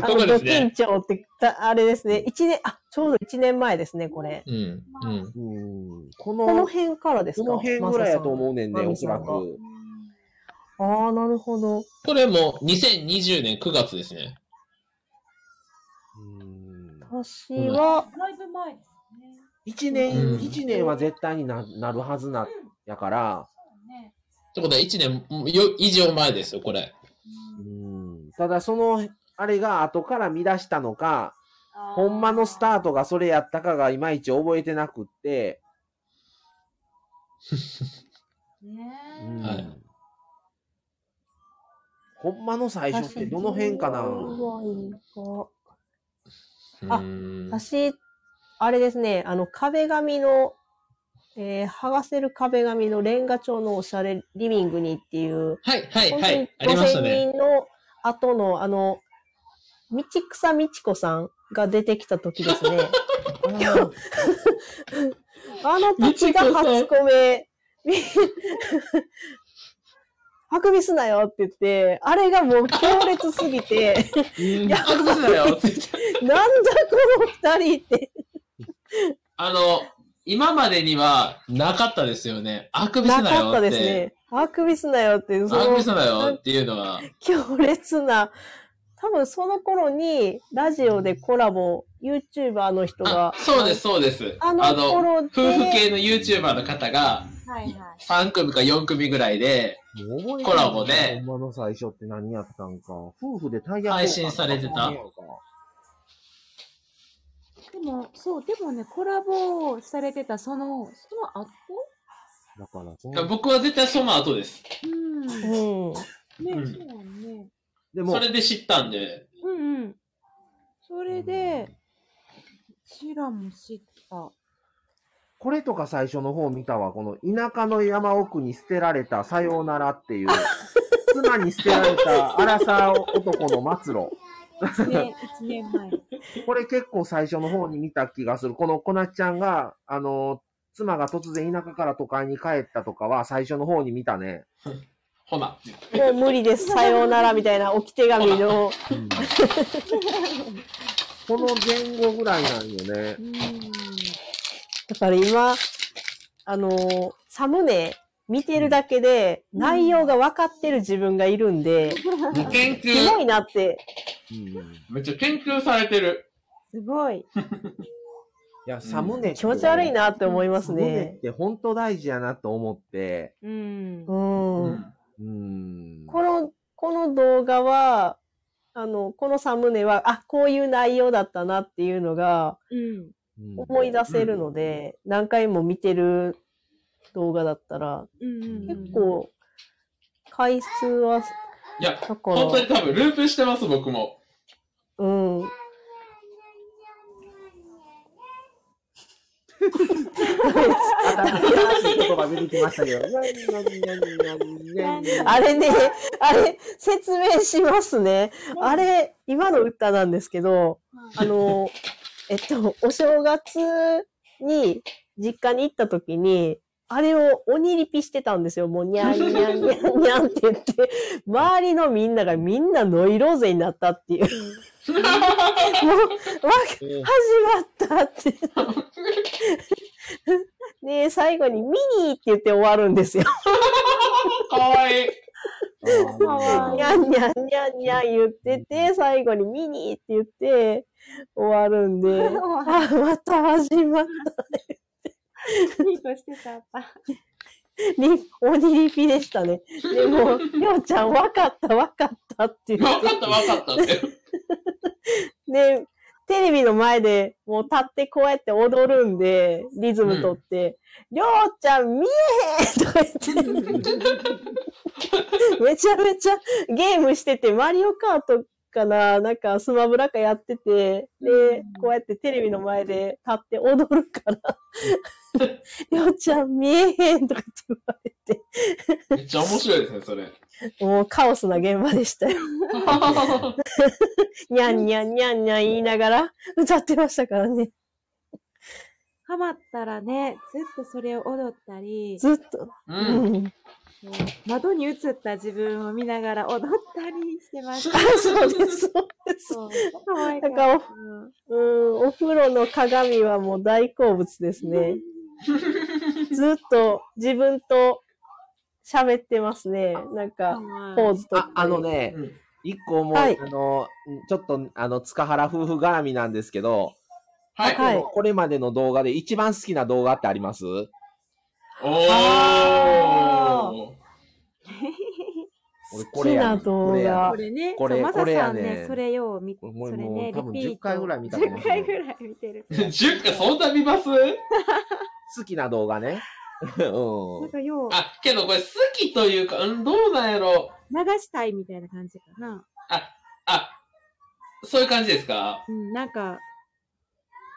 C: あ
D: ここ
C: の、
D: で
C: ド
D: すね
C: 緊張って、たあれですね。一年、あ、ちょうど一年前ですね、これ。
D: うん、うん。
A: うんこ
C: この
A: の、こ
C: 辺からですか
A: の辺ぐらいやと思うねんね、お
C: マ
A: そ
C: サ
A: ら
C: さん
A: く。
C: マサさんああ、なるほど。
D: これも、2020年9月ですね。
A: うん
C: 私は、
B: だいぶ前ですね。
A: 一
D: う
A: 年、
D: ん
A: 一年は絶対にななるはずな、やから、
B: そうね。
D: ってことは、1年よ以上前ですよ、これ。
A: うんただその、あれが後から見出したのか、ほんまのスタートがそれやったかがいまいち覚えてなくって、
B: ー。ねえ
A: うん
D: はい
A: ほんまの最初ってどの辺
D: <laughs>
A: かな
D: う
C: あ
D: ーん。
C: 私、あれですね、あの、壁紙の、えー、剥がせる壁紙のレンガ調のおしゃれリビングにっていう、
D: はい、はい、
C: 本
D: は
C: 当
D: い
C: に。
D: ありました
C: 5000
D: ね。
C: 人の後の、あの、道草道子さんが出てきた時です
D: <laughs>
C: ね。あの時が初コ
D: <laughs>
C: メ。あくびすなよって言って、あれがもう強烈すぎ
D: <laughs>
C: て、
D: うん
C: や
D: あ、ごめんなさいよって言って
C: なんだこの二人って。
D: <laughs> あの、今までにはなかったですよね。あくびす
C: な
D: なよ
C: か
D: っ。
C: ってたですね。あくびすなよっていう、そ
D: あく
C: の
D: びすなよっていうのは、
C: 強烈な、多分その頃にラジオでコラボ、YouTuber の人
D: あ
C: が、
D: そうです、そうです。
C: あの頃で
D: 夫婦系の YouTuber の方が、
B: はいはい。
D: 3組か4組ぐらいでコラボで
A: ほんまの最初って何やったんか。夫婦でタイヤ
D: 配信されてた
B: でも、そう、でもね、コラボされてた、その、その後
A: だから、そ
D: 僕は絶対その後です。
B: うん。ね、
C: うん。
B: そううんやんね。
A: でも
D: そ、れで知ったんで。
B: うんうん。それで、うちらも知った。
A: これとか最初の方見たわ。この田舎の山奥に捨てられたさようならっていう、 <laughs> 妻に捨てられた荒さ男の末路。
B: 1年、一年前。
A: これ結構最初の方に見た気がする。このこなっちゃんが、あの、妻が突然田舎から都会に帰ったとかは最初の方に見たね。
D: ほな。
C: もう無理です、さようならみたいな置き手紙の、 <laughs>
A: この前後ぐらいなんよね
B: う。ん。
C: だから今、あのーサムネ見てるだけで、
B: うん
C: 内容が分かってる自分がいるんで、
D: 研
C: すご
D: 究、
C: いなって、
A: うん
D: めっちゃ研究されてる。
B: すごい。
A: いや、サムネって
C: 気持ち悪いなって思います
A: サムネ
C: ね
A: っ。て本当大事やなと思って、
B: うん
C: う。。
D: うんん。
A: うん。
C: この、この動画は、あの、このサムネは、あ、こういう内容だったなっていうのが
B: うん。
A: うん
C: 思い出せるので、何回も見てる動画だったら、
B: うん。
C: 結構、回数は、
D: いや、
C: だから
D: 本当に多分ループしてます、僕も。
C: うん。
A: 新しい言葉出てきましたけど。
C: あれね、あれ、説明しますね。あれ、今の歌なんですけど、あの、えっと、お正月に実家に行った時に、あれを鬼リピしてたんですよ。もう、にゃんにゃんにゃんにゃんって言って、周りのみんながみんなノイローゼになったっていう。もう、わ、始まったって。ね最後にミニーって言って終わるんですよ。
D: かわいい。
B: わいい
C: にゃんにゃんにゃんにゃん言ってて、最後にミニーって言って、終わるん <laughs> で、あ、また始まっ
B: いい子してた。
C: たね。鬼リピでした <laughs> ね。でも、りょうちゃん、わかった、わかった <laughs> って言っ
D: 分かった、分かったって。
C: て。で、テレビの前でもう立ってこうやって踊るんで、リズムとって、りょうちゃん見えへんとか言って、めちゃめちゃゲームしてて、マリオカートかな、なんかスマブラかやってて、で、こうやってテレビの前で立って踊るから、
D: <laughs>
C: りょうちゃん見えへんとかって言われ
D: めっちゃ面白いですね、それ。
C: て、もうカオスな現場でしたよ。にゃんにゃんにゃんにゃん言いながら歌ってましたからね。
B: ハマったらね、ずっとそれを踊ったり、
C: ずっと。
D: うん。
C: うん
B: こう窓に映った自分を見ながら踊ったりしてました
C: あ。 <laughs> そうです、そうです。
B: そう可愛かった
C: なんかうん、お風呂の鏡はもう大好物です
D: <laughs>
C: ね。ずっと自分と喋ってますね。なんか、ポーズと
A: ああの。ね、
D: うん
A: 一個もう、
C: はい
A: あの、ちょっと、あの、塚原夫婦絡みなんですけど、
D: はい。
C: はい
A: これまでの動画で一番好きな動画ってあります
D: おー。
A: 俺
C: 好
A: これ
C: き
A: や
C: な
A: ねん
C: 動画
B: こ。れね、
A: これ
B: そうマサさん
A: これや
B: ね
A: ね、
B: それよう見そ
A: 俺もう
B: れね、
A: もう多分
B: リピート
A: 10回ぐらい見たと思う
B: 10回ぐらい見
A: <laughs>
B: てる。
D: 10回、そんな見ます
A: 好きな動画ね。
B: な
A: うん
B: ん。かよう
D: あ、けどこれ好きというか、うん、どうなんやろ。
B: 流したいみたいな感じかな。
D: あ、そういう感じですか
B: うん、なんか、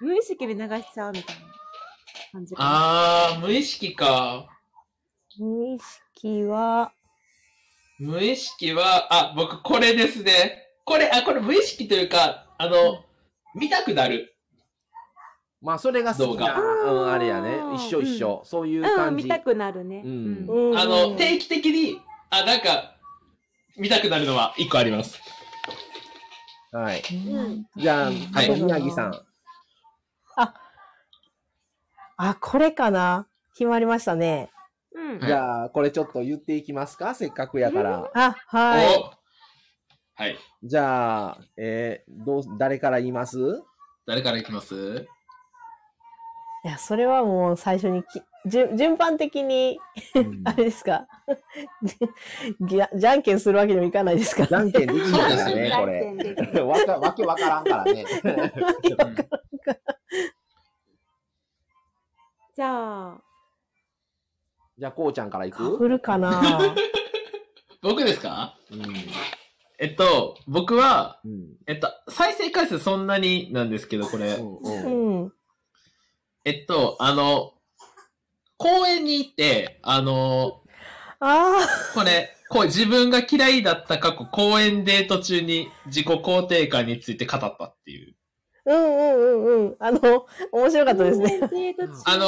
B: 無意識で流しちゃうみたいな感じかな。
D: あー、無意識か。
C: 無意識は、
D: 無意識は、あ、僕これですね。これ、あ、これ無意識というか、あの、見たくなる。
A: まあ、それが好きな、
B: 動画
A: うん、あれやね
B: あ。ー
A: 一緒一緒。そういう
B: うん、
A: 感じ。
B: 見たくなるね。
A: う
B: うんん。
C: うん
D: あの、定期的に、あ、なんか、見たくなるのは一個あります。
A: はい。
C: うん
A: じゃあ、
D: い
A: 宮城さん。
C: あ、これかな決まりましたね。
B: うん。
A: じゃあ、これちょっと言っていきますかせっかくやから。
C: あ、はい。
D: おはい。
A: じゃあ、えーどう、誰から言います
D: 誰からいきます
C: いや、それはもう最初にき、順順番的に、あれですか。じゃじゃんけんするわけにもいかないですか
A: じゃ
C: らね。
A: んけんできんから
D: そうです
A: ね、
D: よ
A: これ。 <laughs> わか、わけわからんからね。 <laughs>
B: じゃあ、
A: じゃあ、こうちゃんからい
C: か
A: く
C: ぶるかな
D: 僕ですか
A: うん。
D: えっと、僕は、
A: うん。
D: えっと、再生回数そんなになんですけど、これ。
A: うんうん
C: うん。
D: えっと、あの、公園に行って、あの、
C: あ
D: これ、こう自分が嫌いだった過去、公園デート中に自己肯定感について語ったっていう。
C: あ、うんうんうんうん。あの、面白かったですね。
B: デート中
D: あの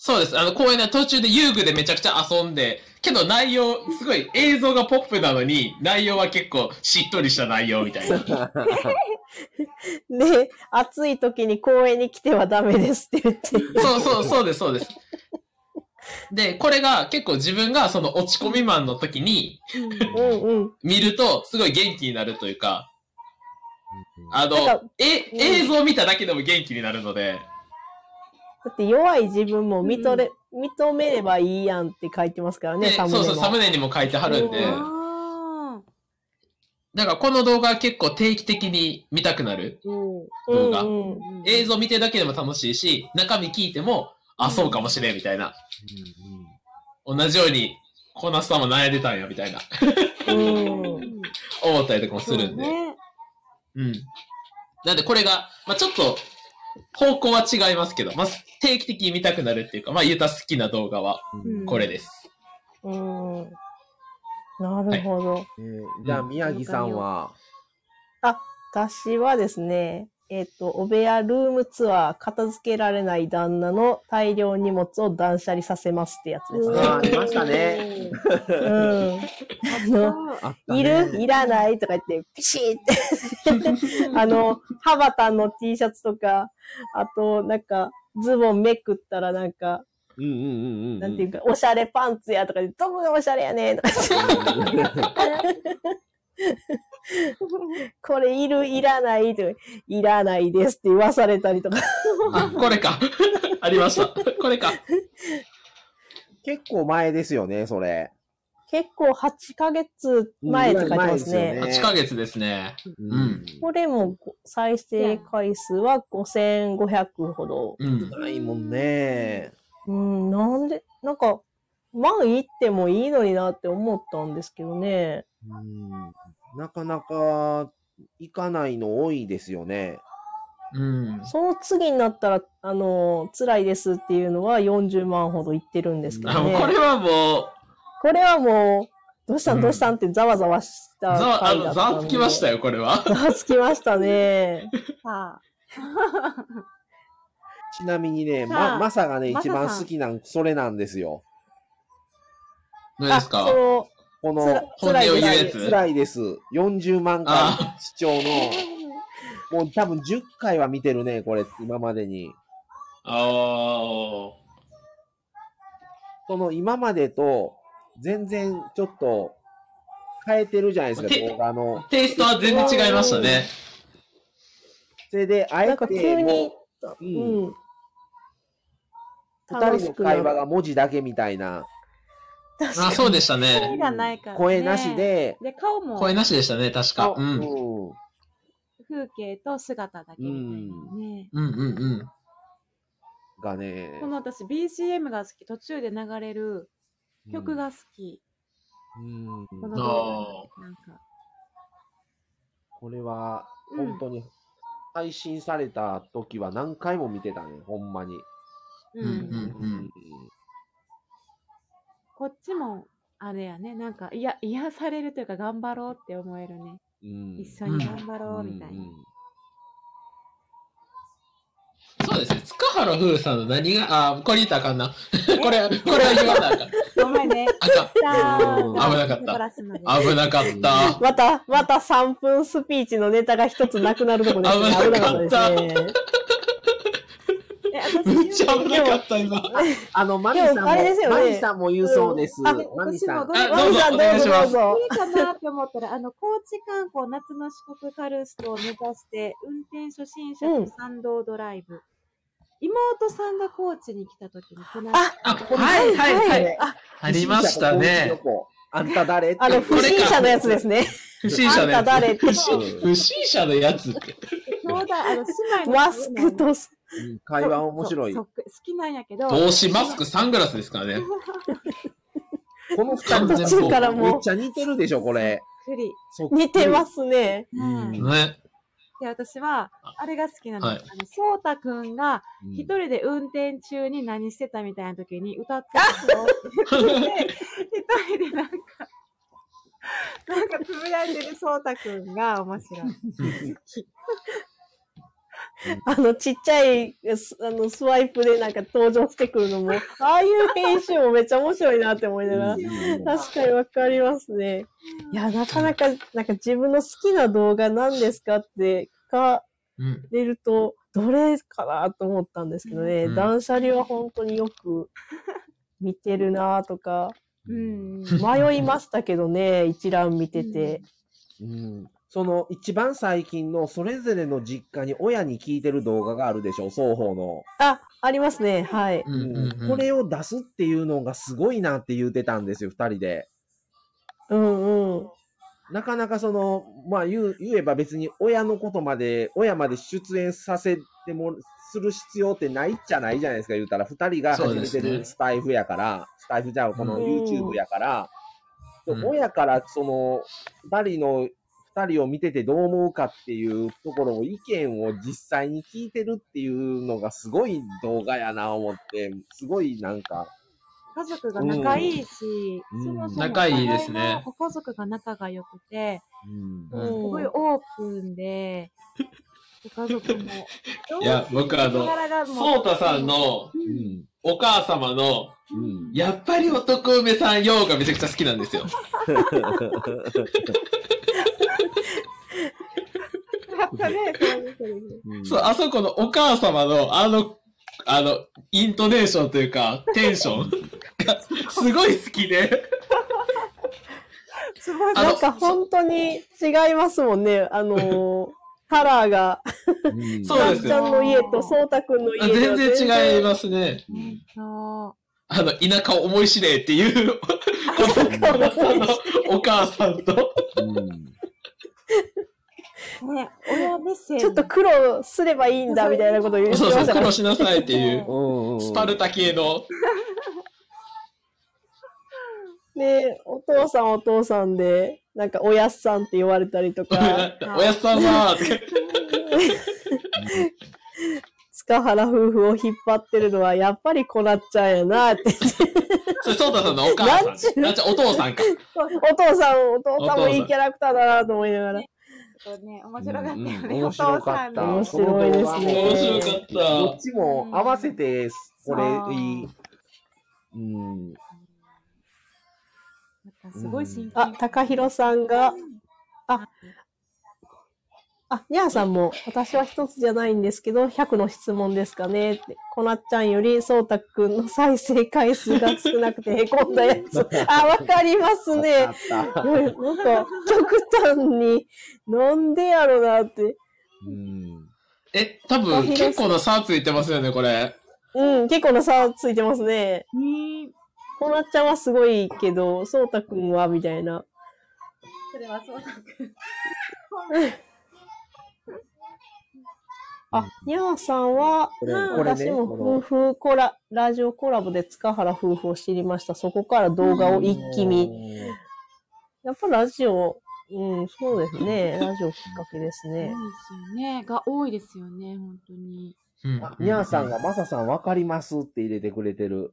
D: そうです。あの、公園の途中で遊具でめちゃくちゃ遊んで、けど内容、すごい映像がポップな
C: <laughs>
D: のに、内容は結構しっとりした内容みたいな。
C: で、暑い時に公園に来てはダメですって言って。
D: そうそう、そうです、そうです。で、これが結構自分がその落ち込みマンの時に
C: うんうん。
D: 見るとすごい元気になるというか、
C: な
D: あ
C: ん
D: の
C: か、
D: え、
C: うん
D: 映像を見ただけでも元気になるので、
C: だって弱い自分も認れ、認めればいいやんって書いてますからね、
D: で
C: サムネ
D: そう
C: も
D: そう、サムネにも書いてはるんで、
C: うん
B: あー
D: だからこの動画は結構定期的に見たくなる。
B: おう
D: 動画
C: うんうん。
D: 映像見てるだけでも楽しいし、中身聞いても、あ、そうかもしれんみたいな。同じように、こなすさんも悩んでたんやみたいな、
C: うん
D: 思ったりとかもするんで。
B: そうね
D: うん。なんでこれが、まあちょっと、方向は違いますけど、まあ定期的に見たくなるっていうか、まあゆうた好きな動画は
B: うん
D: これです。
C: うん。なるほど。
A: えーじゃあ、宮城さんは、
C: 私はですね、えっ、と、お部屋ルームツアー、片付けられない旦那の大量荷物を断捨離させますってやつです
A: ん
C: ね。
A: あー出ましたね。
C: うん。あ
A: あった
C: の、
D: <laughs>
A: ね
C: いるいらないとか言って、ピシーって。 <laughs> あの、ハバタンの T シャツとか、あと、なんか、ズボンめくったらなんか、
A: うんうんうんうん。
C: なんていうか、おしゃれパンツやとかで、どこがおしゃれやねんとか
A: <laughs>
C: 言ってこれいるいらないとか、いらないですって言わされたりとか。
D: あ、これか。 <laughs> ありました。これか。
A: 結構前ですよね、それ。
C: 結構8ヶ月前って書いてます
A: うん前ですよ
C: ね。
A: ね
D: 8ヶ月ですね。
A: うん
C: これも再生回数は5500ほど。
D: うん。
A: ないもんね。
C: うん、なんで、なんか、万行ってもいいのになって思ったんですけどね。
A: うんなかなか行かないの多いですよね。
D: うん。
C: その次になったら、あの、辛いですっていうのは40万ほど行ってるんですけ
D: あ
C: ど
D: もうこれ
C: ね。
D: はも
C: これはもう、どうした
D: うん
C: んどうしたんってざわざわし
D: う、
C: た
D: ざわ、あ
C: 回
D: の、
C: だったんで。
D: ざわつきました
C: よ。
D: よ、これは。
C: ざわつきましたね。
B: さあ
A: ちなみにね、
B: さ
A: ま、
B: あ
A: マサがね、
B: マサ
A: 一
B: さん
A: 番好きなん、それなんですよ。
D: 何です
C: あ
D: か
C: その
A: こ
C: つら
A: の、
D: 本音を言うやつ
A: 辛いです。40万
D: あ
A: 回視聴の、もう多分10回は見てるね、これ、今までに。
D: あ
A: その、今までと、全然ちょっと、変えてるじゃないですか、
D: て
A: 動画の
D: あ。。テイストは全然違いましたね。
A: それで、あ
C: な
A: え
C: んか急
A: て、
C: に
A: も、
C: う
A: うん
C: ん。
A: う、二
C: 楽
A: 人
C: し
A: の
C: くな
A: 会
C: る
A: 話が文字だけみたいな、
C: 確か
D: あ、
C: に
D: そうでした
B: 声
D: ね。
B: がないからね
A: 声なしで、
B: <laughs> で顔も
D: 声なしでしたね、確か。うん。うん
A: うん
B: 風景と姿だけみたいなね、
D: うんうん。
A: がね
B: こ、の私 BGM が好き途中で流れる曲が好き、
A: うん、
B: この
D: あ
B: 動画なんか、
A: これは、
B: うん
A: 本当に、配信された時は何回も見てたね、ほんまに。
B: う
D: うん
B: ん
D: うんうん。
B: こっちもあれやねなんかいや癒されるというか頑張ろうって思えるね
A: うん
B: 一緒に頑張ろうみたいな、
D: そうですね。塚原風さんの何が、あー、これ言ったらあかんな。 <laughs> これ、これは言わなあかん。
B: ごめんね
D: あかん
A: うん危
D: なかった
B: プラスまで
D: 危なかった。
C: また、また3分スピーチのネタが一つなくなるとこですね。
D: 危
C: 危
D: な
C: な
D: か
C: か
D: っ
C: ったたです
D: <laughs>
C: ね。
B: え私
D: めっちゃ危なかった、今。
A: あの、マミさん
C: で
A: も、
C: もあれですよね
A: マミさんも言うそうです。
C: うんあ
A: マミさ
B: 私も
A: ん
B: ご。
D: あ
C: ワンさんどうぞ
D: どうぞお願
C: ど
D: いうし
C: ぞ。
B: いいかなって思ったら、あの、高知観光夏の四国カルストを目指して、運転初心者と参道ドライブ。妹さんが高知に来た時に、この、
C: あ
D: あ、はいはいはい。
C: あ、
D: ありましたね。。
A: あんた誰
C: あの、
A: って
C: 不審者のやつですね。
D: 不審者のや
C: あんた誰
D: つ。不審不審者のやつって。
B: 兄弟、あの、姉妹の
C: マスクと、
A: うん会話面白い。
B: そ
A: こ
B: うそう好きなんやけど。
D: 帽子、マス
B: <laughs>
D: ク、サングラスですからね。
A: の二
D: 完
A: 人め
D: 全
C: 途中から
A: っ
C: もう
A: ちゃ似てるでしょ、これ。
B: くり。
A: そっくり
C: 似てま。すね。
A: うん
B: はい
D: ね。
B: で、私は、あれが好きなの。
D: はい
B: あの、そうたくんが、
A: うん
B: 一人で運転中に何してたみたいな時に歌ってたのをで一人でなんか、なんかつぶやいてるそうたくんが面白い。
C: あの、ちっちゃい、すあの、スワイプでなんか登場してくるのも、ああいう編集もめっちゃ面白いなって思いながら
A: う。ん
C: 確かにわかりますね。いや、なかなか、なんか自分の好きな動画何ですかって聞か
D: うん。
C: れると、どれかなと思ったんですけどね、
D: うん
C: 断捨離は本当によく見てるなとか、
B: うん。
C: 迷いましたけどね、一覧見てて。
A: うんその一番最近のそれぞれの実家に親に聞いてる動画があるでしょ、双方の。
C: あ、ありますね、はい。
D: うんうんうん
A: これを出すっていうのがすごいなって言うてたんですよ、二人で。
C: うんうん。
A: なかなかその、まあ言う言えば別に親のことまで、親まで出演させても、する必要ってないじゃないじゃないですか、言うたら。二人が始めて
D: そうです
A: る
D: ね
A: スタイフやから、スタイフじゃあこの
D: うん
A: YouTube やから、
D: うん
A: 親からその、二人の、二人を見ててどう思うかっていうところを意見を実際に聞いてるっていうのがすごい動画やな思って、すごいなんか、
B: 家族が仲いいし、
A: うん
B: そもそも
D: 仲いいです
B: お
D: ね
B: 互のご家族が仲が良くて、
A: うん
D: う
B: す
D: ん
B: ごいオープンで、ご家族も。
D: いや、僕あの、そうたさん、の
B: う、
A: うんん
D: お母様の、
A: うん
D: やっぱり男梅さんようがめちゃくちゃ好きなんですよ。
B: やったね、そういう人に
D: そう、あそこのお母様の、あの、あの、イントネーションというか、テンションが、すごい好きで。
B: すごい
D: あの
C: なんか本当に違いますもんね、あの
D: <laughs>
C: ーカラーが、
A: うん
D: そう
C: か
D: で
C: っ
D: す
C: ちゃんの家と
B: あー
C: そうたくんの家で
D: 全
C: は
D: 然違いますね。
A: うん
B: そう。
D: あの、田舎を思い知れっていう、このお母さんのお母さんと、
A: うん
B: ね、親目線。
C: ちょっと苦労すればいいんだみたいなこと言って
D: そう
C: ま
D: そう、
C: した
D: 苦
C: か
D: 労
C: ら。
D: しなさいっていう、
A: うんうん
D: スパルタ系の、
C: ねお父さんお父さんで、なんかおやっさんって言われたりと
D: <laughs>
C: か、
D: おやすさんは、とか
C: 塚原夫婦を引っ張ってるのはやっぱりこなっちゃんやなって。
D: それ、そうたさんのお母さん。
C: なんちゅう
D: なんちゅうお父さんか。
C: お父さん、お父さんもいいキャラクターだなと思いながら。
B: ちょっとね、面白かったよね。
A: うんうん面白かった
B: お
C: 面
B: 父さん
A: この
C: 白
A: 動
C: いで
A: 画
C: す
D: 面
C: ね。
D: 白か
A: ど
D: っ
A: っちも合わせて、これいい。うん。
B: なんかすごい真
C: あ、高弘さんが、あ、あ、にゃーさんも、私は一つじゃないんですけど、100の質問ですかねって。こなっちゃんより、そうたくんの再生回数が少なく <laughs> てへこんだやつ。あ、わかりますね。
A: あった
C: いやなんか、極端に、なんでやろなって。
A: うん。
D: た。え、多分、結構な差ついてますよね、これ。
C: うん、結構な差ついてますね。
B: に、
C: こなっちゃんはすごいけど、そうたくんは、みたいな。
B: それはそうだくん。
C: あ、にゃーさんは、
A: これ、
B: うん
A: これね、
C: 私も夫
A: こ
C: 婦コラ、ラジオコラボで塚原夫婦を知りました。そこから動画を
A: の
C: 一気に。。やっぱラジオ、うん、そうですね。ラジオきっかけです
B: 多いで
C: ね。
B: すよね。が多いですよね、本当に。
D: うん
A: あにゃんさんが、まささんわかりますって入れてくれてる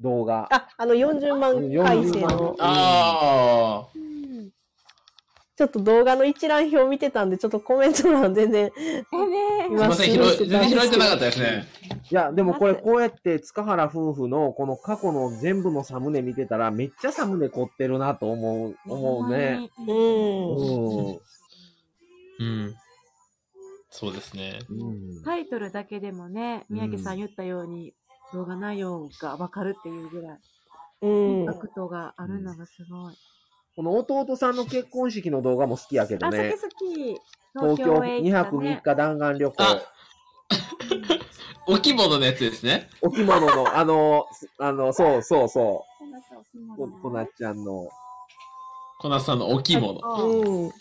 A: 動画。
C: あ、あの40万回生の、
D: ああ。
B: うん。
C: ちょっと動画の一覧表見てたんで、ちょっとコメント欄全然、
B: え
C: い
D: すい
B: ね
C: ま
D: ません、拾
C: 今
D: え、
C: すぐ
D: 全然拾えてなかったですね。
A: いや、でもこれ、こうやって塚原夫婦のこの過去の全部のサムネ見てたら、めっちゃサムネ凝ってるなと思う、思うね。。
C: う。
A: うんん。
D: うん。そうですね。
A: うん
B: タイトルだけでもね、
A: うん
B: 宮城さん言ったように、動画内容がわかるっていうぐらい、
C: うん。
B: インパクトがあるのがすごい。
A: この弟さんの結婚式の動画も好きやけど
B: あ、好
A: ね
B: き。好き。
A: 東京2
B: 行っ
A: 泊
B: た
A: 3
B: ね。
A: 日弾丸旅行。
D: あ <laughs> お着物のやつですね。
A: お着物の、あの、すあの、そうそうそ
B: こんなさお着
A: う。こ
B: 物
A: こなっちゃんの。
D: 小夏さんのお着物。
B: そう
C: うん、
B: そ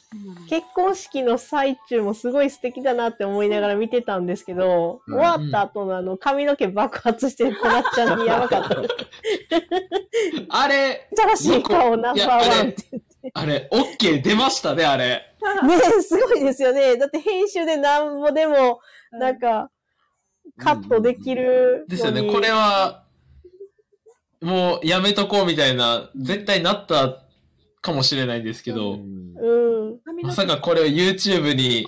B: う
C: 結婚式の最中もすごい素敵だなって思いながら見てたんですけど、
A: うん
C: 終わった後のあの髪の毛爆発してるこなっちゃ
A: <laughs>
C: んにやばかった。
D: あれ、
C: 新しい顔ナンバーワンって。
D: あれ、OK 出ましたね、あれ。
C: ねえすごいですよね。だって編集でなんぼでも、なんか、カットできるのに。
D: ですよね、これは、もうやめとこうみたいな、絶対なったかもしれないんですけど、
C: うん。
B: 髪の
D: ま
B: 毛
D: さかこれを YouTube に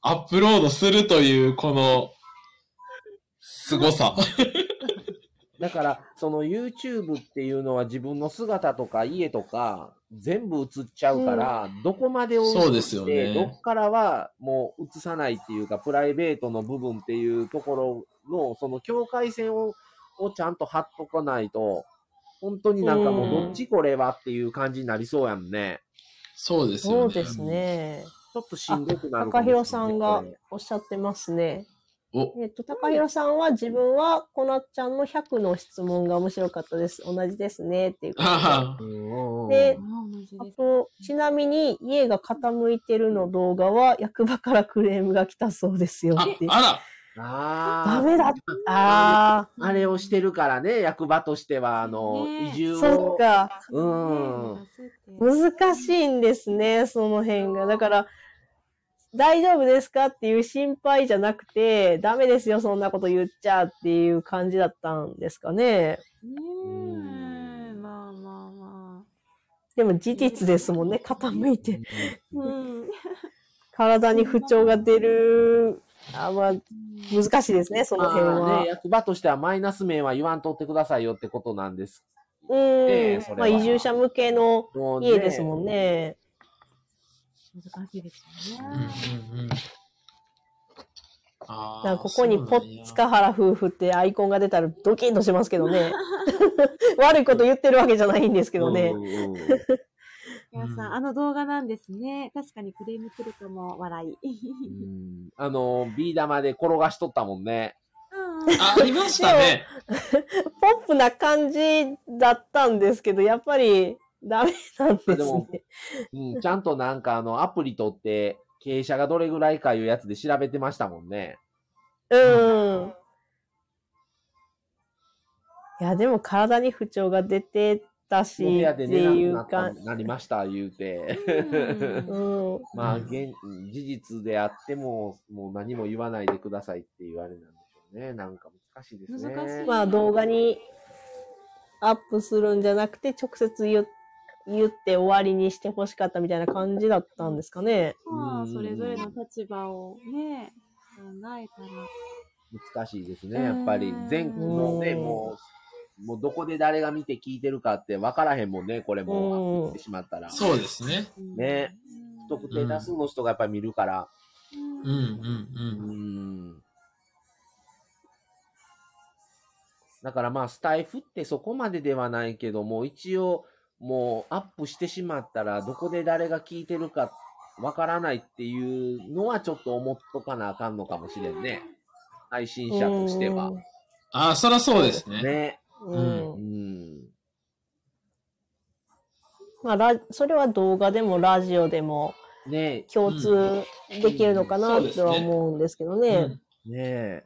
D: アップロードするという、この、凄さ。
A: だから、その YouTube っていうのは自分の姿とか家とか全部映っちゃうから、どこまでを映
D: そうです
A: し
D: よ
A: て、
D: ね
A: どっからはもう映さないっていうか、プライベートの部分っていうところの、その境界線ををちゃんと張っとかないと、本当になんかもう
D: うん
A: どっちこれはっていう感じになりそうやんね。
D: そうですよね。
C: そうですね。
A: ちょっとしんどくなるかもしれな
C: 高
A: い
C: 弘さんがおっしゃってますね。
D: お、
C: えっと、高弘さんは自分は、こなっちゃんの100の質問が面白かったです。同じですね。っていうことで。
D: あ
A: うんうんうん
C: で
B: あ同じ
C: あ
B: です。
C: と、ちなみに、家が傾いてるの動画は、役場からクレームが来たそうですよ
D: あ
C: って。、
D: あら、
A: あー
C: ダメだ。あ
A: あれをしてるからね、役場としては、あの、
B: ねえ
A: 移住
C: あ、
A: を。
C: そっか。
A: うん
C: 難しいんですね、その辺が。だから、大丈夫ですかっていう心配じゃなくて、ダメですよ、そんなこと言っちゃっていう感じだったんですかね。
B: ねえ、まあまあま
C: でも事実ですもんね、傾いて。
B: あ。うん。
C: 体に不調が出る。あまあ、
B: 難
C: 難しいですね、その辺
A: まあ
C: は
A: ね、。役場としてはマイナス面は言わんとってくださいよってことなんです。ええそ
C: うん。
A: れは
C: まあ、移住者向けの
A: もうね
C: 家ですもんね。
B: しいですよ
D: う
B: ね。
D: んうんうん。あー
C: なんかここにポッツ。カハラ夫婦ってアイコンが出たらドキンとしますけど
A: <laughs>
C: ね。悪いこと言ってるわけじゃないんですけどね。
A: うんうんうん
B: 皆さん、あの動画なんですね。確かにクレーム来るかも、笑い。
A: うんあの、ビー玉で転がしとったもんね。
B: うん
D: ありましたね。
C: ポップな感じだったんですけど、やっぱりダメなんです
A: あでも
C: ね。
A: うん、ちゃんとなんかあの、アプリ取って、傾斜がどれぐらいかいうやつで調べてましたもんね。
C: うん。いや、でも体に不調が出てたし、
A: お部屋
C: って
A: で寝なく
C: い
A: な
C: う
A: った
C: か、
A: なりました、言うて。
C: う
B: うん
C: ん。
A: まあ、
D: うん
A: 現事実であっても、もう何も言わないでくださいって言われなんでしょうね。なんか難しいですね。
B: 難しい
C: まあ動画にアップするんじゃなくて、直接言う言って終わりにしてほしかったみたいな感じだったんですかね。
B: まあ、それぞれの立場をね、考えたら。
A: 難しいですね、やっぱり
B: う。ん
A: 全もうね、
C: うん
A: もう、もうどこで誰が見て聞いてるかって分からへんもんね、これも
C: うん
A: う、ってしまったら。
D: そうですね。
A: ね不特定多数の人がやっぱり見るから。
D: うんうん
A: う
D: うん。
A: ん。だからまあ、スタイフってそこまでではないけども、一応、もうアップしてしまったら、どこで誰が聞いてるか分からないっていうのはちょっと思っとかなあかんのかもしれんね。配信者としては。
D: あー、そらそうですね。
A: ね。
C: うん。
D: うん
A: うん。
C: まあ、ラそれは動画でもラジオでも
A: ね
C: 共通できるのかな
D: うんうん
C: とは思うんですけどね。
D: う
A: え、
D: ん
A: ねえ。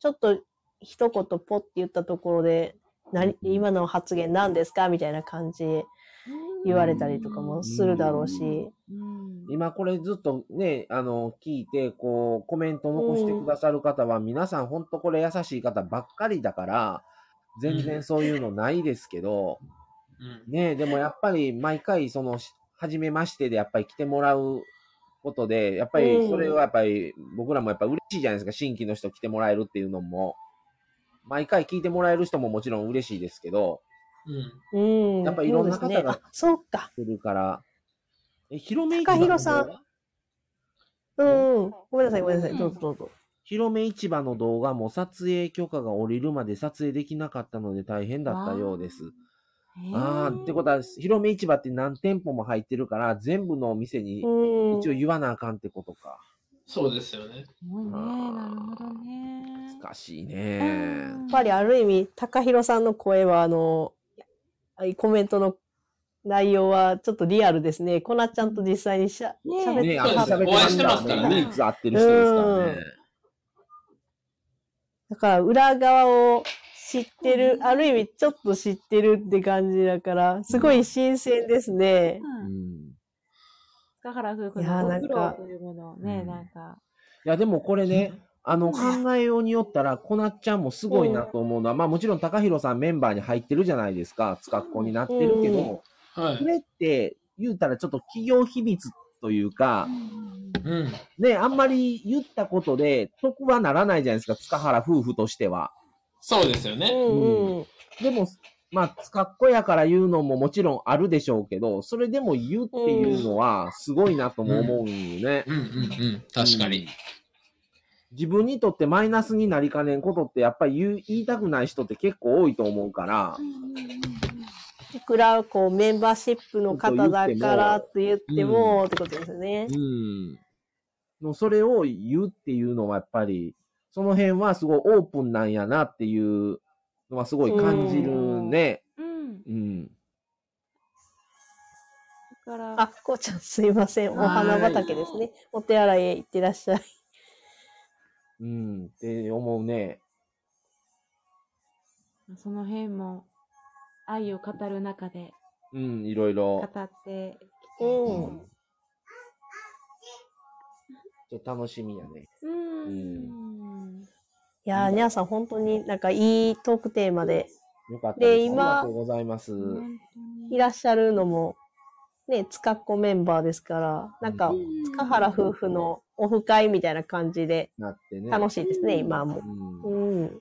C: ちょっと一言ポッて言ったところで、なに今の発言何ですかみたいな感じ言われたりとかもするだろうし。
B: うん。
A: 今これずっとね、あの、聞いて、こう、コメント残してくださる方は、皆さんほんとこれ優しい方ばっかりだから、全然そういうのないですけど、
D: うん
A: ねえ、でもやっぱり毎回、その、し初めましてでやっぱり来てもらうことで、やっぱりそれはやっぱり僕らもやっぱ嬉しいじゃないですか、新規の人来てもらえるっていうのも。毎回聞いてもらえる人ももちろん嬉しいですけど、
D: うん
C: うん。
A: やっぱいろんな
C: そ
A: 方
C: うですね
A: が
C: あ、そうか。
A: するから。え、広め市
C: 高
A: 場
C: 弘さん
A: の
C: うん。ごめんなさい、ごめんなさい。どうぞどうぞ。
A: 広め市場の動画も撮影許可が下りるまで撮影できなかったので大変だったようです。ああー、ってことは、広め市場って何店舗も入ってるから、全部のお店に
C: うん。
A: 一応言わなあかんってことか。
D: そうですよね。
B: すごいね。なるほどね。
A: 難しいね。
B: うん
C: やっぱりある意味、高弘さんの声は、あの、あコメントの内容はちょっとリアルですね。コナちゃんと実際にしゃ、
B: ねえ
C: 喋っ
A: ね
C: て
A: え、
C: た
A: あの
D: そうです
A: 喋
D: お会い
A: っ
D: してて
A: ま
D: ます
A: か
D: すから
A: ね。
D: らね
A: 唯一合ってる人ですからね。
C: だから裏側を知ってる、ある意味ちょっと知ってるって感じだから、すごい新鮮ですね。
A: う
B: うん
A: ん
B: 塚原夫婦
C: いや
B: のご
C: ーなん
B: 苦
C: か
B: 労というものをね、
A: うん
B: なんか。
A: いや、でもこれね、あの、
C: うん
A: 考えようによったら、こなっちゃんもすごいなと思うのは、まあもちろん高弘さんメンバーに入ってるじゃないですか、使っ子になってるけど、
D: は
A: そ
D: い。
A: れって言うたらちょっと企業秘密というか、
D: うん。
A: ね、あんまり言ったことで得はならないじゃないですか、塚原夫婦としては。
D: そうですよ
C: う
D: ね。
C: んうん。
A: でも、まあ、塚っ子やから言うのももちろんあるでしょうけど、それでも言うっていうのはすごいなとも思うんよね。
D: うんうんうん。確かに。
A: 自分にとってマイナスになりかねんことってやっぱり言う言いたくない人って結構多いと思うから、
C: いくらこうメンバーシップの方だからって言っても、ってことですよね
A: う。ん。のそれを言うっていうのはやっぱり、その辺はすごいオープンなんやなっていうのはすごい感じるね。
B: うん。
A: うん。
B: だから、
C: あ、こうちゃんすいません。お花畑ですね。お手洗いへ行ってらっしゃい。
A: うん。って思うね。
B: その辺も愛を語る中で
A: うん、いろいろ
B: 語。ってき
C: う
B: て。
C: ん。
A: ちょっと楽しみやね。
B: うん。
C: いやー、にゃんさん本当になんかいいトークテーマで
A: よかった
C: です今
A: ありがとうございます。
B: 本当
C: い
B: に
C: らっしゃるのも、ね、つかっこメンバーですから、なんか、塚原夫婦のオフ会みたいな感じで
A: なってね。
C: 楽しいですね、
B: うん
C: 今も。
A: うん
C: うん。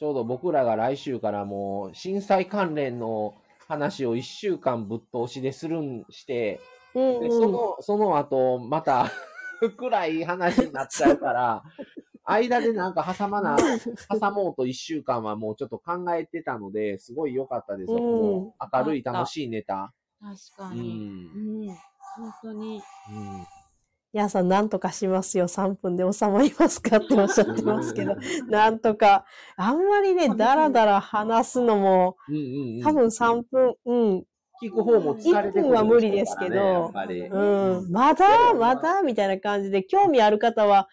A: ちょうど僕らが来週からもう震災関連の話を一週間ぶっ通しでするんして、
C: うん、
A: でその、その後、また、 <laughs> 暗い話になっちゃう
C: <laughs>
A: から、間でなんか挟まな、挟もうと一週間はもうちょっと考えてたので、すごい良かったですよ。
C: うん
A: もう明るい楽しいネタ。
B: 確
A: う。
B: かに。うんん。本当に。
A: うん
C: にゃんさん、なんとかしますよ、3分で収まりますかっておっしゃってますけど、なんとか、あんまりね、だらだら話すのも、
A: うんうんうん。
C: 多分3分、うん、
A: 聞く方も疲れてくるでしょうからね
C: 一分は無理ですけど
A: やっぱり。
C: うん、まだまだみたいな感じで、興味ある方は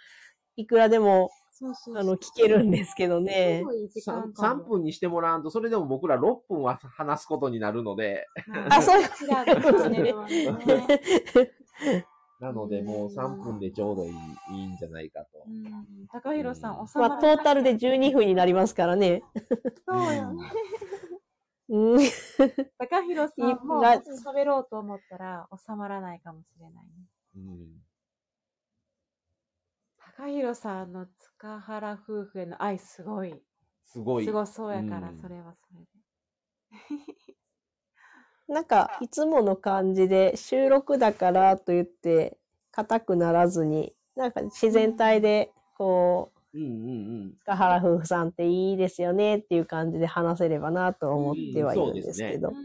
C: いくらでも、
B: そうそうそう。
C: あの、聞けるんですけど
B: す
C: ね。
B: ごいいい時間
A: 3,
B: かも
A: 分にしてもらわんと、それでも僕ら6分は話すことになるので、
C: あ、そういう
B: ちらっと
C: <laughs>
B: してるわね。
A: なのでもう3分でちょうどいいいいんじゃないかと。
B: うん高弘さん、おさ
C: まあ、トータルで12分になりますからね。
B: そうよね。
C: うん。 <laughs>
B: 高弘さんも
C: いや
B: 喋ろうと思ったら収まらないかもしれないね。
A: うん
B: 高弘さんの塚原夫婦への愛すごい。
A: すごい。
B: すごそうやから
A: うん、
B: それはそれで。
C: なんか、いつもの感じで、収録だからと言って、硬くならずに、なんか自然体で、こ
A: う
C: う、
A: んうん
C: 塚原夫婦さんっていいですよねっていう感じで話せればなと思ってはいるんですけど
B: う。ん。
A: う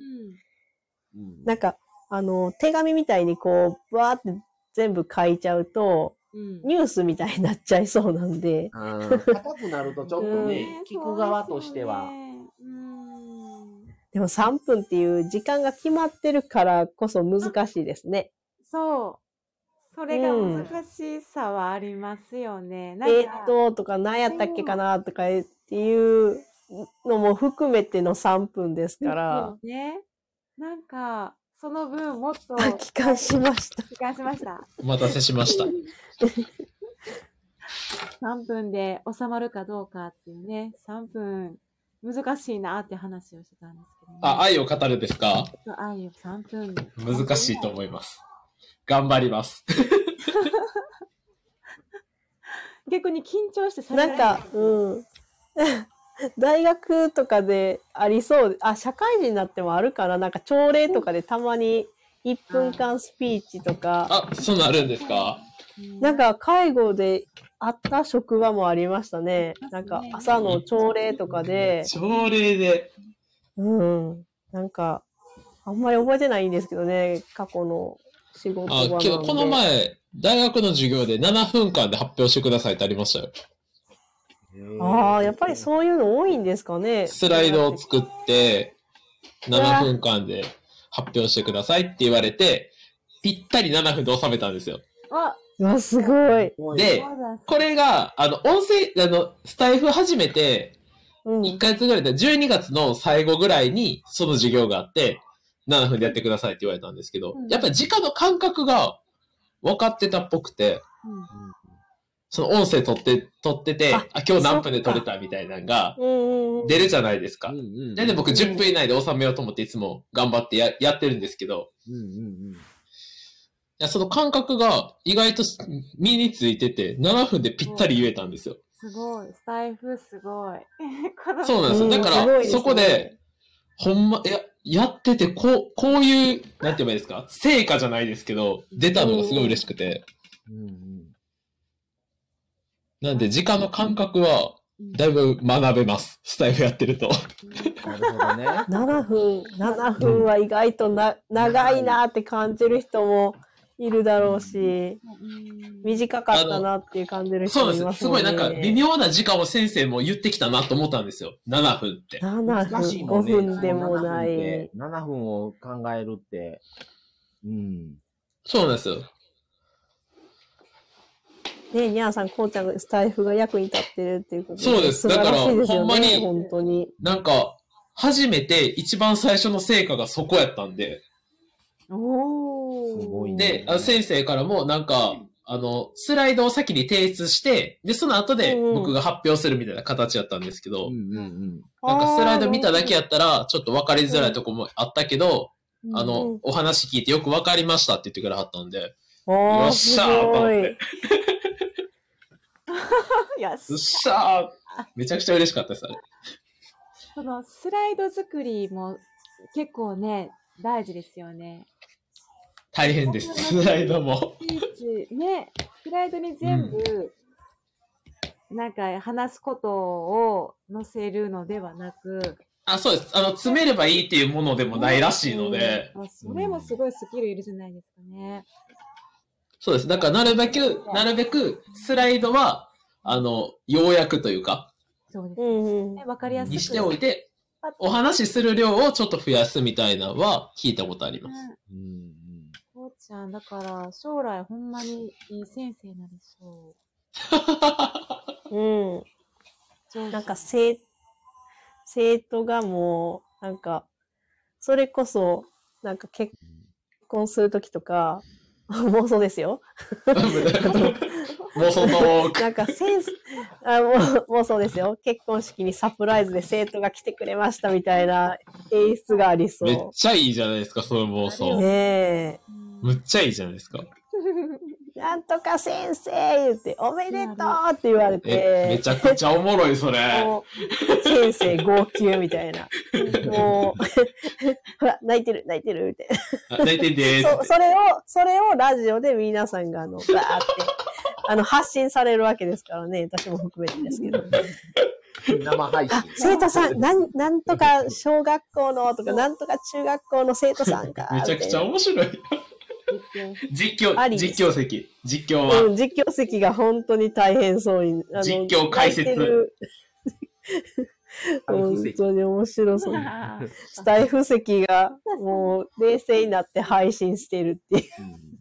A: んうん。
C: なんか、あの、手紙みたいにこう、わーって全部書いちゃうと、
B: うん。
C: ニュースみたいになっちゃいそうなんで、
A: あー <laughs> 硬くなるとちょっとね
B: ね、
A: 聞く側としては。。
B: そうですよねうん。
C: でも3分っていう時間が決まってるからこそ難しいですね。
B: そう。それが難しさはありますよね。なんか
C: えーっと、とか、何やったっけかな、とか、っていうのも含めての3分ですから、
B: ね。なんか、その分もっ
A: <laughs>
B: と
C: 帰還しました。
B: 時間しました。
D: お待たせしました。
B: 3分で収まるかどうかっていうね、3分難しいなって話をしてたんですけど、ね。
D: あ、愛を語るですか
B: 愛を3分で。
D: 難しいと思います。頑張ります。
B: 逆に緊張してさ
C: なんか、うん。 <laughs> 大学とかでありそう、あ、社会人になってもあるかな、なんか朝礼とかでたまに1分間スピーチとか、
D: あ、そうなるんですか
C: なん、か介護であった職場もありましたね。なんか朝の朝礼とかで、
D: 朝礼で。
C: うん。なんか、あんまり覚えてないんですけどね、過去の仕事
D: あ
C: 場なん、で
D: けどこの前、大学の授業で7分間で発表してくださいってありましたよ。
C: ああ、やっぱりそういうの多いんですかね。
D: スライドを作って、7分間で発表してくださいって言われて、ぴったり7分で収めたんですよ。
B: あ、
C: うわ、すごい。
A: う
D: で
B: そうだ
D: これが、あの、音声、あの、スタイフ始めて、
C: うん。
D: 1ヶ月ぐらいで、12月の最後ぐらいにその授業があって、7分でやってくださいって言われたんですけど
B: うん、
D: やっぱり時間の感覚が分かってたっぽくて、その音声取って、取ってて、
C: あ
D: あ、今日何分で取れたみたいなのが
C: うんうん。
D: 出るじゃないですか
A: うん。うん
D: で、で僕10分以内で収めようと思っていつも頑張ってややってるんですけど、
A: うんうんうん。
D: いや、その感覚が意外と身についてて、7分でぴったり言えたんですよ。
B: すごい。スタイフすごい。子供 <laughs>
D: そうなんですよ。
C: うん
D: だから、
C: すごいですね
D: そこで、ほんま、いや、やってて、こう、こういう、なんて言えばいいですか、成果じゃないですけど、出たのがすごい嬉しくて。
A: うんうん
D: なんで、時間の感覚は、だいぶ学べます。スタイフやってると。
A: なるほどね。
C: 7分、7分は意外とな、長いなって感じる人もいるだろうし、
B: うん
C: 短かったなっていう感じる人も
D: そうなん
C: い
D: ですよ。
C: ます
D: す
C: も
D: ご
C: ん
D: い
C: ね。
D: なんか、微妙な時間を先生も言ってきたなと思ったんですよ。7分って。
A: 難し
C: 7
A: い
C: 分、
A: もんね
C: 5分でもな
A: 7分って
C: い。
A: 7分を考えるって。うん。
D: そうなんですよ。
C: ねにゃんさん、こうちゃんがスタイフが役に立ってるっていうこと
D: そうです
C: 素晴らしいです
D: だからほ
C: よ
D: んま
C: ね、
D: に
C: 本当に。
D: なんか、初めて一番最初の成果がそこやったんで。
B: おー
A: すごいね
D: で、あの先生からも、なんか、あの、スライドを先に提出して、で、その後で
C: うんうん
D: 僕が発表するみたいな形やったんですけど、
A: うんうん
D: なんかスライド見ただけやったら、ちょっと分かりづらいとこもあったけど、
C: うん
D: あ
C: う
D: の
C: ん、
D: お話聞いてよく分かりましたって言ってくれはったんで、
C: あー
D: よっしゃー
C: す
D: と思っ
C: ご
D: て
C: い。
B: よし
D: うっしゃーめちゃくちゃ嬉しかったです、あれ。
B: そのスライド作りも結構ね、大事ですよね。
D: 大
C: <laughs>
D: 変です、スライドも。
B: いちいちね、スライドに全部、なんか話すことを載せるのではなく、
D: あ、そうです。あの、詰めればいいっていうものでもないらしいので、
B: あそれもすごいスキルいるじゃないですかね。
D: そうです。だから、なるべく、なるべく、スライドは、あの、要約というか、
B: そうです
C: う
B: ね。
C: んうん。
B: わかりやすく。
D: にしておいて
B: パッ、
D: お話しする量をちょっと増やすみたいなのは聞いたことあります。
B: うん
A: うん。うん
B: こうちゃん、だから将来ほんまにいい先生になりそ
C: うん。
B: う。
C: なんか生、生徒がもう、なんか、それこそ、なんか結婚するときとか、妄想ですよ。
D: <laughs> もうその多く。
C: なんかセンス、あもう妄想ですよ。結婚式にサプライズで生徒が来てくれましたみたいな演出があり
D: めっ
C: そ
D: ちゃいいじゃないですか、その妄
C: う。
D: 想。
C: ねえ。
D: むっちゃいいじゃないですか。
C: なんとか先生言って、おめでとうって言われ
D: え、め
C: て、
D: ちゃくちゃおもろい、それ。
C: もう、先生号泣みたいな。もう、 <laughs> ほら、泣いてる、泣いてる、みたいな。
D: あ大体で
C: そ
D: ーす。
C: それを、それをラジオで皆さんが、あの、バー
D: <laughs>
C: って、あの、発信されるわけですからね、私も含めてですけど。
A: 生配信
C: あ、。生徒さん、なん、なんとか小学校のとか、なんとか中学校の生徒さんが、
D: めちゃくちゃ
C: み
D: 面白い。実
C: あ
D: 況、
C: りです
D: 実況席。実況
C: たいな
D: は。
C: うん、実況席が本当に大変そうに、あの、
D: 実況解説
C: 泣いてる <laughs> 本当に面白そう。
B: <laughs>
C: スタイフ席が、もう、冷静になって配信してるっていう。
D: いや
A: うん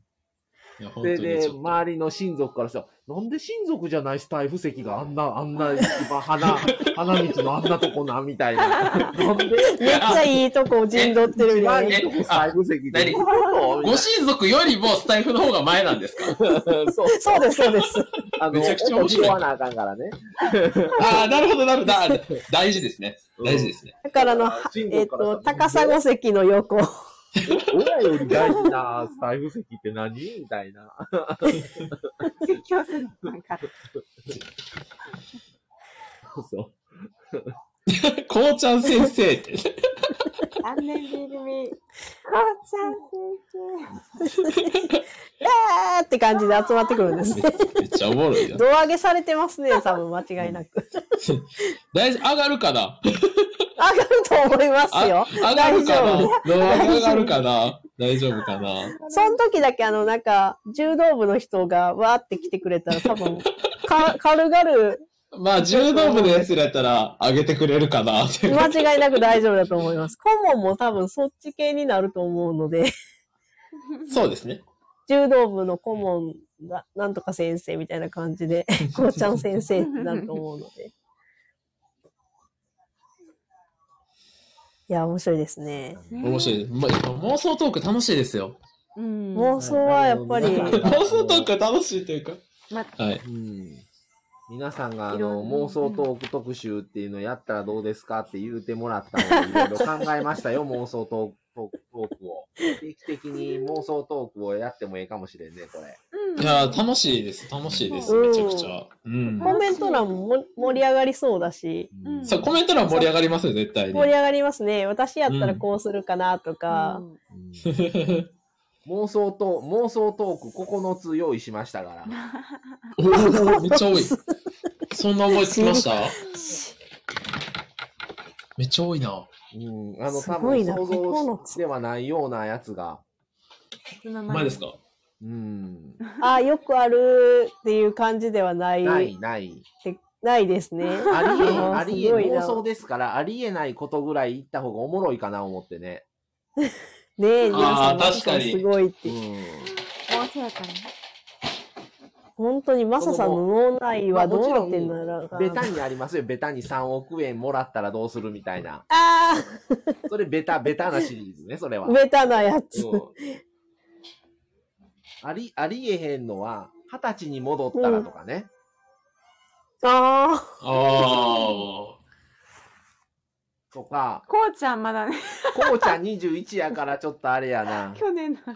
D: 本当
A: で、
D: にち
A: で、
D: ょっと
A: 周りの親族からしたら、なんで親族じゃないスタイフ席があんな、あんな、今花、花道のあんなとこな、みたい <laughs> な。なんで、
C: めっちゃいいとこを陣取って
A: 一
C: るよ
A: 番
C: ね
A: いい。とこスタイフ席で。どうい
D: え
A: うこ
D: ご親族よりもスタイフの方が前なんですか
A: とそう、
C: そうです、そうです。
A: あの、
D: めちゃくちゃ面白い
A: 音拾わなあかんからね。
D: ああ、なるほど、なるほど。あー大事ですね。大事ですね。
C: だ <laughs> からあの、
A: あ
C: は
A: シン
C: え
A: ゴか
C: っ、
A: らさ
C: と、高砂席の横。
A: 親より大事なスタイフ席って何みたいな。
B: 実況するなんか。
A: そう。
D: こうちゃん先生って。
B: 3年 B 組、こうちゃん先
C: あーって感じで集まってくるんです。
D: めっちゃおもろいな
C: 胴。上げされてますね、多分間違いなく。
D: 大丈夫上がるかな
C: 上がると思います
D: あ
C: よ。
D: 上がるかな
C: 大丈
D: 動画上がるかな大丈夫かな
C: その時だけあの、なんか、柔道部の人がわーって来てくれたら多分、か、軽々、
D: まあ、柔道部のやつらやったら上げてくれるかなって
C: 間違いなく大丈夫だと思います。顧問も多分そっち系になると思うので、
D: そうですね。
C: 柔道部の顧問な、なんとか先生みたいな感じで、こうちゃん先生ってなると思うので。いや、面白いですね。
D: 面白いです。まあ、妄想トーク楽しいですよ。
B: うん。
C: 妄想はやっぱり
D: 妄想トーク楽しいというか。
B: ま
D: はい。
A: うん皆さんがあ
B: い
A: の
B: ろんな
A: 妄想トーク特集っていうのやったらどうですかって言うてもらったので、いろいろ考えましたよ、妄想トークトークを。定期的に妄想トークをやってもええかもしれんね、これ。
B: うん
D: いやー、楽しいです。楽しいです。
C: うん
D: めちゃくちゃ。うん。
C: コメント欄もも盛り上がりそうだし、
B: うん
D: そう、コメント欄盛り上がりますよ、絶対に
C: 盛。り上がりますね。私やったらこうするかなと
B: う、
C: か
B: ん
A: うん
C: <laughs>
A: 妄想と、妄想トーク9つ用意しましたから。
D: おーめっちゃ多い。そんな思いつきましためっちゃ多いな。
A: うん、あの、
C: す
A: 多
C: ご
A: 分
C: いな
A: 想
C: 9
A: 像
C: つ
A: ではないようなやつが。
D: 前ですか
A: うん。
C: ああ、よくあるっていう感じではない、
A: な
C: ない
A: い、
C: <laughs>
A: ない。
C: ですね。
A: ありえ、
C: あー
A: ありえ、
C: すごい
A: 妄
C: な
A: 想ですから、ありえないことぐらい言った方がおもろいかな思ってね。
C: ねえ、皆さ
D: あ
C: ん、マ
D: ー確
C: サさ
D: か
C: ん
D: に
C: すごいっ
A: う
C: て。
A: ん。
B: 妄想やからね。
C: 本当にマサさんの脳内はどうなってんだろうな。
A: ベタにありますよ。ベタに3億円もらったらどうするみたい
C: <laughs>
A: な。
C: あ
A: それベタ、ベタなシリーズね、それは
C: あ、。ベタなやつ。
A: うんあり、ありえへんのは、二十歳に戻ったらとかね。
C: ああ、
D: あ
A: とか、
B: こうちゃんまだね、
A: こうちゃん21やからちょっとあれやな。
B: 去年の。
D: あ。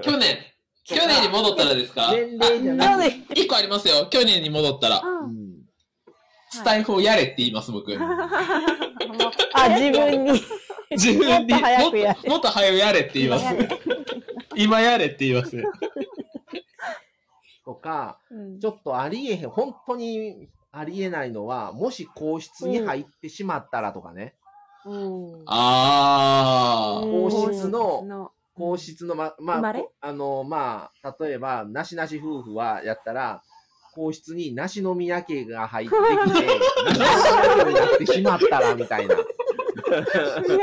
D: 去年。去年に戻ったらですか
A: 年齢じゃな
C: な
A: く
C: ん
A: て。
C: で、
D: 一個ありますよ。去年に戻ったら。
A: う
B: うん。
A: ん
D: スタイフをやれって言います、僕。
B: もう
C: あ、自分に。
D: 自分に。
C: もっと早くやれ
D: もっともっと早くやれって言います。今やれって言います。
A: とか、
B: うん
A: ちょっとありえへん、本当にありえないのは、もし皇室に入ってしまったらとかね。
B: うん
D: あー。
A: 皇
C: うん
A: 室の
B: の
A: 皇室のま、ま
B: 生ま
A: あ、
B: れ
A: こあの、まあ、例えば、なしなし夫婦は、やったら、皇室になしの宮家が入ってきて、なしの宮家になってしまったら、みたいな。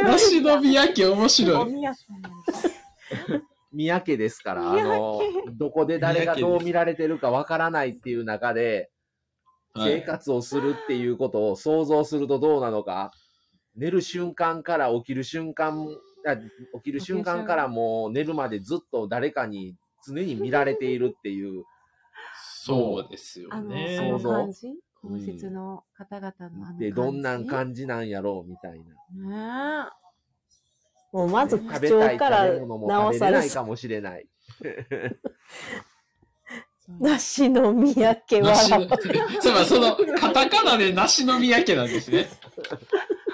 D: なしのびやけ面白
B: お
D: い。
B: みやさんなんだ
A: 宮家ですから、あの、どこで誰がどう見られてるかわからないっていう中で、
D: は
A: 生
D: い、
A: 活をするっていうことを想像するとどうなのか、寝る瞬間から起きる瞬間、あ起きる瞬間からもう寝るまでずっと誰かに常に見られているっていう、
D: そうですよ
B: あの、
D: ね。
B: あの
A: そう
B: 感じ皇室の方々のあの感じ。
A: で、どんなん感じなんやろうみたいな。
B: ね
C: もうまず
A: 食
C: 口
A: べた
C: 調
A: い
C: から
A: 食べ物も
C: 直
A: 食べ
C: さ
A: れ
C: れ
A: ない
C: て、
A: かもしれない。
B: え。
C: なしの三宅
D: なし
C: 笑
D: の、 <laughs> そういえばその、カタカナでなしのみやけなんですね。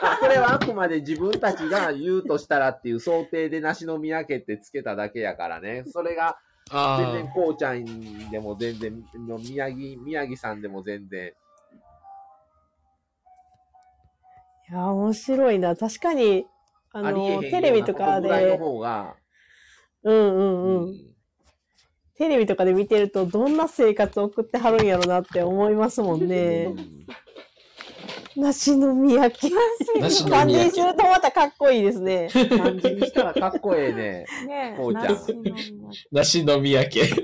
A: あこれはあくまで自分たちが言うとしたらっていう想定で梨の宮家ってつけただけやからね。それが全然
D: あ
A: こうちゃんでも全然、の宮城、宮城さんでも全然。
C: <laughs> いや、面白いな。確かに、あ
A: ありえへんよ
C: の、
A: うな
C: テレビとか
A: ことぐらいの
C: で、
A: 方が、
C: うんうん
A: う
C: うん。テレビとかで見てると、どんな生活を送ってはるんやろなって思いますもんね。梨の宮家。
D: あ。なしの
C: 感
D: み
C: じ
D: や
C: にす。
D: け
C: るとまたかっこいいですね。
A: 感じにしたらかっこええ
C: <laughs>
A: ね。
B: ねえ、
A: <laughs> こうちゃん
B: なしのみ
D: なしのみやけ。 <laughs>
B: やけ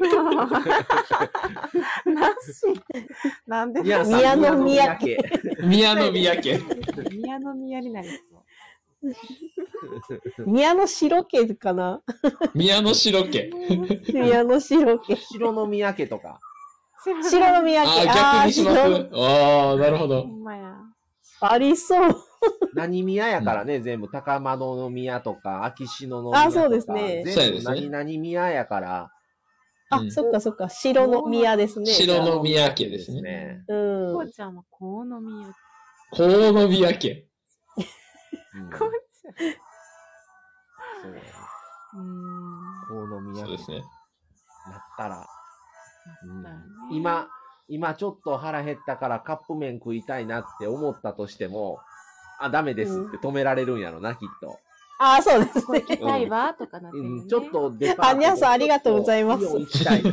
B: なし。なんで
A: 宮さん
C: 宮の宮
A: 家。
D: 宮のみやけ。
B: 宮の宮になりそう。
C: 宮の白家かな
D: 宮の白家。
A: <laughs>
C: 宮の白家。
A: 白の宮家とか。
C: 白の宮家。
D: ああ、逆にします。
C: 白の
D: ああ、なるほ
B: ほ
D: ど。
B: んまや。
C: ありそう。
A: 何宮やからね、全部、高円宮とか、秋篠宮とか。
C: あそうですね
A: 全部
D: そうです
A: 何
D: ね
A: 々宮やから。
C: あ、
D: うん
C: そっかそっか。白の宮ですね。
D: 白の宮家ですね。
A: ね。
C: う。
B: こうんちゃんはこうの宮。
D: こうのみやけ。
A: うん
B: こうちゃん。
A: そうやね
B: うー
A: 河
B: ん。
A: 野宮
D: そう
A: 家
D: です <laughs> ね。
A: なったら、うん
B: だね
A: 今、今ちょっと腹減ったからカップ麺食いたいなって思ったとしても、あ、ダメですって止められるんやろな、きっと。
C: あ、そうです。
B: ここ行きたいわとかなってるよね
A: うん、ちょっ。とデパート
C: あ皆さんありがとうございます
A: ちょっとイオン行きたい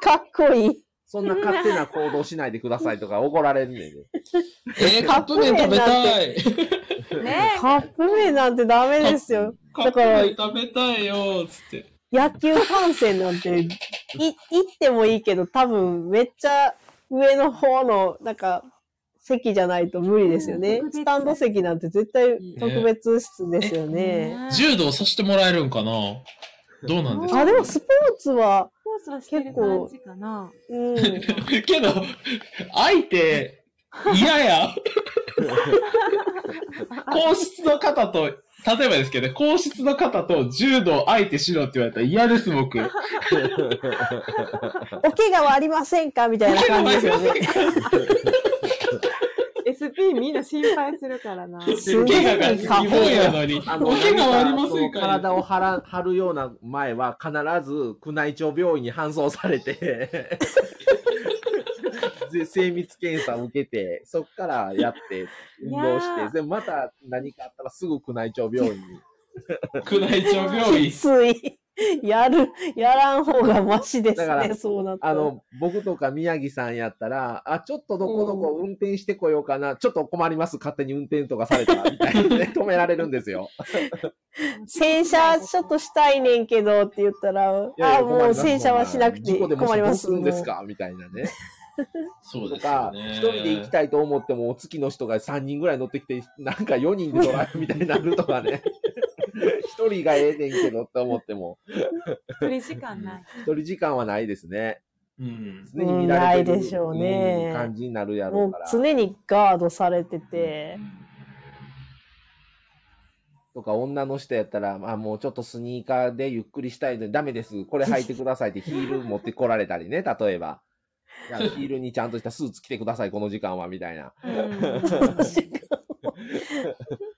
C: かっこいい。
A: そんな勝手な行動しないでくださいとか怒られんねんで。
D: えー、カップ麺食べたい。
B: ねえ。
C: カップ麺なんてダメですよ。
D: カップ麺食べたいよ、つって。
C: 野球観戦なんて、い、行ってもいいけど、多分めっちゃ上の方の、なんか、席じゃないと無理ですよね
B: うん特。別
C: スタンド席なんて絶対特別室ですよね。
B: ね
D: 柔道させてもらえるんかなどうなんですか
C: あ、でもスポーツは、
B: コースはしてる感じかな。
C: うん。
D: けど、相手、嫌 <laughs> や。皇室の方と、例えばですけどね、皇室の方と柔道相手しろって言われたら嫌です、僕。
C: お怪我はありませんかみたいな感じですよね。
B: SP みんな心配するからな。
C: すごい
D: 怪我が日本やのに、お
A: あの
D: 怪我はありませ
A: 何
D: んか
A: 体を張ら張るような前は必ず宮内庁病院に搬送されて <laughs> で精密検査を受けてそこからやって運動し
B: いや
A: て
B: ー
A: でまた何かあったらすぐ宮内庁病院に
D: 宮内庁病
C: き
D: 院。
C: つい。やる、やらん方がマシで
A: だか
C: すね、
A: ら
C: そうなったら
A: あ、の僕とか宮城さんやったらあちょっとどこどこ運転してこようかな、ちょっと困ります勝手に運転とかされたらみたいなね止められるんですよ
C: 洗車ちょっとしたいねんけどって言ったら、
A: いやいや困
C: あ、
A: り
C: も
A: ま
C: う
A: す
C: 洗車はしなくて
A: 事故でも
C: 困り
A: ど
C: ま
A: う
C: す。
A: するんですかみたいなね
D: そう
A: と
D: ですよ
A: か、
D: ね。
A: 一人で行きたいと思っても、お月の人が3人ぐらい乗ってきて、なんか4人でドライブみたいになるとか
D: <laughs>
A: ね。一人がええねんけどって思っても、
B: 一人時間ない。
A: 一人時間はないですね。
D: うん。
A: 常に見られてる、
C: うんないでしょうね
A: ん感じになるや
C: も
A: ろ
C: う
A: うから。
C: 常にガードされてて、
A: とか、女の人やったら、まあもうちょっとスニーカーでゆっくりしたいのに、ダメです。これ履いてくださ
D: <laughs>
A: いってヒール持ってこられたりね、例えば。いやヒールにちゃんとしたスーツ着てください、この時間は、みたいな。
D: っ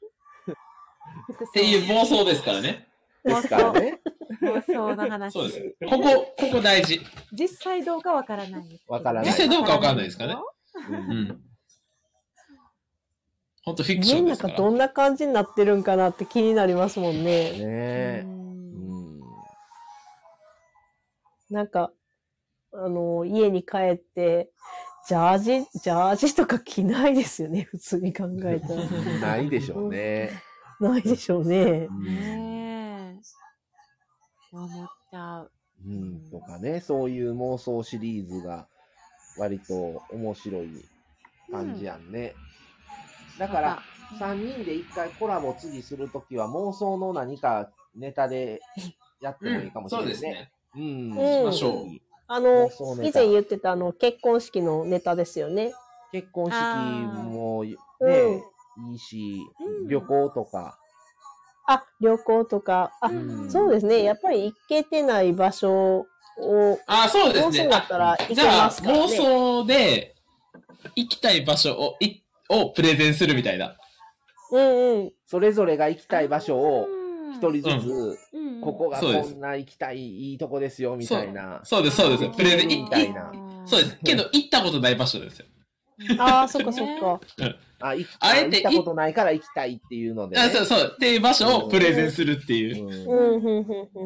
D: ていう暴走ですからね。
A: ですからね。
B: 放送の話
D: そうです。ここ、ここ大事。
B: 実際どうかわからないですけど
A: わからない
D: 実際どうかわかんないですか
A: う
D: ねうんん。ほんとフィクシ
C: 家
D: ョン
C: の
D: ですか
C: 中
D: ら。
C: どんな感じになってるんかなって気になりますもん
A: ね
C: ね。
A: え
B: う。
A: うんん。
C: なんか、あの、家に帰って、ジャージ、ジャージとか着ないですよね、普通に考えたら。
A: <laughs> ないでしょうね。
C: ないでしょうね。
B: ねえそう思っちゃう
A: うん、とかね、そういう妄想シリーズが割と面白い感じやんね。だから、3人で1回コラボ次するときは妄想の何かネタでやって
D: う
A: もいい
D: ん
A: かもし
D: そ
A: れな
D: うで
A: い
D: す
A: ね。
D: ね。
A: うん。
C: うんしま
D: しょう
C: あ
A: 妄
C: の、
A: 想ネ
C: 以
A: タ
C: 前言ってたあの、結婚式のネタですよね。
A: 結婚式もね、いいし、
B: うん
A: 旅行とか。
C: あ、旅行とか。あ、
A: ん
C: そうですね。やっぱり行けてない場所を、
D: あ、そうです
C: 妄想
D: ね。
C: だったら行け
D: じゃ
C: ま
D: あ、
C: すからね。
D: 妄想で行きたい場所を、いをプレゼンするみたいな。
C: うんうん。
A: それぞれが行きたい場所を
B: うん
A: 一人ずつ、
B: うん
A: ここが
D: そうで
A: こ
D: す
A: んな行きたい、いいとこですよ、みたいな。
D: そうです、そうです。プレゼン、い
A: みたいな
D: そうです。けど、行ったことない場所ですよ。
C: ああ、そっかそっ
D: <laughs>
C: か。
A: あ、行き
D: あ
A: たい
D: えて
A: 行ったことないから行きたいっていうので、ね。
D: あそうそう。っていう場所をプレゼンするっていう。
C: う
A: うん
C: ん、うん、うん、う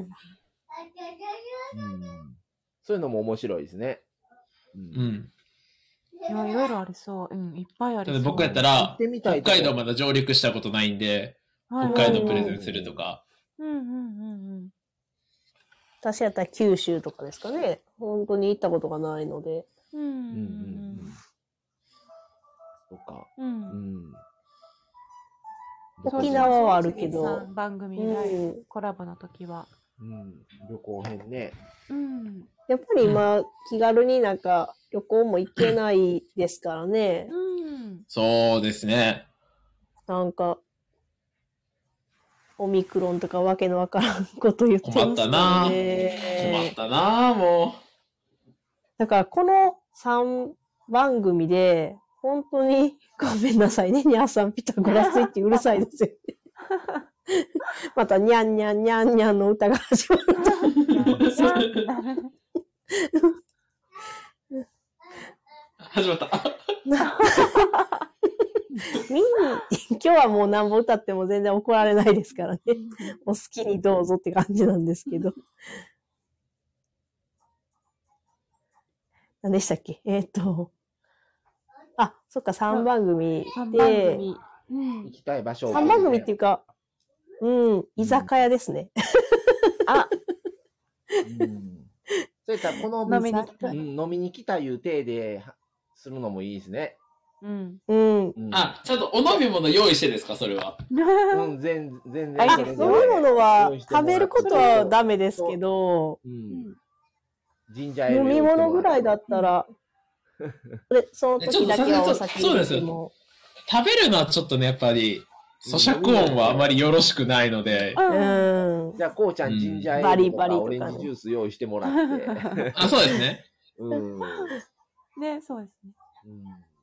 C: ん。
A: うんそういうのも面白いですね。う
D: うんん。
B: いやいろいろありそううんいっぱいあり
D: た
B: そ
D: だ
B: う
D: 僕やった
A: 行っ
D: ら、
A: てみた
D: 北
A: いとこ
D: 海道まだ上陸したことないんで、
B: はい
D: 北
B: はい
D: 海道プレゼンするとか。
B: うんうんうんうん
C: 私やったら九州とかですかね。本当に行ったことがないので。
A: う
B: う
A: ん
B: ん
A: う
B: う
A: う
B: ん
A: んんとか、
B: うんうん
A: うん。
C: 沖縄はあるけど
B: そうそう番組
C: う
B: 内
C: ん。
B: コラボの時は
A: うん、旅行編ね。
B: うん
C: やっぱり今、気軽になんか旅行も行けないですからね。
B: うん
D: そうですね。
C: なんか、オミクロンとかわけのわからんこと言ってますよね。
D: 困ったな困ったなぁ、も
C: だからこの3番組で、本当に <laughs> ごめんなさいね、ニャーさん、ピタゴラスイッチうるさいですよ <laughs> ね。また、ニャンニャンニャンニャンの歌が始まる。
D: う。 <laughs> 始まった。
C: みんな、今日はもう何本歌っても全然怒られないですからね。お好きにどうぞって感じなんですけど。何でしたっけえっ、と、あ、そっか、3番組
B: 三番 <laughs>
C: で、
B: 組うん
A: 行きたい場所を。
C: 三番組っていうか、うん、居酒屋ですね。
A: うんそういったらこの
B: 飲みに来た
A: うん飲みに来たいう体ではするのもいいですね。
B: うん。
C: うん。
A: うん、
D: あ、ちゃんとお飲み物用意してですか、それは。
A: うん、全全
C: あ
A: 然
C: 飲
A: そ
C: み
A: れぞれ。
C: 物は
A: 用意してもらっ
C: 食
A: て
C: べることはダメですけど、
A: う
B: うんん。
A: ジンジャーエー
C: 飲
A: ル
C: み物ぐらいだったら、でその時だけはお酒
D: えちょっとそうです
C: でも
D: 食べるのはちょっとね、やっぱり、咀嚼音はあまりよろしくないので、
C: う
B: うん。
C: ん。
A: じゃあ、こうちゃん、ジンジャーエ
C: バ
A: ー
C: リ
A: ルと
C: バリ
A: か
C: とか
A: オ
C: ね
A: レンジジュース用意してもらって。
D: あ、そうですね。
A: うん。うん
B: <laughs> ね、そうですね。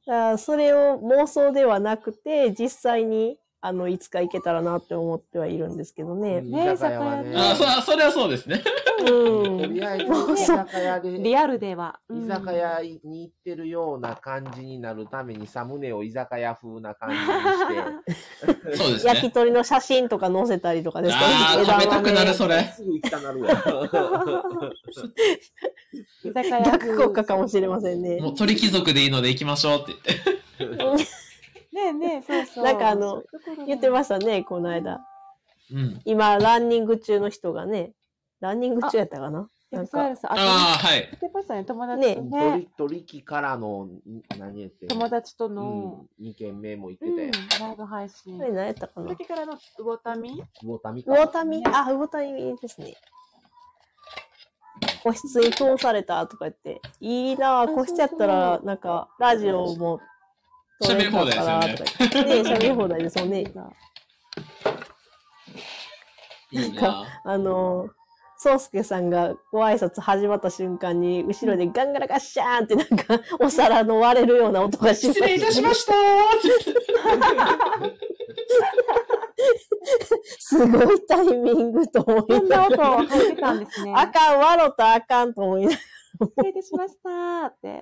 C: だからそれを妄想ではなくて、実際に、あの、いつか行けたらなって思ってはいるんですけどね。
B: ね
A: 居酒屋はね。
D: あ、そう、それはそうですね。
C: うん。
A: とりあえず、
C: 妄
A: 居
C: 想
A: 酒屋で、
B: リアルでは。
A: 居酒屋に行ってるような感じになるために、サムネを居酒屋風な感じに
B: <laughs>
A: して。
D: そうです
C: 焼
D: ね
C: き。鳥の写真とか載せたりとかですか
D: あー
C: 枝
D: 食べたく
C: 豆
D: なるそれ
A: すぐ行きたなる
B: <laughs>
A: わ。
B: 居酒屋
C: 逆効果かもしれませんね。
D: もう鳥貴族でいいので行きましょうって言って。
B: ねえねえ、そうそう。
C: なんかあの、言ってましたね、この間。
D: うん。
C: 今、ランニング中の人がね、ランニング中やったかな
B: でも
C: なん
B: そう
C: か、
B: です。あ
D: ああ、はい
B: と、。言ってましたね、友達とね。
A: 鳥、鳥木からの、何やってんの
B: 友達と
A: うん
B: の、、
A: 2軒目も行って
B: うん、
A: た
B: ラ
A: よ。
B: イブ配信。
C: あれ何やったか
B: その
C: な
B: 時からの魚民
A: 魚民か
C: 魚民あ、魚民ですね。個室に通されたとか言って、いいなぁ、個室やったら、なんか、ラジオも、
D: 喋り放
C: と
D: 題で
C: か言って、ね喋り放題ですよね。
D: いいな。
C: あの、宗介さんがご挨拶始まった瞬間に、後ろでガンガラガッシャーンってなんか、お皿の割れるような音がしま
D: 失礼いたしました
C: すごいタイミングと思
B: こ
C: い
B: ん
C: な
B: な
C: が
B: 音を
C: ら、
B: 入ってたんですね。
C: あかん、笑ったらあかんと思いなが
B: 失礼いたしましたーって。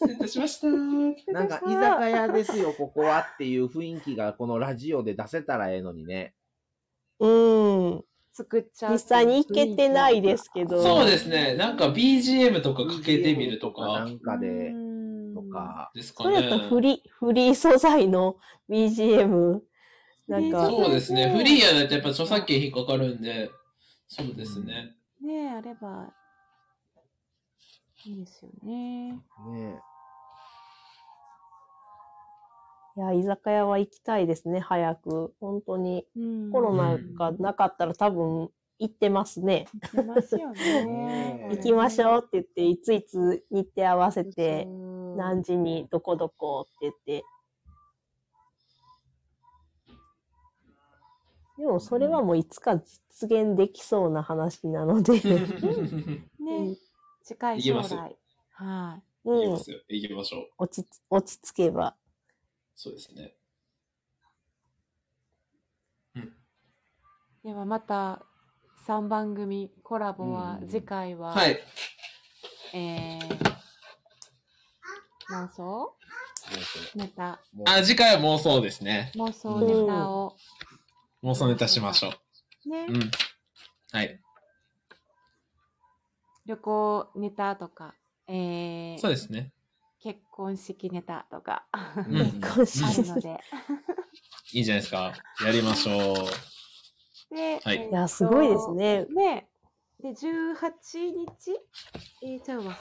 D: 失礼いたしました
A: なんか居酒屋ですよ、ここはっていう雰囲気がこのラジオで出せたらええのにね。
C: ら。うん。
B: 作っちゃう。
C: 実際に行けてないですけど。
D: そうですね。なんか BGM とかかけてみると
A: BGM な
D: か、
A: んかで、と
B: と。
A: か。
D: ですか
C: それやったらフ
D: ね。
C: リー、フリー素材の BGM。なんか、
D: そうですね。フリーやないとやっぱ著作権引っかかるんで、そうですね。
B: ねえ、あれば、いいですよね。
A: ね
C: いや、居酒屋は行きたいですね、早く。本当に。
B: うん
C: コロナがなかったら多分行ってますね。
B: 行きますよ
C: <laughs>
B: ね
A: ね。え
C: 行きましょうって言って、いついつ日程合わせて、
B: うん
C: 何時にどこどこって言って。でもそれはもういつか実現できそうな話なので、
D: <laughs>
B: ね、近い
D: 行け
B: 将
D: ます
B: 来。はい。
C: う
D: 行きま
C: ん、
D: すよ。行きましょう。
C: 落ちつ、落ち着けば。
D: そうですね。
B: ではまた3番組コラボは
A: うん
B: 次回は、
D: はい。
B: えー、妄想ネタ
A: もう
D: あ、次回は妄想ですね。
B: 妄想ネタを
D: 妄想ネタしましょ
B: ね、
D: う。うん。はい。
B: 旅行ネタとか、え
D: そう
B: ー、
D: ですね。
B: 結婚式ネタと
D: <laughs>
B: かあ
D: うん
C: 結婚式
B: るので
D: いいじゃないですか。やりましょう。
B: で、
D: はい
B: えーと
C: いや、すごいですね。
B: ねで18日えー、ちゃうわ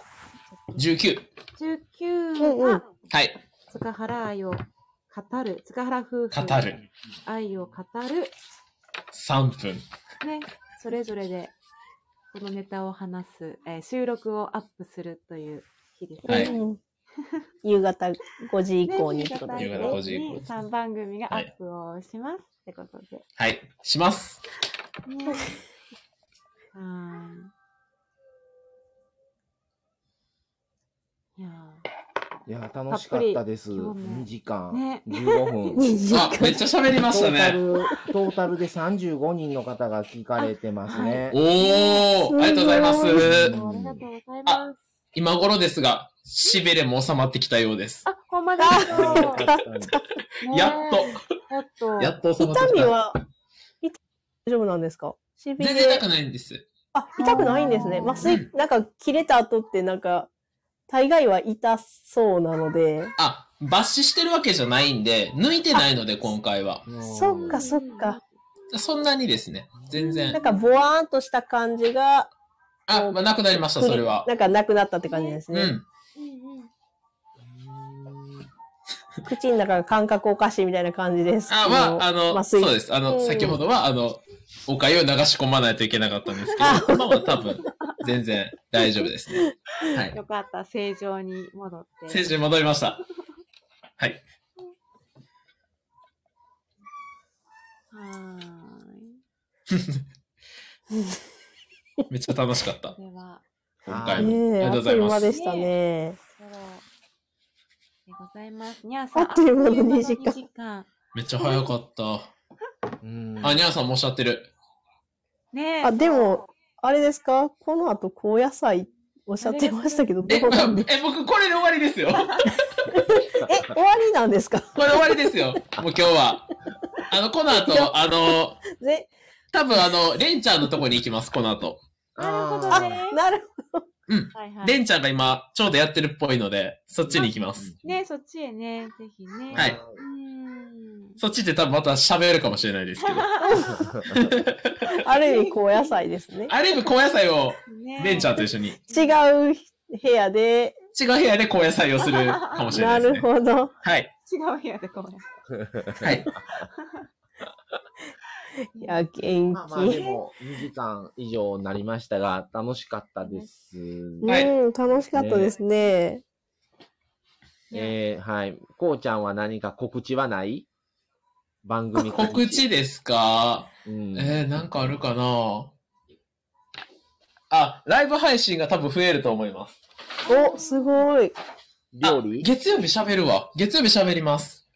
D: 19。
B: 19
C: うんうん
B: が
D: はい。
B: 塚原愛を語る塚原夫婦
D: 語る。
B: 愛を語る
D: 3分。
B: ね、それぞれでこのネタを話す、えー収録をアップするという日です
D: はい
C: うん夕方5時以
B: ね
C: 降にってこと
B: ね
C: で
D: 夕
C: す
D: 方
C: ね。
D: 5時以降
B: 3番組がアップをします、ってことで。
D: はい。します。
B: ね、 <laughs> はい。いや
A: いや、楽しかったです。
B: たっぷり今日
A: 2
B: も
A: 時間、
B: ね
C: <laughs>
A: 15分。
C: 2時
D: あ、め
C: 間
D: っちゃ喋り
A: ト
D: ました
A: ータ
D: ね。
A: ル、トータルで35人の方が聞かれてますね。
D: おー、ありがとうございま
B: ー
D: す。
A: うん
B: ありがとうございます。
D: 今頃ですが、しびれも収まってきたようです。
B: あ、ほんまですよ
A: よかった
B: ね
D: やっと、
B: やっと。
D: やっと収まって
C: 痛
D: き
C: み
D: た。
C: は、痛み大丈夫なんですかしび
D: 全然
C: れ
D: 痛。くないんです。
C: あ、痛くないんですね。
B: あー
C: 麻酔、なんか切れた後ってなんか、大概は痛そうなので。
D: あ、抜歯してるわけじゃないんで、抜いてないので、今回は。
C: <laughs> そっかそっか。
D: そんなにですね。全
C: な
D: 然
C: ん。かボワーンとした感じが、
D: あ、まあ、なくなりました、それは。
C: なんかなくなったって感じです
D: う
C: ね。
D: ん。
B: うんうん
C: 口の中が感覚おかしいみたいな感じです。
D: あ、まあ、あの、
C: 麻
D: そ
C: 酔
D: うです。あの、
C: うん
D: 先ほどは、あの、お粥を流し込まないといけなかったんです
C: あ
D: けど、今は多分、全然大丈夫ですね。はい。
B: よかった、正常に戻って。
D: 選手に戻りました。はい。
B: はーい。
D: めっちゃ楽しかった。
B: では、
D: 今
A: は
D: 回
A: い
D: も。
C: ねえ、
D: ありが
C: あ
D: と
C: っと
D: うござい
C: いう
D: ま
C: 間
D: す。
C: でしたね。
B: ソロでございます。にゃーさ
C: あ
B: ん。
C: っという間の
B: あっ
C: 2
B: とい
C: 時
B: う間の
C: 間。
B: 二時間。
D: めっちゃ早かった。
A: うん
D: あ、にゃんさんもおっしゃってる。
B: ねえ。
C: あ、でも、あれですかこの後、高野菜おっしゃってましたけど、ど
D: え、
C: うなんで
D: え、僕これで終わりですよ。こ
C: え、終わりなんですか
D: れ終わりですよ。もう今日は。あの、この後、あの、
C: ぜ
D: 多分あの、レンちゃんのとこに行きます、この後。
B: なるほ
A: あ
B: ど
A: ー
B: ね。
C: なる
D: うん。
B: はいはい。
D: レンちゃんが今、ちょうどやってるっぽいので、そっちに行きます。
B: ねそっちへね、ぜひね。
D: はい
B: ー
D: う
B: ん。
D: そっちで多分また喋るかもしれないですけど。
C: ある意味、高野菜ですね。
D: ある意味、高野菜を、
B: ね
D: レンちゃんと一緒に、違う
C: 違う部屋で、
D: 部屋で高野菜をするかもしれ
C: な
D: な
C: い
D: で
C: る
D: すね。
C: ほど。
D: はい。
B: 違う部屋でごめん。
D: はい。
C: いや、元
A: <laughs> まあまあで
C: 気。
A: も、2時間以上になりましたが、楽しかったです。
D: はい
C: うん、楽しかったですね。
A: えー、はい。こうちゃんは何か告知はない番組
D: 告知ですか
A: うん。
D: えー、なんかあるかなあ、ライブ配信が多分増えると思います。
C: お、すごい。
A: 料理
D: あ月曜日喋るわ。月曜日喋ります。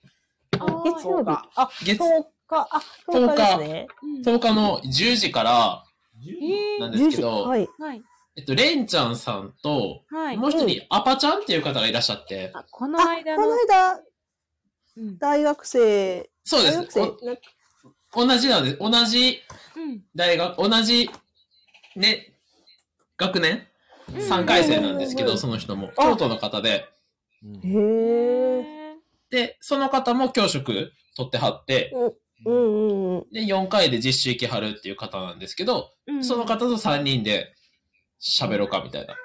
B: あ
C: 月曜日。
A: か
C: あ、
D: 月
C: 10日。あ、10日ですね。
B: うん
D: 10日の10時から
B: え
D: な
B: ー
D: んです
C: 10
D: け
C: 時。
D: ど、
C: はい。
B: はい。
D: えっと、レンちゃんさんと、
B: はい
D: もう。一人、アパちゃんっていう方がいらっしゃって、
B: あこの
C: あ、こ
B: 間の
C: の。間、
B: うん。
C: 大学生、
D: そう
C: 大
D: で
C: 学
D: す。
C: 生、な
D: お同じなんです。同じ
B: うん
D: 大学、同じ、ね、学年
B: うん
D: ?3 回生なんですけ
C: う
D: ど、
C: ん
D: その人も。京都の方で。
A: うん
C: へえ。
B: へー
D: で、その方も教職取ってはって、
C: うんうんうん。
D: で、4回で実習行きはるっていう方なんですけど、
B: うん
D: その方と3人で喋ろうかみたいな。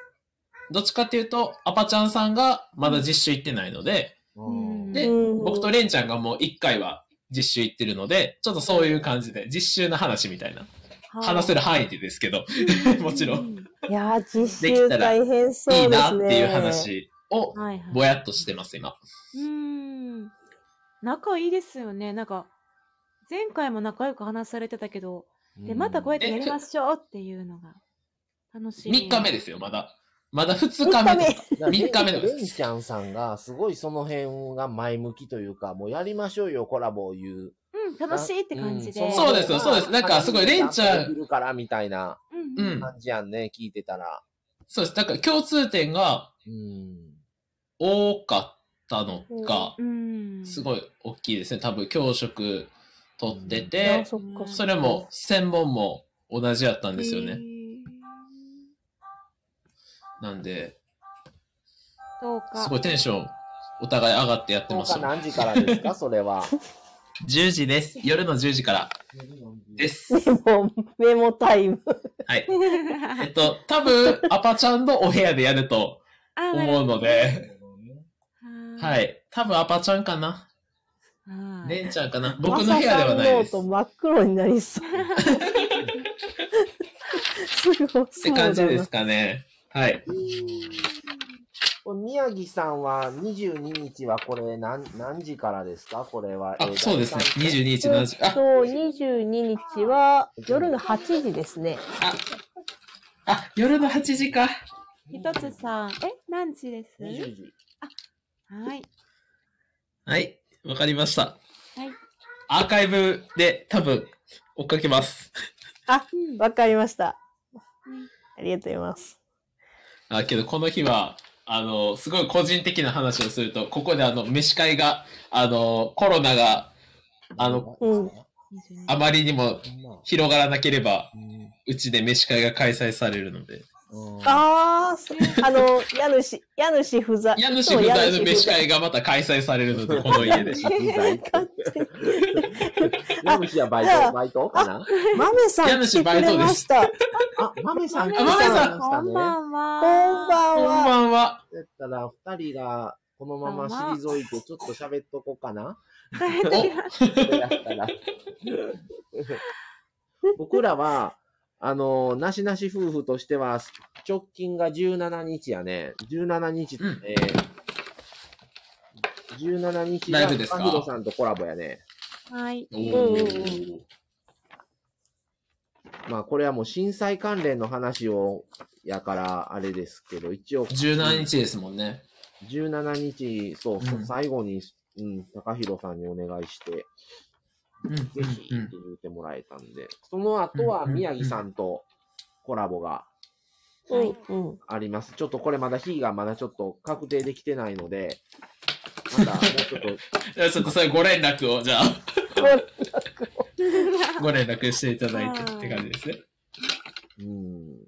D: どっちかっていうと、アパちゃんさんがまだ実習行ってないので、
A: うん
D: で
C: うんうん
D: 僕とレンちゃんがもう1回は実習行ってるので、ちょっとそういう感じで、実習の話みたいな。話せる範囲でですけど、 <laughs> もちろん。
B: う
C: いやー、実
D: でき
C: 習
D: たら
C: 大変そうですね。
D: いいなっていう。話を
B: はいはい。
D: ぼやっとしてます、今。
B: うーん。仲いいですよね。なんか、前回も仲良く話されてたけど、で、またこうやってやりましょうっていうのが、楽しい。
D: 3日目ですよ、まだ。まだ2日
C: 3日
D: 目
C: 目
D: です。三日目で
A: レ
D: す
A: ンちゃんさんが、すごいその辺が前向きというか、もうやりましょうよ、コラボを言う。
B: うん、楽しいって感じで。
A: ん
D: そうですよそうですなんかすごいレンちゃん
A: いるから、みたいな
B: うん
D: う
B: うんん。
A: 感じやんね、聞いてたら。
D: そうです。だから共通点が
A: うん。
D: 多かったのが、
B: うん。
D: す
B: い。
D: ごい大きいですね。多分、教職取っ
C: い
D: て
C: や
D: て、
C: そっか。
D: それも、専門も同じやったんですよ
B: へ
D: ね。
B: ー。
D: なんで、
B: そうか。
D: すごいテンション、お互い上がってやってまし
A: 他
D: たもん。
A: 何時からです
D: <laughs>
A: か、それは。
D: 10時です。夜の10時からです。
C: でも、メモタイム。
D: はい。えっと、多分、アパちゃんのお部屋でやると
B: <laughs> あなる
D: 思う
B: ほど
D: ので、
A: <laughs>
B: は。
D: はいい。多分、アパちゃんかな。
B: はい
D: レンちゃんかな。僕の部屋ではな
C: マ
D: い
C: サ
D: で
C: さんノート
D: す。っ
C: 真っ黒になりそう。すごい。。
D: て感じですすかね。はい。
A: これ宮城さんは22日はこれ何何時からですかこれは。
D: あ、そうですね。22日
C: え
D: の
C: っ
D: 時。あ
C: と、、22日は夜の8時ですね。
D: あ、夜の8時か。
B: <laughs> ひとつさん、え、何時です
A: 20時。
B: はい。
D: はい。わかりました。
B: はい。
D: アーカイブで多分、追っかけます。
B: うん
C: わかりました
B: うん。
C: ありがとうございます。
D: あ、けどこの日は、あの、すごい個人的な話をすると、ここであの、飯会が、あの、コロナがあの
C: うん
B: 22
D: あまりにも広がらなければ、うちで飯会が開催されるので、
C: あー、あの、家主、家主不在。
D: 家主不在の飯
C: い
D: 会がまた開催されるの <laughs> で、この家で。 <laughs>
A: ラムシはバイ
C: じゃあ
A: ト、バイトかな
C: つも。豆さん
D: 家
C: 来て
D: 主
C: く
D: バイ
C: れ
D: トで
C: ますした。
A: あ、マメさん
D: あマメさ
A: ん
B: こんばんは。
C: こんば
D: こん
C: んは。
D: ばんは。
A: だったら、二人がこのまま退いてちょっと喋っとこうかな。
B: 大変だ
A: これやったら僕らは、あの、なしなし夫婦としては、直近が17日やね。17日って、
D: うん
A: 17日
D: ライブですか
A: ヒロさんとコラボやね。
B: はい。
D: お
C: ー
D: ー
A: まあ、これはもう震災関連の話を、やから、あれですけど、一応。
D: 17日ですもんね。
A: 17日、そうそう、
D: うん
A: 最後に、うん、高弘さんにお願いして、
D: うん
A: ぜひって
D: うん
A: 言ってもらえたんで、その後は
D: うん
A: 宮城さんとコラボが
C: うんうん。
A: あります。ちょっとこれまだ日がまだちょっと確定できてないので、まだもうちょっ
D: じゃあちょっとそれご連絡を、じゃあ、ご連絡していただいてって感じですね。
A: と、 <laughs> うん。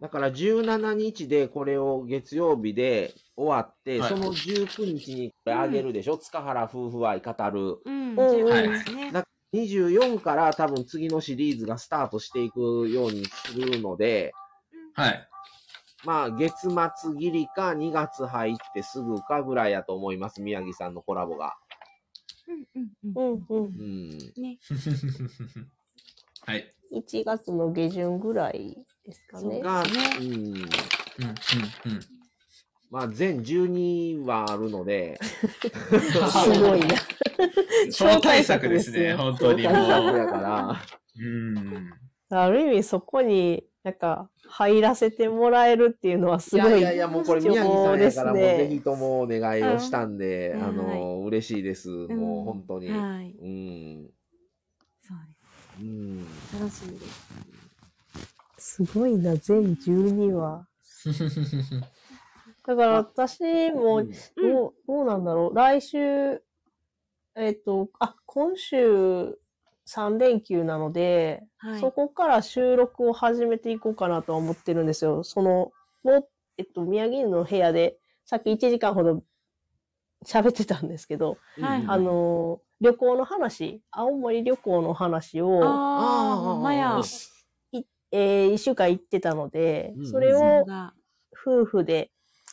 A: だから17日でこれを月曜日で終わって、
D: はい
A: その19日にこれあげるでしょ、塚原夫婦愛語る。
B: うん。
C: うん
B: 十
D: はい
B: 分ですね。
A: 24から多分次のシリーズがスタートしていくようにするので、
D: はい。
A: まあ月末切りか2月入ってすぐかぐらいやと思います、宮城さんのコラボが。
B: うんうんうん
C: うん
D: <laughs>
C: うん
A: う。ん。
B: ね。
D: はい。
C: 1月の下旬ぐらいですかね。
A: が、
B: ね
A: うん。
D: うんうんうん。
A: まあ全12はあるので、
C: す
A: <laughs>
C: ご
D: <laughs>
C: いな。
D: 超対策ですね、
C: 超
D: 本
A: そ
D: 当
A: う
D: に
A: だ
D: もう。
A: から、
D: うん。
C: ある意味そこになんか入らせてもらえるっていうのはすご
A: いや
C: い。
A: いやいや、もうこれ
C: 貴
A: 宮
C: 重
A: 城さんやから、もう
C: です
A: ぜ
C: ね
A: ひともお願いをしたんで、
B: うん
A: あの、嬉しいです。もう本当に。
B: はい。
A: うん。
B: そうで
A: うん。
B: す。楽しみです。
C: すごいな、全12話。だから私も、どう、どうなんだろう。来週、えっと、あ、今週3連休なので、
B: はい
C: そこから収録を始めていこうかなとは思ってるんですよ。その、もう、えっと、宮城の部屋で、さっき1時間ほど喋ってたんですけど、
B: はい
C: あ、の、旅行の話、青森旅行の話
B: あー
C: を、
B: あー、ほんまや。
C: えー、1週間行ってたので
A: うんう、ん
C: それ
B: そう
C: を
B: だ
C: 夫婦で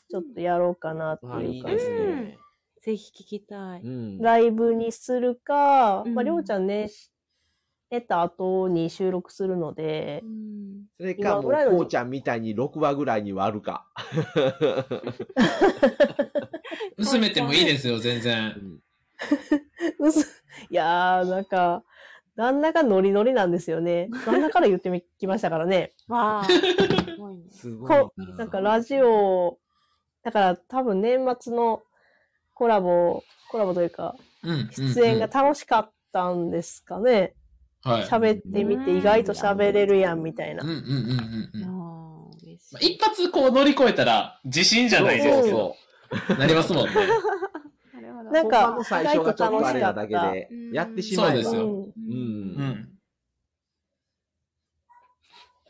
C: ちょっとやろうかなって
A: あ、い
C: いう
A: い
C: 感
A: で
C: じ
A: す
C: で。
A: ね。
B: ぜひ聞きたい。
A: うん。
C: ライブにするか、
B: うん
C: まあ、りょうちゃんね、し寝た後に収録するので
B: う、ん。
A: それか、
C: 今
A: も
C: ぐ
A: う
C: らい、の
A: こうちゃんみたいに6話ぐらいに割るか。
D: 薄めてもいいですよ、全然。
C: うす、 <laughs> いやー、なんか、旦那がノリノリなんですよね。旦那から言ってきましたから
D: <laughs>
C: ね。
B: わあ。すごいね。
A: すごい
C: こ。なんかラジオ、だから多分年末のコラボ、コラボというか、
D: うん。
C: 出演が
D: うん
C: 楽しかったんですかね。
D: うんはい。
C: 喋ってみて、意外と喋れるやん、みたいな
D: うん。うんうんうんうん。
B: ああ、嬉し
D: まあ
B: い
D: 一。発こう乗り越えたら自信じゃないですけど、なりますもんね。
B: なるほど。
C: な
A: なん
C: ん
A: か、
C: か
A: ほんまの最初がちょっとあれなだけで
B: うん、
A: やってしま
D: そう
A: え
D: で
A: ば。
D: すよ
C: うん
A: う。
D: うんん。
C: い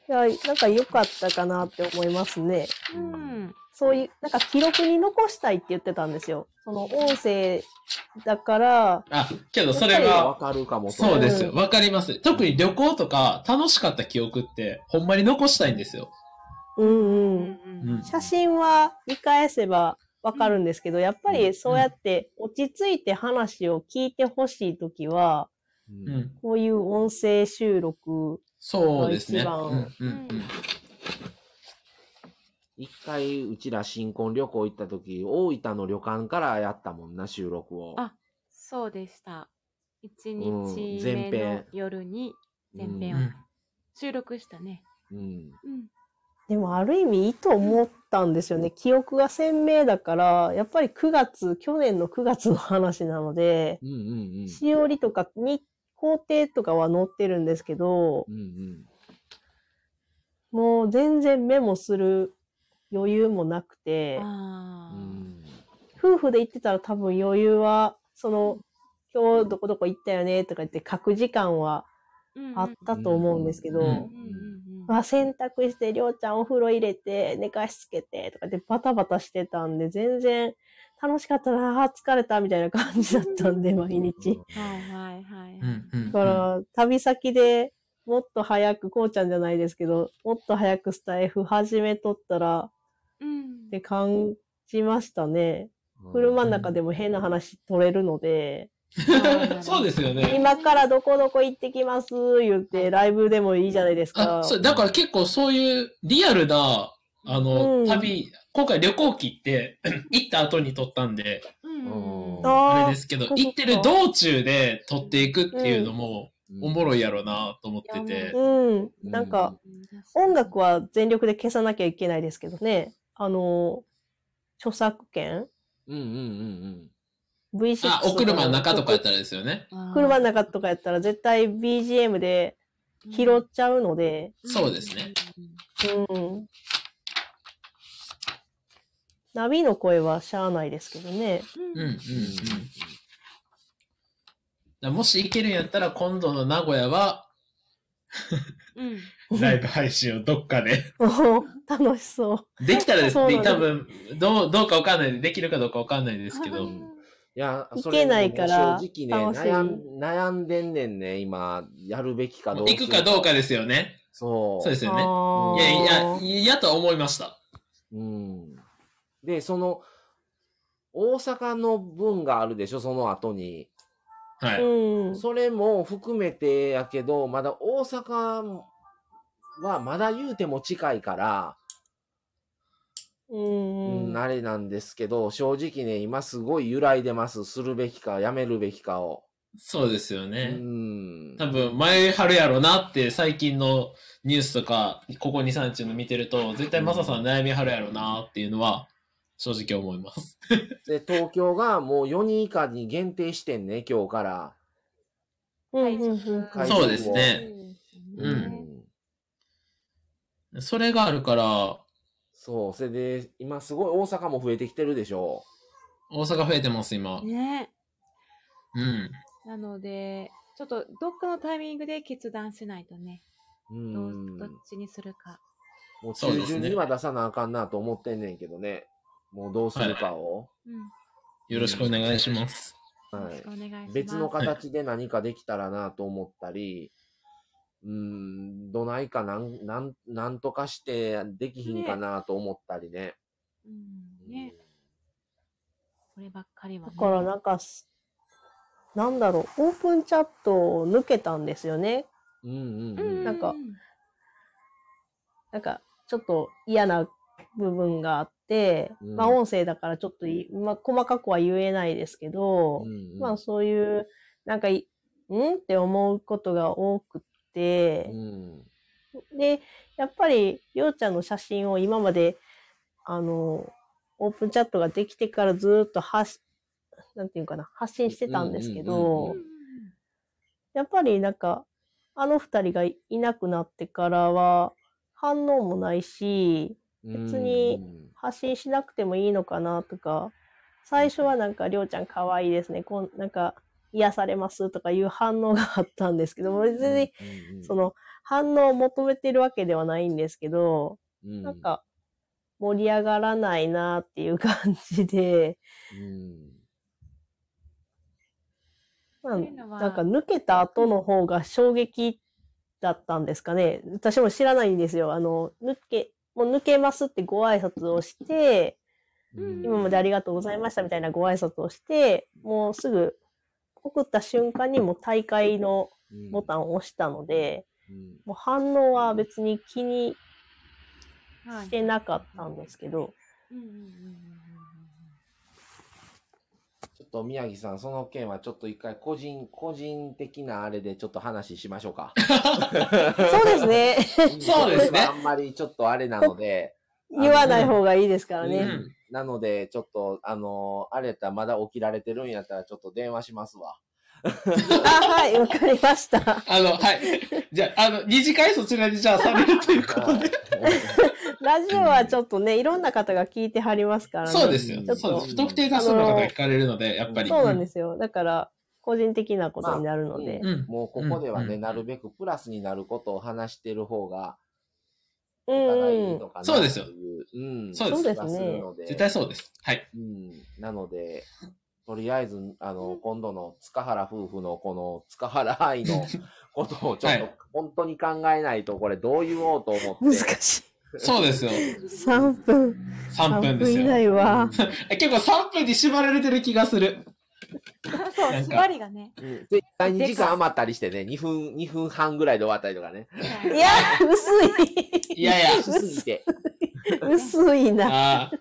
C: や、なんか良かったかなって思いますね。
B: うん。
C: そういう、なんか記録に残したいって言ってたんですよ。その音声だから、
D: あ、けどそれ
A: わ
D: は、
A: かるかも。
D: そうです
C: う
D: よ。わかります。特に旅行とか楽しかった記憶って、ほんまに残したいんですよ。
C: うん
B: う
C: うん。
B: ん。
C: 写真は見返せばわかるんですけど、やっぱりそうやって落ち着いて話を聞いてほしいときは、
A: うん。
D: うん。
C: こういう音声収録、
D: そうですね。
C: 一番
D: うんうんうん。
A: 一回、うちら新婚旅行行った時、大分の旅館からやったもんな、収録を。
B: あそうでした。一
A: うん
B: 日
A: 前
B: 目の
A: 編
B: 夜に前編
D: うん
B: 収録したね。
A: うん。
B: うん。
C: でもある意味いいと思ったんですよね。記憶が鮮明だから、やっぱり9月、去年の9月の話なので、
A: うんうんうん。
C: しおりとかに工程とかは載ってるんですけど、
A: うんうん。
C: もう全然メモする余裕もなくて、
A: う
B: ああ。
A: ん
C: 夫婦で行ってたら多分余裕は、その、今日どこどこ行ったよねとか言って書く時間はあっ
A: だ
C: たと思うんですけど、
D: うん
B: うんうんうん。
C: まあ、洗濯して、りょうちゃんお風呂入れて、寝かしつけてとかでバタバタしてたんで、全然楽しかったな、あー疲れたみたいな感じだったんで、毎日。
B: はいはいはい。
D: うんうんうん
C: だから、旅先でもっと早く、こうちゃんじゃないですけど、もっと早くスタイフ始めとったら、
B: うん
C: で、かん、しましたね。車の中でも変な話取れるので、
D: そうですよね。
C: 今からどこどこ行ってきます言って、ライブでもいいじゃないです
D: あ
C: か。
D: そうだから結構そういうリアルな、あの、
C: うん
D: 旅、今回旅行記って、 <clears throat> 行った後に撮ったんで、
B: うん。
A: あ
D: あ
C: あ
D: れ
C: ー
D: ですけど、
C: そっかそ
D: 行
C: っ
D: っ
C: か
D: てる道中で撮っていくっていうのも、おもろいやろなと思って
B: いや
D: て
B: も。
C: うん。なんか、音楽は全力で消さなきゃいけないですけどね。あの、著作権
A: うんうんうん。
C: ?V6 とか
D: あ、お車の中とかやったらですよね。
C: 車の中とかやったら絶対 BGM で拾っちゃうので、
D: そうですね。
C: うん。ナビの声はしゃあないですけどね。 <laughs>
D: うんうんうん。だか
A: う
D: らもし行けるんやったら、今度の名古屋は、
B: うん。うん。
D: <laughs> ライブ配信をどっかで。
C: 楽しそう。
D: できたらです
C: そう
D: ね、
C: なんだ
D: 多分、どう、どうかわかんないで、できるかどうかわかんないですけど。
A: いや、
C: い
A: それ
C: けないから
A: もう正直
C: 楽
A: ね
C: しい
A: 悩ん、悩んでんねんね、今、やるべきかどう
D: 行くかどうかですよね。
A: そう。
D: そうですよね。
C: あ
D: い
C: ー
D: やいや、いやとは思いました。
A: うん。で、その、大阪の分があるでしょ、その後に。
D: はい。
C: うん。
A: それも含めてやけど、まだ大阪はまだ言うても近いから、
C: うん。
A: うん、あれなんですけど、正直ね、今すごい揺らいでます。するべきか、やめるべきかを。
D: そうですよ
A: う
D: ね。
A: ん。
D: 多分、前春やろなって、最近のニュースとか、ここ2、3日の見てると、絶対マサさん悩み春やろなっていうのは、正直思います。
A: で、東京がもう4人以下に限定してんね、今日から。
C: うんうんうん
A: 会場を
D: そうですね。
B: う。
D: うん
A: ん
D: それがあるから、
A: そう、それで、今すごい大阪も増えてきてるでしょ
D: 大阪増えてます、今。
B: ね
D: うん。
B: なので、ちょっとどっかのタイミングで決断しないとね、
A: う。う。
B: どうんどっちにするか。
A: もう
D: そう
A: 中
D: ですね
A: 旬には出さなあかんなと思ってんねんけどね。もうどうするかを。
B: うん。
D: よろしくお願いします。
B: よ
A: は
B: ろし
A: い
B: くお。願いします。
A: 別の形で何かできたらなと思ったり、うーん、どないかなん、なん、なんとかしてできひんかなと思ったりね。
B: うん。ね。こればっかりは、
C: だ
B: ね。
C: からなんかす、なんだろう、オープンチャットを抜けたんですよね。
A: うんうん
B: う
A: うん。
B: ん、
C: なんか
B: う、
C: なんか、ちょっと嫌な部分があって、
A: うん
C: まあ音声だからちょっとい、まあ細かくは言えないですけど、
A: うんうん
C: まあそういう、なんかい、んって思うことが多くって
A: う、ん。
C: で、やっぱり、りょうちゃんの写真を今まで、あの、オープンチャットができてからずーっと発し、なんていうかな、発信してたんですけ
A: うんうんうん
C: ど
A: うん
C: やっぱりなんか、あの二人がいなくなってからは、反応もないし、別に発信しなくてもいいのかなとか、最初はなんか、りょうちゃん可愛いですね、こんなんか、癒されますとかいう反応があったんですけど、別に、その、反応を求めてるわけではないんですけど、
A: の
C: なん、か、盛り上がらないなっていう感じで、
A: うん
C: まあ
B: そういうのは
C: なんか抜けた後の方が衝撃だったんですかね。私も知らないんですよ。あの、抜け、もう抜けますってご挨拶をして、
A: うん
C: 今までありがとうございましたみたいなご挨拶をして、もうすぐ送った瞬間にもう大会のボタンを押したので、
A: うん
C: もう反応は別に気に
B: んはい
C: してなかったんですけど、
B: うんうんうんうんうん
A: ちょっと宮城さん、その件はちょっと一回個人、個人的なあれでちょっと話しましょうか。
C: そうですね。
D: <laughs>
A: <laughs>
D: そうですね
A: あんまりちょっとあれなので。 <laughs>
C: 言わない方がいいですから
A: う
C: ね。
A: んなので、ちょっと、あのーあれやったらまだ起きられてるんやったら、ちょっと電話しますわ。
C: あ、はい、わかりました。
D: あの、はい。じゃあ、あの、二次会そちらでじゃあされるということで。
C: ラジオはちょっとね、いろんな方が聞いてはりますからね。
D: そうです
A: ち
D: よ
A: ょ。っと
D: そうです。不特定多数の方が聞かれるので、やっぱり。
C: そうなんですよ。だから、個人的なことになるので。
D: う
A: うん
D: ん。
A: もうここではね、
D: うん
A: なるべくプラスになることを話してる方が、
C: う
A: お
C: ん、
A: 互いいうい
C: ん
A: の。かな
D: そうですよ
A: っていううん。
D: そうです
C: そうです
A: 気が
C: ね
A: るので
D: 絶対そうです。はい。
A: うん。なので、とりあえず、あの、今度の塚原夫婦のこの塚原愛のことをちょ
D: は
A: っと
D: い
A: 本当に考えないと、これどう言おうと思って。
C: 難しい。
D: そうですよ。
C: 3分。
D: 3分です
C: 以
D: よ。
C: 内は。
D: 結構3分に縛られてる気がする。
B: あそう、
D: なんか
B: 縛りがね。
A: うんで、第2時間余ったりしてね、2分、2分半ぐらいで終わったりとかね。
C: いや、薄い。
D: いやいや。
A: しすぎて。
C: 薄いな。
D: あー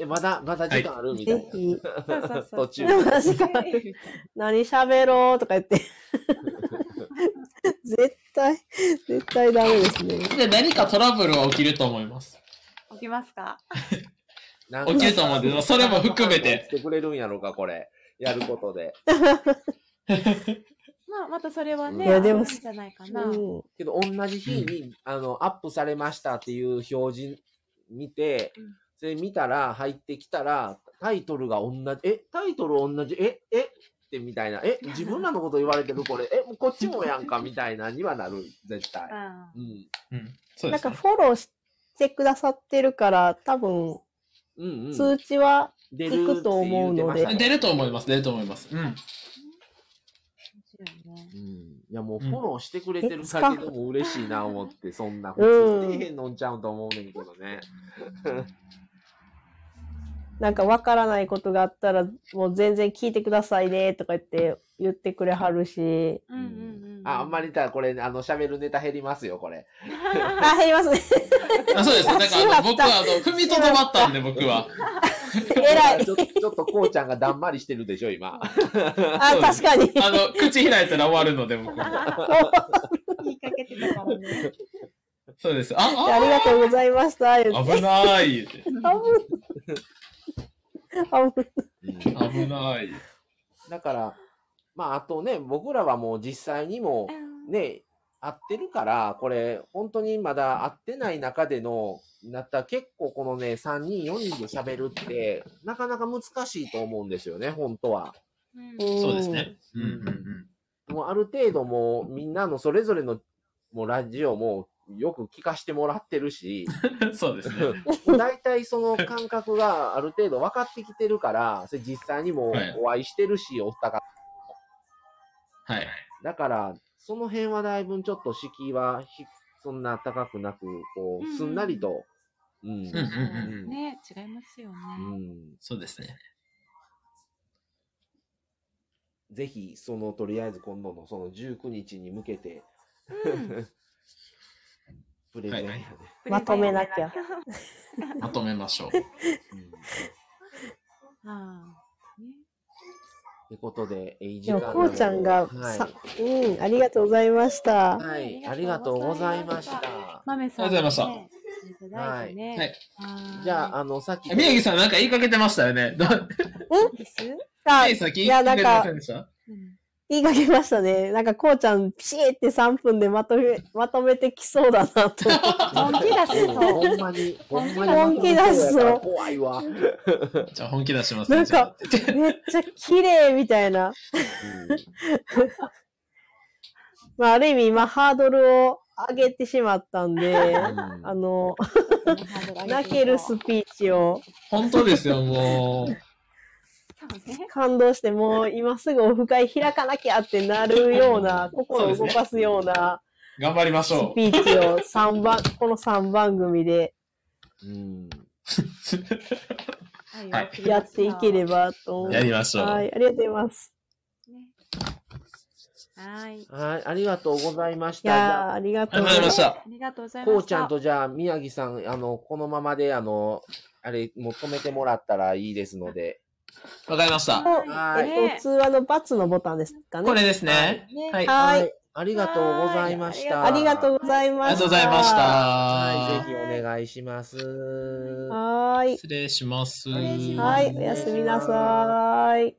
A: え、まだ、まだ時間ある、みた
C: ぜ
A: いな。
C: ひ。
B: そうそうそ
A: 途
B: う。
A: 中
B: <laughs>
C: 確かに。何喋ろうとか言
D: <laughs>
C: って。絶対、絶対ダメですね。
D: で何かトラブルは起きると思います。
B: 起きますか
A: なんか
D: 起きると思うんですけど、それも含め。
A: しててくれるんやろうか、これ。やることで。
B: まあ、またそれはね、
A: いや
C: でも
B: あるんじゃないかな。
C: うん
A: けど、同じ日に、あの、アップされましたっていう表示見て
B: うん、
A: それ見たら、入ってきたら、タイトルが同じ、え、タイトル同じ、え、えってみたいな、え、自分らのこと言われてるこれ、え、もうこっちもやんか、みたいなにはなる、絶対。
B: う
A: うん。
D: うん、そう
C: なん
D: です、
C: か
D: ね。
C: フォローしてくださってるから、多分、
A: うんうん。
C: 通知は、
A: 出
C: 行くと思うので
A: って言ってましたね
D: 出ると思います、出ると思います。うん。
B: ん。面白いね
A: うんいやもうフォローしてくれてる
C: う
A: だ
C: ん
A: けでも嬉しいな思って、そんな普
C: うん
A: 通底辺のんちゃうと思うねんけどね。
C: なんかわからないことがあったら、もう全然聞いてくださいね、とか言って、言ってくれはるし。
B: うんうんうん。
A: あ、あ
B: <laughs>
A: んまり言ったらこれ、あの、喋るネタ減りますよ、これ。
C: あ、減りますね。
D: あそうです。だからあの僕はあの踏みとどまったんで、僕は。
C: 偉い
A: ち。ょちょっとこうちゃんがだんまりしてるでしょ、今。
C: あ、確かに。
D: あの、口開いたら終わるので、僕は。
B: 言いかけてたからね。
D: そうです。あ、
C: ありがとうございました。言って
D: 危ない言うて
C: あ
A: うん
D: 危ない。
A: だから、まあ、あとね、僕らはもう実際にも、ね、合ってるから、これ、本当にまだ合ってない中での、なったら結構このね、3人、4人で喋るって、なかなか難しいと思うんですよね、本当は。
B: うん
D: そうですね。うんうん
A: もうある程度もうみんなのそれぞれのもうラジオもよく聞かしてもらってるし、
D: うん。そうですね。
A: もう大体その感覚がある程度分かってきてるから、それ実際にも
D: はい
A: お会いしてるし、おったか
D: はい。
A: だから、その辺はだいぶちょっと敷居はひそんな高くなく、こ
B: うんうん
A: う、すんなりと、うん。
D: うんうんうん
B: ね、違いますよね。
A: うん
D: そうですね。
A: ぜひ、その、とりあえず今度のその19日に向けて、
B: うん
A: プレゼンや
D: はい
A: ね。
C: まとめなきゃ。
D: まとめましょう。
A: うん
B: <laughs> ああね
A: ってことで、えいい時
C: でも、
A: 間なの
C: こうちゃんが、
A: はい
C: さ、うん、ありがとうございました。
A: はい、ありがとうございました。
B: 豆さん、
D: ありがとう
B: ね手伝えてね
D: はい
B: は
A: じゃあ、あの、さっき、
D: 宮城さん、なんか言いかけてましたよね。どう
B: いいです
C: あ
D: 宮城さん、
C: い
D: 聞いて
C: や、な
D: く
C: ん
D: れてませ
C: か、
D: んでした
B: うん
C: 言いかけましたね。なんか、こうちゃん、ピシーって3分でまとめ、まとめてきそうだな
A: <laughs>
C: と。
B: 本気出す
A: うん
B: と。
A: ほんまに、ほんまに、
C: 本気出すぞ
A: 怖いわ。うん
D: じゃあ、本気出します、
C: なんか
D: じゃあ
C: めっちゃ綺麗みたいな。まあ、ある意味、今、ハードルを上げてしまったん
A: <laughs>
C: で、あの、泣けるスピーチを
D: 本当ですよ、もう。
B: そうね。
C: 感動して、もう今すぐオフ会開かなきゃってなるような、心を動かすような
D: 頑張りまし
C: ス <laughs>
D: ょう。
C: ピーチを三番、この3番組で
A: うん。
D: はい
C: やっていけれ
B: ば。
C: ばと思う。
D: やりましょう。
C: はい、ありがとうございます。
B: ねはい。
A: はい、ありがとうございました。
C: い
A: じ
C: や
A: ゃ
C: ー、
A: あ
C: ありが
D: あ
C: と
D: り
C: うご
D: がとうござ
C: ざ
D: い
C: い
D: ま
B: あ。
C: ます。
D: した
B: りがとうございました。
A: こうちゃんとじゃあ、宮城さん、あの、このままで、あの、あれ、もう止めてもらったらいいですので。
D: わかりました。
A: は
B: ね
A: い。
C: えっと、通話の×のボタンですかね。
D: これですね。
B: ね
D: はい。あ
C: はい。
A: ありがとうございました。
C: ありがとうござい
D: り
C: ま
D: が
C: した。
D: とうございまし。
A: はい、
D: た。
A: ぜひお願いします。
C: はーい。
D: 失礼します。
A: 失礼しま
C: は
A: す
C: い、おやすみなさーい。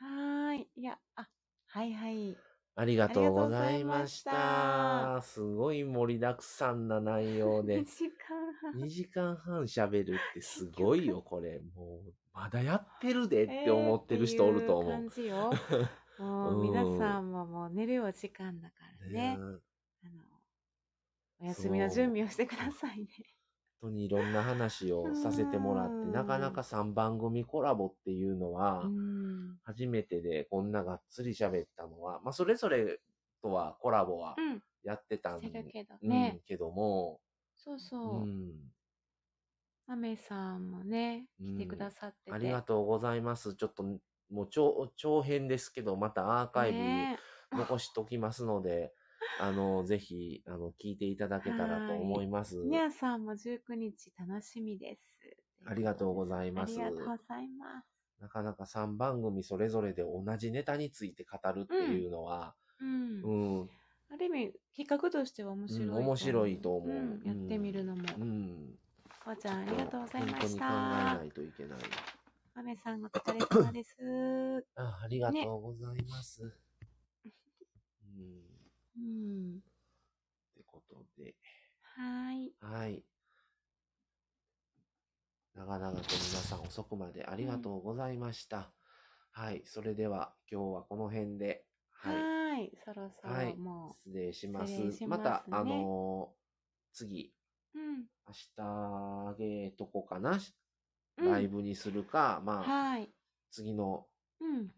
B: はーい。いや、あ、はいはい。
A: ありがとうございまし
B: あり
A: た。すごい盛りだくさんな内容で
B: <laughs> 2 。時間半。
A: 2時間半喋るってすごいよ、これ。もう、まだやってるでって思ってる人おると思
B: えー
A: う
B: っ。ていう感じよ。もう
A: うん
B: 皆さんももう寝るお時間だから
A: <laughs>
B: ね。
A: 本
B: あのお休みの準備をしてくださいね。
A: 当にいろんな話をさせてもらって、なかなか3番組コラボっていうのは
B: う、ん
A: 初めてでこんながっつり喋ったのは、まあ、それぞれとはコラボは
B: うん。
A: やってたん
B: してるけど
A: うん
B: ね。
A: けども、
B: そう
A: う
B: そう。
A: ん、
B: アメさんもね、来てくださってて。
A: ありがとうございます。ちょっと、もう長長編ですけど、またアーカイブ
B: ね
A: 残しときますの
B: <laughs>
A: で、あの、ぜひ、あの、聞いていただけたらと思います。
B: ニャーさんも19日楽しみです。
A: ありがとうございます
B: ありがとうございます。
A: なかなか3番組それぞれで同じネタについて語るっていうのは、
B: うん。
A: うん、うん、
B: ある意味、企画としては面白いと思う、
A: うん面白いと思うん
B: やってみるのも。おばちゃん、ありがとうございま
A: 本当
B: し
A: に考えな
B: た。
A: いといけない。
B: アメさん、お疲れ様です。
A: あありがとうございます。うん、
B: うん。
A: ってことで、
B: はーい。
A: はい。長々と皆さん遅くまでありがとうございました。はい。それでは今日はこの辺で、
B: は
A: はい。
B: ーい。そろそ
A: は
B: ろ
A: い
B: も
A: 失礼します。
B: 失礼
A: ま
B: しますね
A: た、あのー次、
B: う。うん。
A: 明日あげとこかな、
B: うん
A: ライブにするか、まあ、
B: はーい。
A: 次の
B: うん。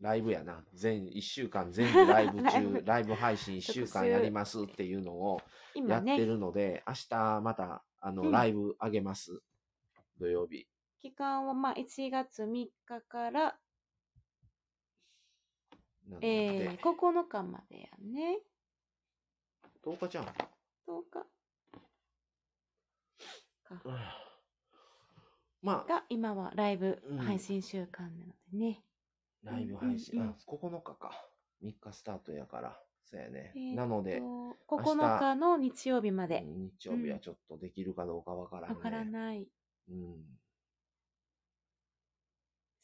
A: ライブやな。全、1週
B: <laughs>
A: 間全部ライブ
B: ライ
A: 中、
B: ブ
A: ライブ配信1週間やりますっていうのをや
B: 今
A: って
B: ね、
A: るので、明日また、あの、
B: うん
A: ライブあげます。土曜日。
B: 期間はまあ1月3日から、
A: なので、
B: えー、9日までやね。
A: 10日じゃん。
B: 10日か。
A: うんまあ、
B: が、今はライブ
A: うん
B: 配信週間なのでね。
A: ライブ配信、
B: うんうん
A: あ、9日か。3日スタートやから。そうやね。
B: えーっと
A: なので、
B: 9日の日曜日まで。
A: うん日曜日はちょっとできるかどうかわからん
B: わ
A: ね。
B: からない。
A: うん。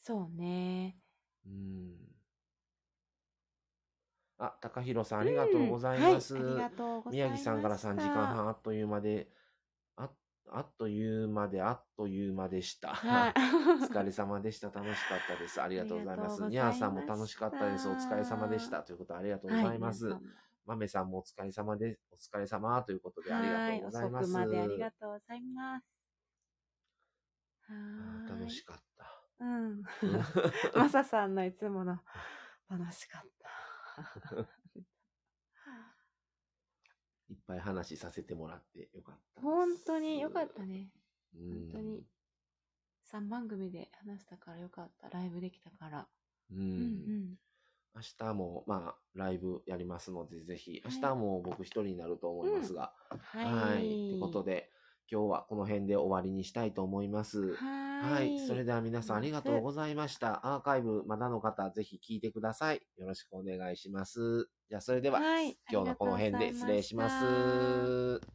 B: そうね。
A: うん。あ、高弘さん、ありがとうございます。
B: うんはい、ありがとうございま
A: 宮
B: し
A: 城さ
B: た
A: んから3時間。半あっという間で、ああっという間で、あっという間でした。
B: はい。
A: <laughs> お疲れ様でした。楽しかったです。ありがとうございます。
B: あり
A: ニ
B: がとうございました
A: ャーさんも楽しかったです。お疲れ様でした。ということで、ありがとうございます。
B: は
A: マメさんもお疲れ様です。お疲れ様ということで、ありが
B: は
A: と
B: い、
A: うござい
B: 遅
A: ま
B: く
A: す。
B: までありがとうございます。
A: あ
B: は
A: ー
B: ーい。
A: 楽しかった。 <laughs>
B: うん。マサさんのいつもの楽しかった。
A: いっぱい話させてもらってよかったです。
B: 本当に良かったね。
A: うん。
B: 本当に3番組で話したからよかった。ライブできたから。
A: うん。
B: うんうん。
A: 明日も、まあ、ライブやりますので、ぜひ、
B: は
A: 明
B: い
A: 日も僕一人になると思いますが、
B: はい。
A: ってことで、今日はこの辺で終わりにしたいと思います。
B: は。
A: はいい。それでは皆さんありがとうございました。アーカイブまだの方、ぜひ聞いてください。よろしくお願いします。じゃあ、それでは、
B: はい
A: 今日のこの辺で失礼します。